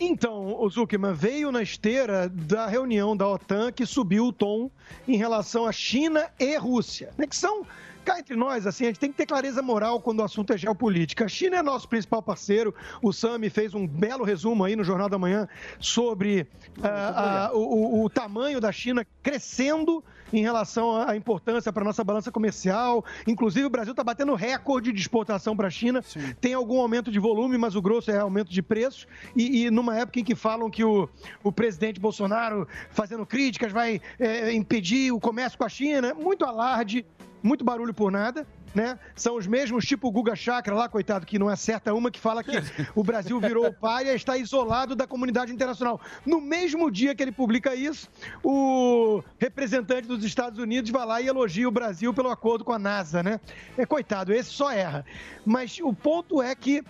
Então, o Zuckerman veio na esteira da reunião da OTAN que subiu o tom em relação à China e Rússia. Né, que são, cá entre nós, assim, a gente tem que ter clareza moral quando o assunto é geopolítica. A China é nosso principal parceiro. O Sami fez um belo resumo aí no Jornal da Manhã sobre ah, ah, o, o- o tamanho da China crescendo em relação à à importância para nossa balança comercial. Inclusive, o Brasil está batendo recorde de exportação para a China. Tem algum aumento de volume, mas o grosso é aumento de preços. E, e numa época em que falam que o, o presidente Bolsonaro, fazendo críticas, vai eh, impedir o comércio com a China, muito alarde, muito barulho por nada. Né? São os mesmos, tipo o Guga Chakra lá, coitado, que não acerta uma, que fala que o Brasil virou pária, está isolado da comunidade internacional. No mesmo dia que ele publica isso, o representante dos Estados Unidos vai lá e elogia o Brasil pelo acordo com a NASA, né? É, coitado, esse só erra. Mas o ponto é que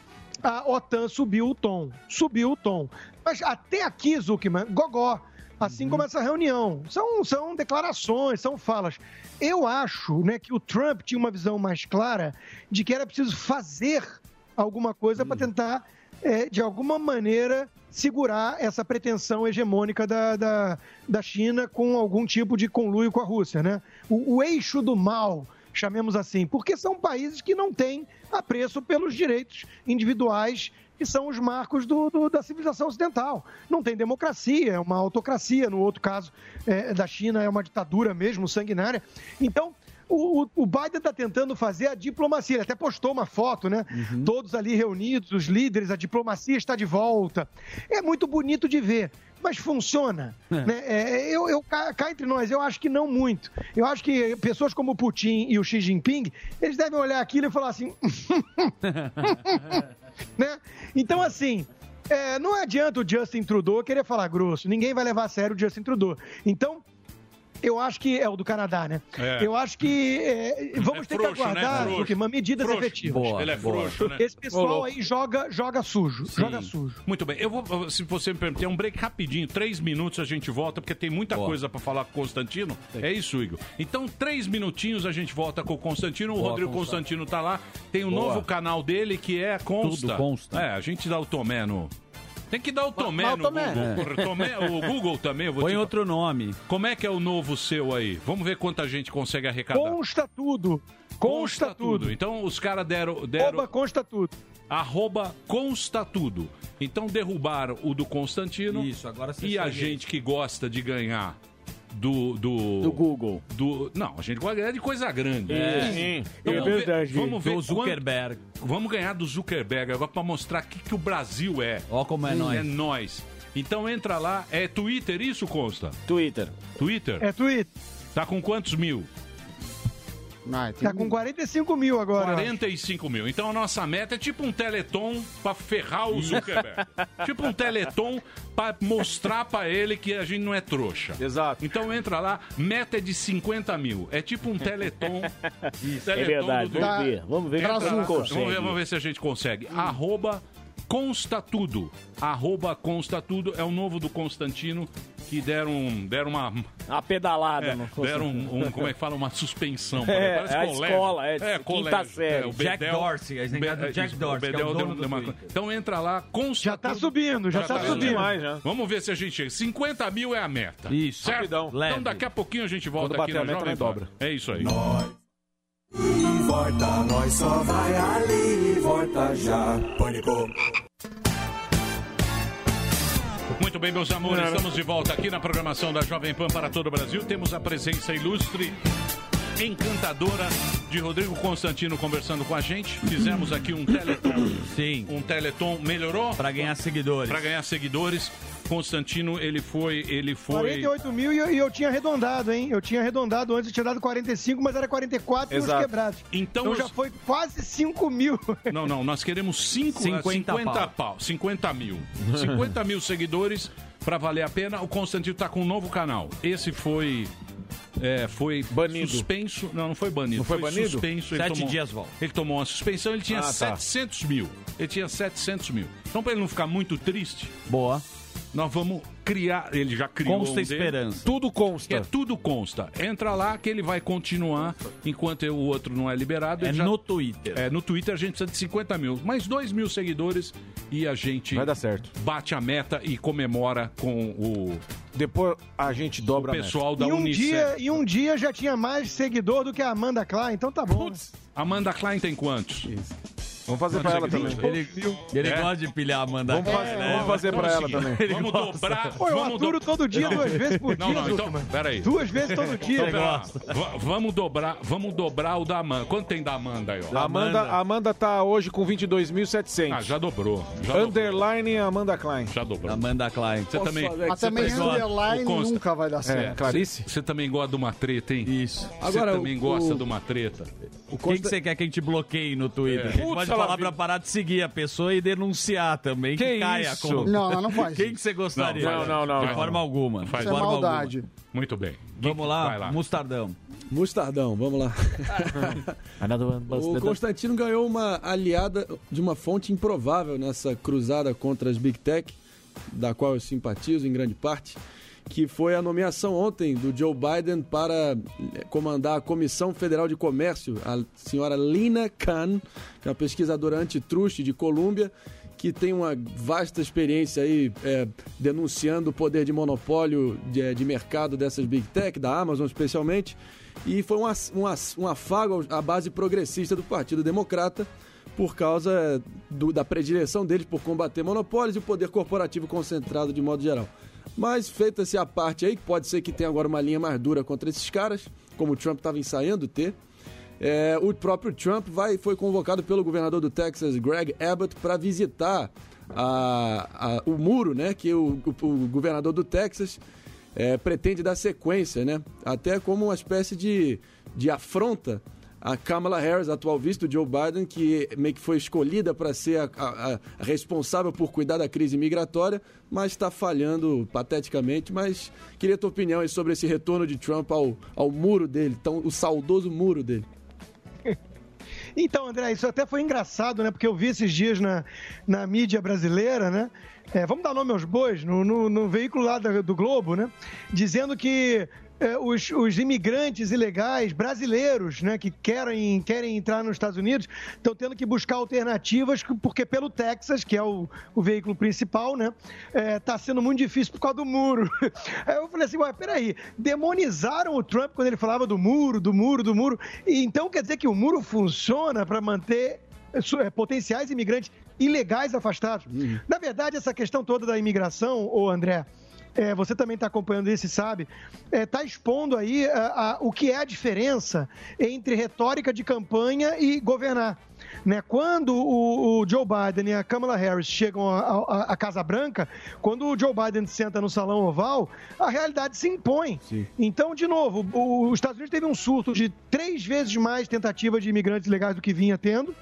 a OTAN subiu o tom, subiu o tom. Mas até aqui, Zuckman, gogó assim como essa reunião. São, são declarações, são falas. Eu acho né, que o Trump tinha uma visão mais clara de que era preciso fazer alguma coisa para tentar, eh, de alguma maneira, segurar essa pretensão hegemônica da, da, da China com algum tipo de conluio com a Rússia. Né? O- o eixo do mal chamemos assim, porque são países que não têm apreço pelos direitos individuais que são os marcos do- do- da civilização ocidental. Não tem democracia, é uma autocracia, no outro caso é, da China é uma ditadura mesmo, sanguinária. Então, o, o- o Biden está tentando fazer a diplomacia. Ele até postou uma foto, né? Todos ali reunidos, os líderes, a diplomacia está de volta. É muito bonito de ver, mas funciona. né? É, eu, eu cá, cá entre nós, eu acho que não muito. Eu acho que pessoas como o Putin e o Xi Jinping, eles devem olhar aquilo e falar assim. (laughs) né? Então, assim. é, não adianta o Justin Trudeau querer falar grosso. Ninguém vai levar a sério o Justin Trudeau. Então, eu acho que é o do Canadá, né? É. Eu acho que é, vamos ter frouxo, que né? aguardar Frouxo. Zuckerman, medidas Frouxo. efetivas. Boa, Ele é boa. frouxo, né? Esse Ô, pessoal louco. aí joga, joga sujo, joga sujo. Muito bem, eu vou, se você me permitir, é um break rapidinho, três minutos a gente volta, porque tem muita coisa pra falar com o Constantino. É isso, Igor. Então, três minutinhos a gente volta com o Constantino. O Boa, Rodrigo Constantino tá lá. Tem um Boa. novo canal dele que é Consta. Tudo consta. É, a gente dá o Tomé no. Tem que dar o Tomé dá o no Tomé. Google. É. Porra, Tomé- o Google também. Eu vou Põe te- outro nome. Como é que é o novo seu aí? Vamos ver quanta gente consegue arrecadar. Consta tudo. Consta, tudo. Então os caras deram. deram Arroba consta tudo. Arroba consta tudo. Então derrubaram o do Constantino. Isso, agora você E a segue. gente que gosta de ganhar do. Do, Google. Do, não, a gente gosta de ganhar de coisa grande. É. Sim. É verdade. Ver, vamos ver Do quanto- Zuckerberg. vamos ganhar do Zuckerberg agora pra mostrar o que, que o Brasil é. Ó como é nóis. É nóis. Então entra lá. É Twitter isso, Consta? Twitter. Twitter? É Twitter. Tá com quantos mil? é Tá com 45 mil agora. 45 mil. Então a nossa meta é tipo um teleton pra ferrar o Zuckerberg. tipo um teleton pra mostrar pra ele que a gente não é trouxa. Exato. Então entra lá, meta é de 50 mil. É tipo um teleton. (laughs) Isso, é verdade. Vamos ver, vamos ver se a gente consegue. tá? Vamos ver, vamos ver se a gente consegue. Arroba Consta Tudo. Arroba Consta Tudo é o novo do Constantino que deram, deram uma... A pedalada. É, no- deram um, um- como é que fala, uma suspensão. É, parece a colégio. escola, é, quinta colégio. série. o Jack Bedel- Dorsey, a gente Be- lembra do é, Jack isso, Dorsey, que é o Bedel dono deu do uma- Twitter. Então entra lá, consta Já tá subindo, já tá subindo. Demais, já. né? Vamos ver se a gente chega. 50 mil é a meta. Isso. certo? Rapidão. Leve. Então daqui a pouquinho a gente volta Quando aqui bater na a meta, Jovem nós Pan. dobra. É isso aí. E volta, nós só vai ali e volta já. Pânico. Muito bem, meus amores, estamos de volta aqui na programação da Jovem Pan para todo o Brasil. Temos a presença ilustre encantadora de Rodrigo Constantino conversando com a gente. Fizemos aqui um teleton. (coughs) Sim. Um teleton melhorou? Para ganhar seguidores. Para ganhar seguidores. Constantino, ele foi. Ele foi. 48 mil e eu, e eu tinha arredondado, hein? Eu tinha arredondado antes, eu tinha dado 45, mas era 44 e uns Exato. quebrados. Então eu- já foi quase 5 mil. Não, não, nós queremos 5, 50, 50 50 pau. pau. (laughs) 50 mil. 50 mil seguidores pra valer a pena. O Constantino tá com um novo canal. Esse foi. é, foi banido. suspenso. Não, não foi banido. Não foi banido? suspenso. Sete dias volta. Ele tomou uma suspensão, ele tinha Ah, tá. 700 mil. Ele tinha 700 mil. Então, pra ele não ficar muito triste. Boa. Nós vamos criar. Ele já criou. Consta um dele. esperança. Tudo consta. É, tudo consta. Entra lá que ele vai continuar enquanto o outro não é liberado. É ele já- no Twitter. é, no Twitter a gente precisa de 50 mil, mais 2 mil seguidores e a gente. Vai dar certo. Bate a meta e comemora com o. Depois a gente (laughs) dobra o pessoal da e, um Unicef. dia, e um dia já tinha mais seguidor do que a Amanda Klein, então tá bom. Amanda Klein tem quantos? Vamos fazer pra ela também. É. Ele, ele gosta de pilhar a Amanda Vamos Klein, fazer- né? vamos fazer Então pra ela também. Ele é Vamos gosta. dobrar. Pô, eu vamos aturo todo dia, duas vezes por não, dia, Não, então, Zuckerman. peraí. Duas vezes todo dia. Então, pera lá. Gosta. Va- vamos dobrar, vamos dobrar o da Amanda. Quanto tem da Amanda aí, ó? A Amanda, a Amanda tá hoje com 22.700. Ah, já dobrou. Já Underline Amanda Klein. Já dobrou. Amanda Klein. Você também. é Mas Ah, também underline nunca vai dar certo. Clarice? Você também gosta de uma treta, hein? Isso. Você Agora, também o- gosta o- de uma treta. Quem que você quer que a gente bloqueie no Twitter? É. A gente Putz, pode ela falar pra parar de seguir a pessoa e denunciar também. Que, Que caia isso? a conta. Não, não, não (laughs) faz Quem isso. que você gostaria? Não, não, não, De não. forma alguma. Faz de forma isso. alguma. Maldade. Muito bem. Vamos Vai lá, lá. Mostardão. Mostardão, vamos lá. O Constantino ganhou uma aliada de uma fonte improvável nessa cruzada contra as Big Tech, da qual eu simpatizo em grande parte, que foi a nomeação ontem do Joe Biden para eh, comandar a Comissão Federal de Comércio, a senhora Lina Khan, que é uma pesquisadora antitruste de Colômbia, que tem uma vasta experiência aí eh, denunciando o poder de monopólio de, de mercado dessas Big Tech, da Amazon especialmente, e foi um, ass- um, ass- um afago aos- à base progressista do Partido Democrata por causa eh, do- da predileção deles por combater monopólios e o poder corporativo concentrado de modo geral. Mas feita-se a parte aí, que pode ser que tenha agora uma linha mais dura contra esses caras, como o Trump estava ensaiando ter, é, o próprio Trump vai, foi convocado pelo governador do Texas, Greg Abbott, para visitar a- a- o muro né, que o, o- o governador do Texas é, pretende dar sequência, né? até como uma espécie de, de afronta a Kamala Harris, atual vice do Joe Biden, que meio que foi escolhida para ser a, a- a responsável por cuidar da crise migratória, mas está falhando pateticamente. Mas queria a tua opinião aí sobre esse retorno de Trump ao, ao muro dele, tão, o saudoso muro dele. Então, André, isso até foi engraçado, né? Porque eu vi esses dias na, na mídia brasileira, né? É, vamos dar nome aos bois, no, no, no veículo lá da- do, Globo, né? Dizendo que é, os, os imigrantes ilegais brasileiros, né? Que querem, querem entrar nos Estados Unidos, estão tendo que buscar alternativas, porque pelo Texas, que é o, o veículo principal, né? É, tá sendo muito difícil por causa do muro. (laughs) Aí eu falei assim, ué, peraí, demonizaram o Trump quando ele falava do muro, do muro, do muro. E então quer dizer que o muro funciona para manter eh, su- eh, potenciais imigrantes ilegais afastados. Na verdade, essa questão toda da imigração, ô André, eh, você também está acompanhando isso e sabe, está expondo aí ah, ah, o que é a diferença entre retórica de campanha e governar né? Quando o, o Joe Biden e a Kamala Harris chegam à- à à Casa Branca, quando o Joe Biden senta no salão oval, a realidade se impõe. Então, de novo, o- os Estados Unidos teve um surto de três vezes mais tentativas de imigrantes ilegais do que vinha tendo,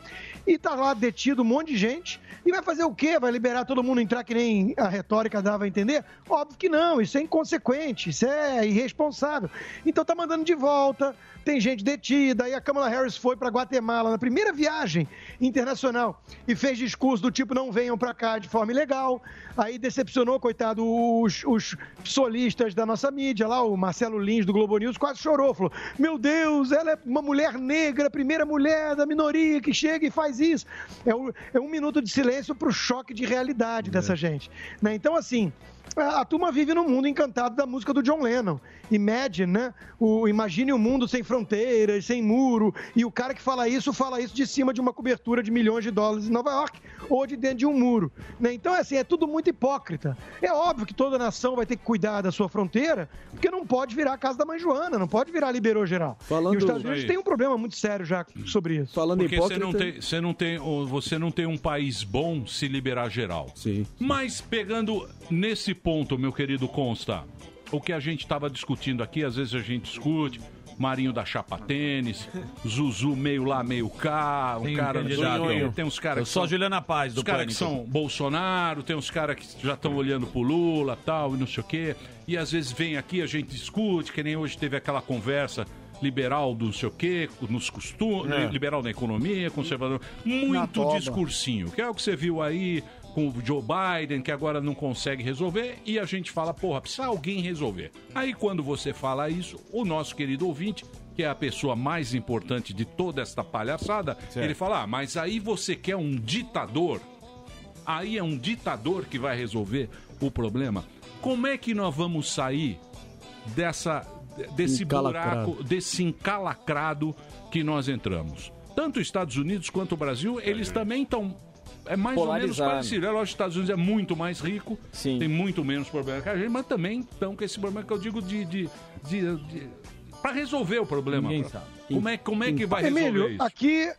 e tá lá detido um monte de gente. E vai fazer o quê? Vai liberar todo mundo entrar que nem a retórica dava a entender? Óbvio que não, isso é inconsequente, isso é irresponsável. Então tá mandando de volta, tem gente detida, aí a Kamala Harris foi para Guatemala na primeira viagem internacional e fez discurso do tipo não venham para cá de forma ilegal, aí decepcionou, coitado, os, os solistas da nossa mídia lá, o Marcelo Lins do Globo News quase chorou, falou, meu Deus, ela é uma mulher negra, a primeira mulher da minoria que chega e faz isso. É um, é um minuto de silêncio para o choque de realidade dessa gente. né? Então, assim, a, a turma vive num mundo encantado da música do John Lennon. Imagine, né? um O, imagine o mundo sem fronteiras, sem muro. E o cara que fala isso, fala isso de cima de uma cobertura de milhões de dólares em Nova York ou de dentro de um muro. né? Então, é assim, é tudo muito hipócrita. É óbvio que toda nação vai ter que cuidar da sua fronteira, porque não pode virar a casa da mãe Joana, não pode virar liberou geral. Falando- e os Estados Unidos Isso aí. têm um problema muito sério já sobre isso. Falando Porque você não, tem, você, não tem, ou você não tem um país bom se liberar geral. Sim. Mas pegando nesse ponto, meu querido Consta, o que a gente estava discutindo aqui, às vezes a gente discute. Marinho da Chapa Tênis, Zuzu meio lá, meio cá, um Tem um cara candidato. tem uns caras Eu sou a Juliana Paz, do Os caras que Pânico. são Bolsonaro, tem uns caras que já estão olhando pro Lula tal, e não sei o quê. E às vezes vem aqui, a gente discute, que nem hoje teve aquela conversa liberal do não sei o quê, nos costumes, É. liberal na economia, conservador. Na Muito toba. discursinho, que é o que você viu aí com o Joe Biden, que agora não consegue resolver, e a gente fala, porra, precisa alguém resolver. Aí quando você fala isso, o nosso querido ouvinte, que é a pessoa mais importante de toda esta palhaçada, ele fala, ah, mas aí você quer um ditador aí é um ditador que vai resolver o problema. Como é que nós vamos sair dessa desse Encalacrado. buraco, desse encalacrado que nós entramos? Tanto os Estados Unidos quanto o Brasil, eles também estão é mais ou menos Polarizado. parecido. É lógico que os Estados Unidos é muito mais rico, tem muito menos problema que a gente, mas também estão com esse problema que eu digo de, de, de, para resolver o problema. Ninguém sabe. Como é, como é que vai resolver Emílio, isso? aqui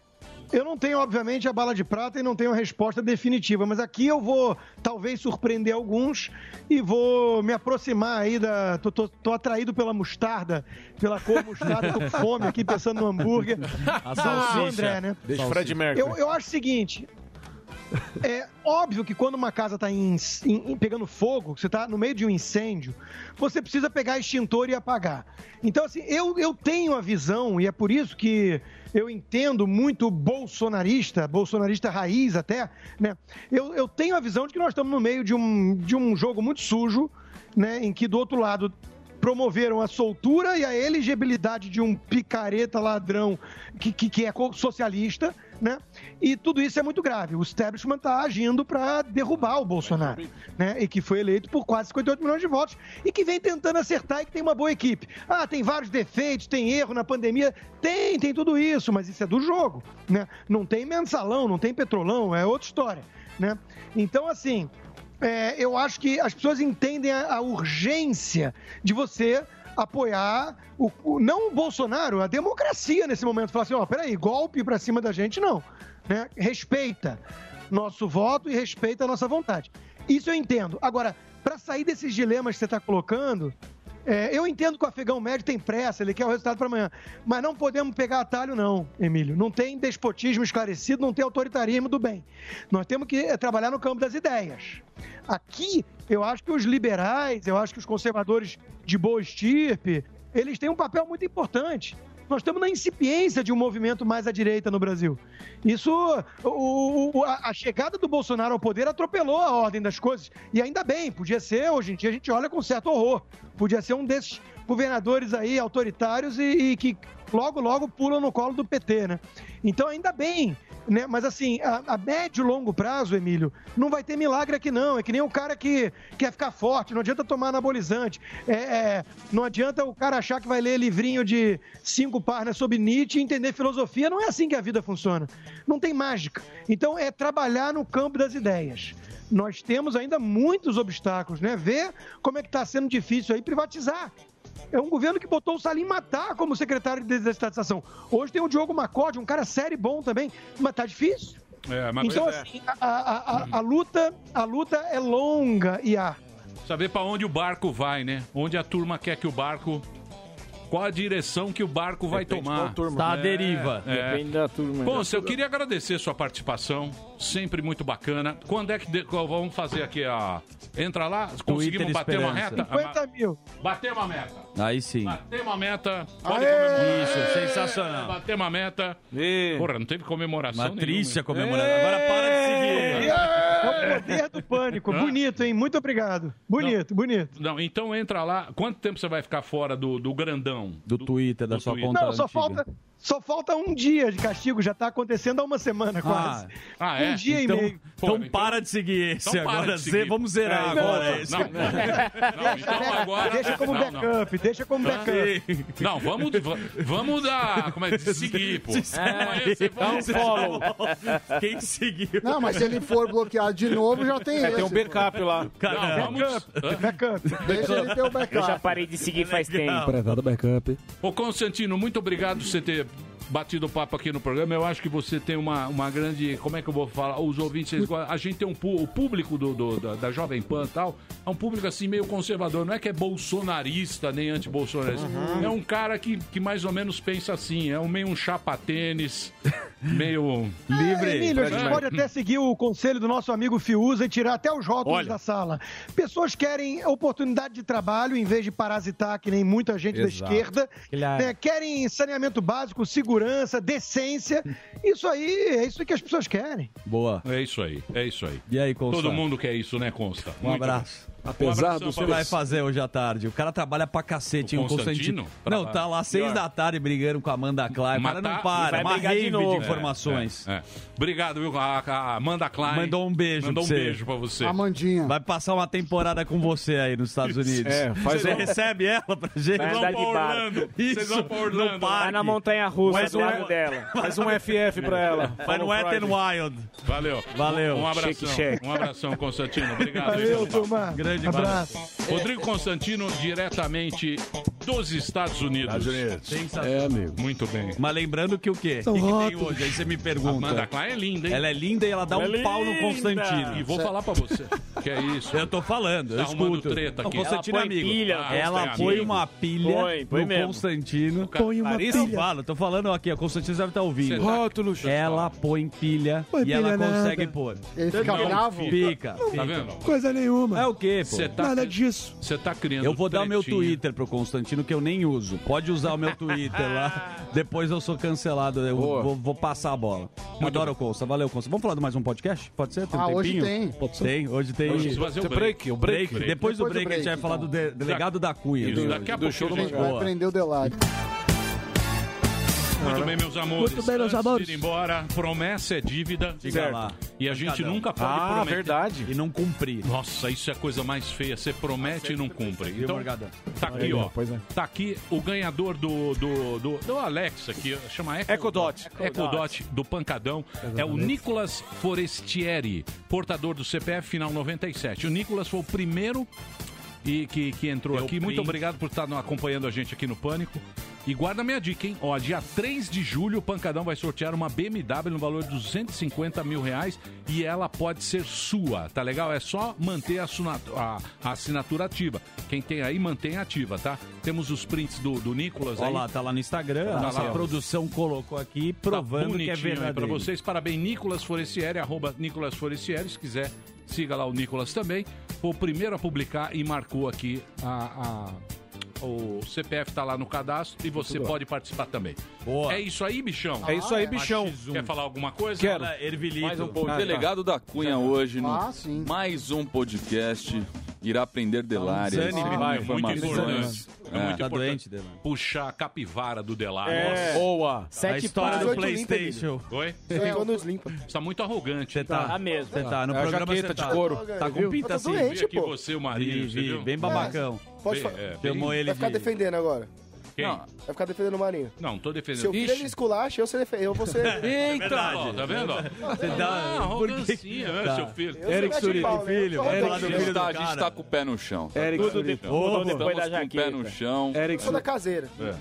eu não tenho, obviamente, a bala de prata e não tenho a resposta definitiva, mas aqui eu vou talvez surpreender alguns e vou me aproximar aí da. Tô, tô- tô atraído pela mostarda, pela cor mostarda, tô com fome aqui pensando no hambúrguer. (laughs) A Da- salsicha. do André, né? Deixa o Fred Mercury. Eu, eu acho o seguinte. É óbvio que quando uma casa tá está pegando fogo, que você está no meio de um incêndio, você precisa pegar extintor e apagar. Então, assim, eu, eu tenho a visão, e é por isso que eu entendo muito bolsonarista, bolsonarista raiz até, né? Eu, eu tenho a visão de que nós estamos no meio de um, de um jogo muito sujo, né? Em que do outro lado promoveram a soltura e a elegibilidade de um picareta ladrão que, que, que é co- socialista, né? E tudo isso é muito grave. O establishment está agindo para derrubar o Bolsonaro, né? E que foi eleito por quase 58 milhões de votos e que vem tentando acertar e que tem uma boa equipe. Ah, tem vários defeitos, tem erro na pandemia, tem, tem tudo isso, mas isso é do jogo, né? Não tem mensalão, não tem petrolão, é outra história, né? Então, assim, é, eu acho que as pessoas entendem a, a urgência de você apoiar o, o- não o Bolsonaro, a democracia nesse momento. Falar assim, ó, peraí, golpe pra cima da gente, não. né? Respeita nosso voto e respeita a nossa vontade. Isso eu entendo. Agora, pra sair desses dilemas que você tá colocando, é, eu entendo que o afegão médio tem pressa, ele quer o resultado para amanhã. Mas não podemos pegar atalho, não, Emílio. Não tem despotismo esclarecido, não tem autoritarismo do bem. Nós temos que é, trabalhar no campo das ideias. Aqui, eu acho que os liberais, eu acho que os conservadores de boa estirpe, eles têm um papel muito importante. Nós estamos na incipiência de um movimento mais à direita no Brasil. Isso, o- o- a, a chegada do Bolsonaro ao poder atropelou a ordem das coisas. E ainda bem, podia ser, hoje em dia a gente olha com certo horror. Podia ser um desses governadores aí autoritários e, e que logo, logo pulam no colo do PT, né? Então ainda bem, né? Mas assim, a, a médio e longo prazo, Emílio, não vai ter milagre aqui não. É que nem o cara que quer ficar forte, não adianta tomar anabolizante. É, é, não adianta o cara achar que vai ler livrinho de cinco páginas sobre Nietzsche e entender filosofia. Não é assim que a vida funciona. Não tem mágica. Então é trabalhar no campo das ideias. Nós temos ainda muitos obstáculos, né? Ver como é que está sendo difícil aí privatizar. É um governo que botou o Salim Matar como secretário de desestatização. Hoje tem o Diogo Macode, um cara sério e bom também, mas tá difícil. É, mas então, pois é. assim, a, a- a- a luta, a luta é longa e a Saber é pra onde o barco vai, né? Onde a turma quer que o barco. Qual a direção que o barco vai Depende tomar? Tá É, qual turma. Está Tá à deriva. Depende da turma. né? Bom, eu queria agradecer sua participação, sempre muito bacana. Quando é que de- qual- vamos fazer aqui a entra lá? Conseguimos bater uma Esperança. reta? 50 mil. Bater uma meta. (laughs) Aí sim. Bater uma meta. Pode Aê! comemorar. Isso, sensacional. Bater uma meta. Porra, não teve comemoração Uma triste a nenhuma. comemoração. Agora para de seguir. É o poder do pânico. Bonito, hein? Muito obrigado. Bonito, bonito. Não, então entra lá. Quanto tempo você vai ficar fora do, do grandão? Do Twitter, da sua Twitter. conta Não, só antiga. falta, Só falta um dia de castigo, já tá acontecendo há uma semana quase. Ah, é? Um dia Então- e meio. então Pô, então- para de seguir esse Então para agora. de Zé, seguir. Vamos É, zerar Não, agora não, esse. não. (laughs) Então agora. Deixa como Não, não. backup, deixa como Não. backup. Não, vamos, va- vamos dar. Como é? De seguir, pô. De seguir. É, Amanhã você Dá um volta. follow. Quem seguiu? Não, mas se ele for bloqueado de novo, já tem É, esse. tem um backup lá. Não, vamos. (laughs) Deixa ele ter o backup. Eu já parei de seguir faz tempo. Prezado backup. Ô Constantino, muito obrigado por você ter batido o papo aqui no programa. Eu acho que você tem uma, uma grande. Como é que eu vou falar? Os ouvintes, eles gostam- a gente tem um pu- o público do, do- da, da Jovem Pan e tal, é um público assim meio conservador. Não é que é bolsonarista nem anti-bolsonarista. Uhum. É um cara que, que mais ou menos pensa assim. É um meio um (laughs) chapa-tênis, meio. Ah, Emílio, a gente É. pode até seguir o conselho do nosso amigo Fiuza e tirar até os rótulos Olha. da sala. Pessoas querem oportunidade de trabalho em vez de parasitar, que nem muita gente da Exato. esquerda. Claro. né? Querem saneamento básico, segurança, decência. Isso aí é isso que as pessoas querem. Boa. É isso aí, é isso aí. E aí, Consta? Todo mundo quer isso, né, Consta? Um abraço. Apesar do do que você vai fazer hoje à tarde. O cara trabalha pra cacete, O hein, o Constantino. Constantino? Não, tá lá às seis Pior. da tarde brigando com a Amanda Klein. O cara não Matar- para, tá- vai uma brigar rave de, novo. informações. É, é, é. Obrigado, viu? A, a Amanda Klein. Mandou um beijo Mandou um pra você. beijo pra você. Amandinha. Vai passar uma temporada com você aí nos Estados Unidos. (laughs) É, faz você um- recebe ela pra gente? Vai andar de Vão pra barco. Orlando. Vocês Isso, vão pra Orlando. no parque. Vai na montanha russa Faz um um do lado (laughs) dela. faz É. Vai no Follow Wet n Friday. Wild. Valeu. Valeu. Um abração. Shake, shake. Um abração, Constantino. Obrigado. Valeu, viu, Constantino? turma. Grande abraço. Rodrigo Constantino, diretamente dos Estados Unidos. Estados Unidos. Sensacional. É, amigo. Muito bem. Mas lembrando que o quê? São o que, que tem rótulos. hoje? Aí você me pergunta. Amanda Klein é linda, hein? Ela é linda e ela dá um É pau no linda! Constantino. E vou falar pra você. Que é isso. Eu tô falando, eu Tá arrumando escuto. treta aqui. O Constantino é Ela põe amigo. pilha, ela Constantino. põe uma pilha Põe, põe no mesmo. Constantino. Põe uma Larissa, pilha. Eu falo, tô falando aqui, o Constantino deve estar ouvindo. Você tá- Rótulos. Ela põe pilha Põe e ela pilha nada. consegue pôr. Ele fica Não, bravo? Fica. Não, fica. tá vendo? Coisa nenhuma. É o quê, pô? Cê tá- Nada disso. Você tá criando Eu vou dar o meu tretinha. Twitter pro Constantino, que eu nem uso. Pode usar o meu Twitter (laughs) lá. Depois eu sou cancelado. Eu vou, vou passar a bola. Adoro o Consta. Valeu, Consta. Vamos falar de mais um podcast? Pode ser? Tem um Ah, hoje tempinho? tem. Pode ser. Tem, hoje tem. Hoje vamos fazer o Tem break, o break. break. Depois, do Depois break, do a gente vai break, falar do então. de- delegado da Cunha. Isso, daqui a pouco a gente Vai Boa. prender o Delari. Muito bem, meus amores. Muito bem, meus Antes de amores. ir embora, promessa é dívida. Diga Certo. lá. E a gente Cada um. nunca pode Ah, prometer. verdade. E não cumprir. Nossa, isso é a coisa mais feia. Você promete e não cumpre. Viu, Então, Morgadão? tá aqui, Olha, ó. pois é. Tá aqui o ganhador do, do, do, do Alex aqui. Chama Echo, Ecodot. Ecodot do Pancadão. É o Nicolas Forestieri, portador do CPF final 97. O Nicolas foi o primeiro e que, que entrou aqui. Muito obrigado por estar no- acompanhando a gente aqui no Pânico. E guarda a minha dica, hein? Ó, dia 3 de julho, o Pancadão vai sortear uma BMW no valor de 250 mil reais e ela pode ser sua, tá legal? É só manter a, assuna- a- a assinatura ativa. Quem tem aí, mantém ativa, tá? Temos os prints do, do Nicolas Olha aí. lá, tá lá no Instagram. Tá a nossa lá, ó. produção colocou aqui, provando que é Tá aí pra verdadeiro. vocês. Parabéns, Nicolas Forestieri, arroba Nicolas Forestieri. Se quiser, siga lá o Nicolas também. Foi o primeiro a publicar e marcou aqui a. a- O CPF tá lá no cadastro e você pode participar também. É isso aí, bichão? um. É isso aí, bichão. Quer falar alguma coisa? Quero. Fala, Mais um Ah, tá. pouco. O delegado da Cunha hoje no Ah, sim. mais um podcast irá Tá prender Delária. Desânimo, Vai, é muito importante. informações. É muito É. importante puxar a capivara do Delar. É. Boa. Sete A história do páginas. PlayStation. Oi? Sete anos limpa. Você tá muito arrogante. Você tá. Tá mesmo. Você tá. No É a programa jaqueta você de tá. couro. Tá com pinta assim. Vi aqui você, o marido. Vi, você vi, viu? É. bem babacão. Pode Bem, falar. é, bem- Chamou ele Vai ficar de... defendendo agora. Quem? Vai ficar defendendo o Marinho. Não, tô defendendo. Seu filho ele esculacha, eu, sei defe- eu vou é ser... (laughs) Verdade, ó, tá vendo? ó? Você Ah, dá- arrogancinha, né, Tá. seu filho? Eu Eric sou Surita, né? mete pau, filho, Tá, Eric a gente Surita, tá- a cara. gente tá com o pé no chão. Tá tudo Surita. depois- tudo Estamos depois da com o pé jaqueta. no chão. Eu sou da caseira. É.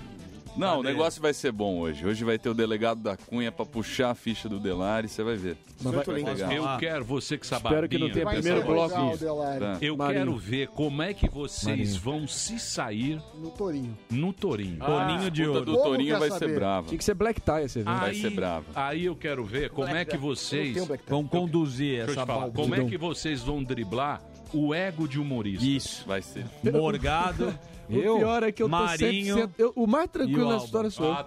Não, o negócio vai ser bom hoje. Hoje vai ter o delegado da Cunha pra puxar a ficha do Delari, você vai ver. Muito Vai legal. pegar. Eu quero você que sabadinha. Espero que não tenha pensa primeiro coisa. bloco isso. Tá. Eu Marinho. quero ver como é que vocês Marinho. vão se sair no Torinho. No Torinho. Torinho de ouro. Ah, do Torinho vai ser brava. Tinha que ser black tie esse evento. Aí, Aí eu quero ver como é que vocês tá Vão conduzir Deixa eu essa te falar, bala. como é que vocês vão driblar o ego de humorista? Isso. Vai ser. Morgado. (laughs) O pior é que eu tô sempre Marinho sento- eu- O mais tranquilo e o nessa história sou eu. Alba.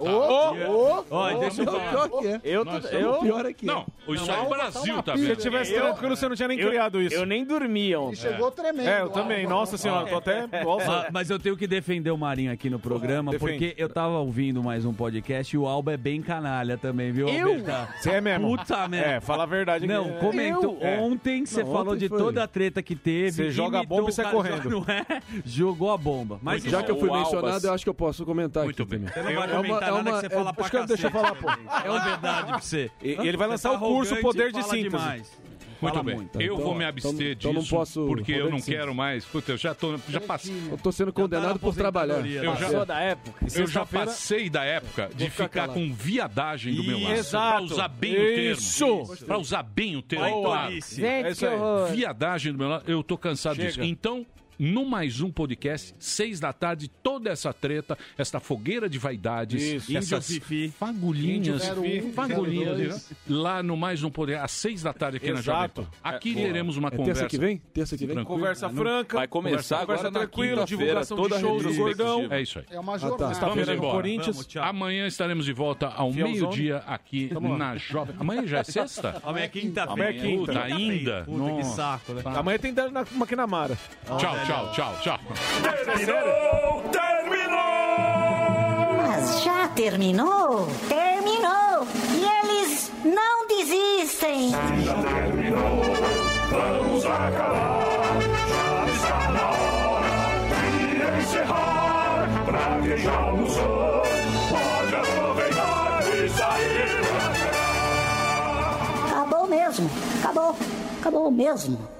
Ah, tá. Ô, ô, Ó, ô, deixa eu É o falar. pior que é. Eu tô- Nós eu- somos o pior é que Não, isso é o Brasil, tá Se vendo? eu tivesse tranquilo, você não tinha nem eu- criado isso. Eu nem dormia. ontem. E chegou tremendo. É, eu também. Nossa senhora, É, tô (laughs) até. Ma- Mas eu tenho que defender o Marinho aqui no programa, Defende. porque eu tava ouvindo mais um podcast e o Alba é bem canalha também, viu, Eu? Alberta? Você é mesmo? Puta merda. É, fala a verdade que- Não, comentou. Eu? É. Ontem Não, você ontem falou de foi. toda a treta que teve. Você joga a imitou bomba e o sai cara- (laughs) correndo. Não é? Jogou a bomba. Mas assim. já que eu fui mencionado, eu acho que eu posso comentar Muito aqui bem. também. Você não vai É uma- comentar é nada uma- que você é- fala pra acho que eu- Deixa eu falar, cacete. pô. É uma verdade pra você. E- e ele vai Você lançar tá o curso arrogante, Poder de fala Síntese. demais. Muito Fala bem. muito. Eu Então, vou me abster então não disso, posso- porque eu poder não de síntese. quero mais. Puta, eu já tô. Já passei. Eu tô sendo condenado por trabalhar. É. Eu já, né? eu já passei da época de ficar ficar, calado. com viadagem do meu lado. Exato. Pra usar bem Isso. o termo. Pra usar bem o termo. Boa. claro. Gente, É isso que aí. horror. Viadagem do meu lado, eu tô cansado Chega. disso. Então. No mais um podcast, seis da tarde, toda essa treta, essa fogueira de vaidades, Isso. essas Índio Fifi. fagulhinhas, Índio Fifi, fagulhinhas, zero dois. né? lá no mais um podcast, às seis da tarde aqui na Jovem Exato. Pan. Aqui É, boa. teremos uma É terça conversa. que vem? Terça que vem? Tranquilo. Conversa Ah, não. franca. Vai começar Conversa agora na tranquila, quinta-feira, divulgação de toda a shows do retrospectiva. Gordão. É isso aí. É uma jornada. Vamos Sexta-feira no embora. Corinthians. Vamos, tchau. Amanhã estaremos de volta ao Fielzão. meio-dia aqui Tamo lá. na Jovem. Amanhã já é sexta? Amanhã é quinta-feira. Amanhã é quinta. Quinta-feira. Ainda? Tá Puta, que Nossa. saco, né? Amanhã tem Dário na Maquinamara. Tchau, é, tchau, tchau, tchau. Terminou! Terminou! Mas já terminou? Terminou! E eles não desistem! Já terminou, vamos acabar. Já está na hora de encerrar. Pra quem já almoçou, pode aproveitar e sair pra cá. Acabou mesmo! Acabou! Acabou mesmo!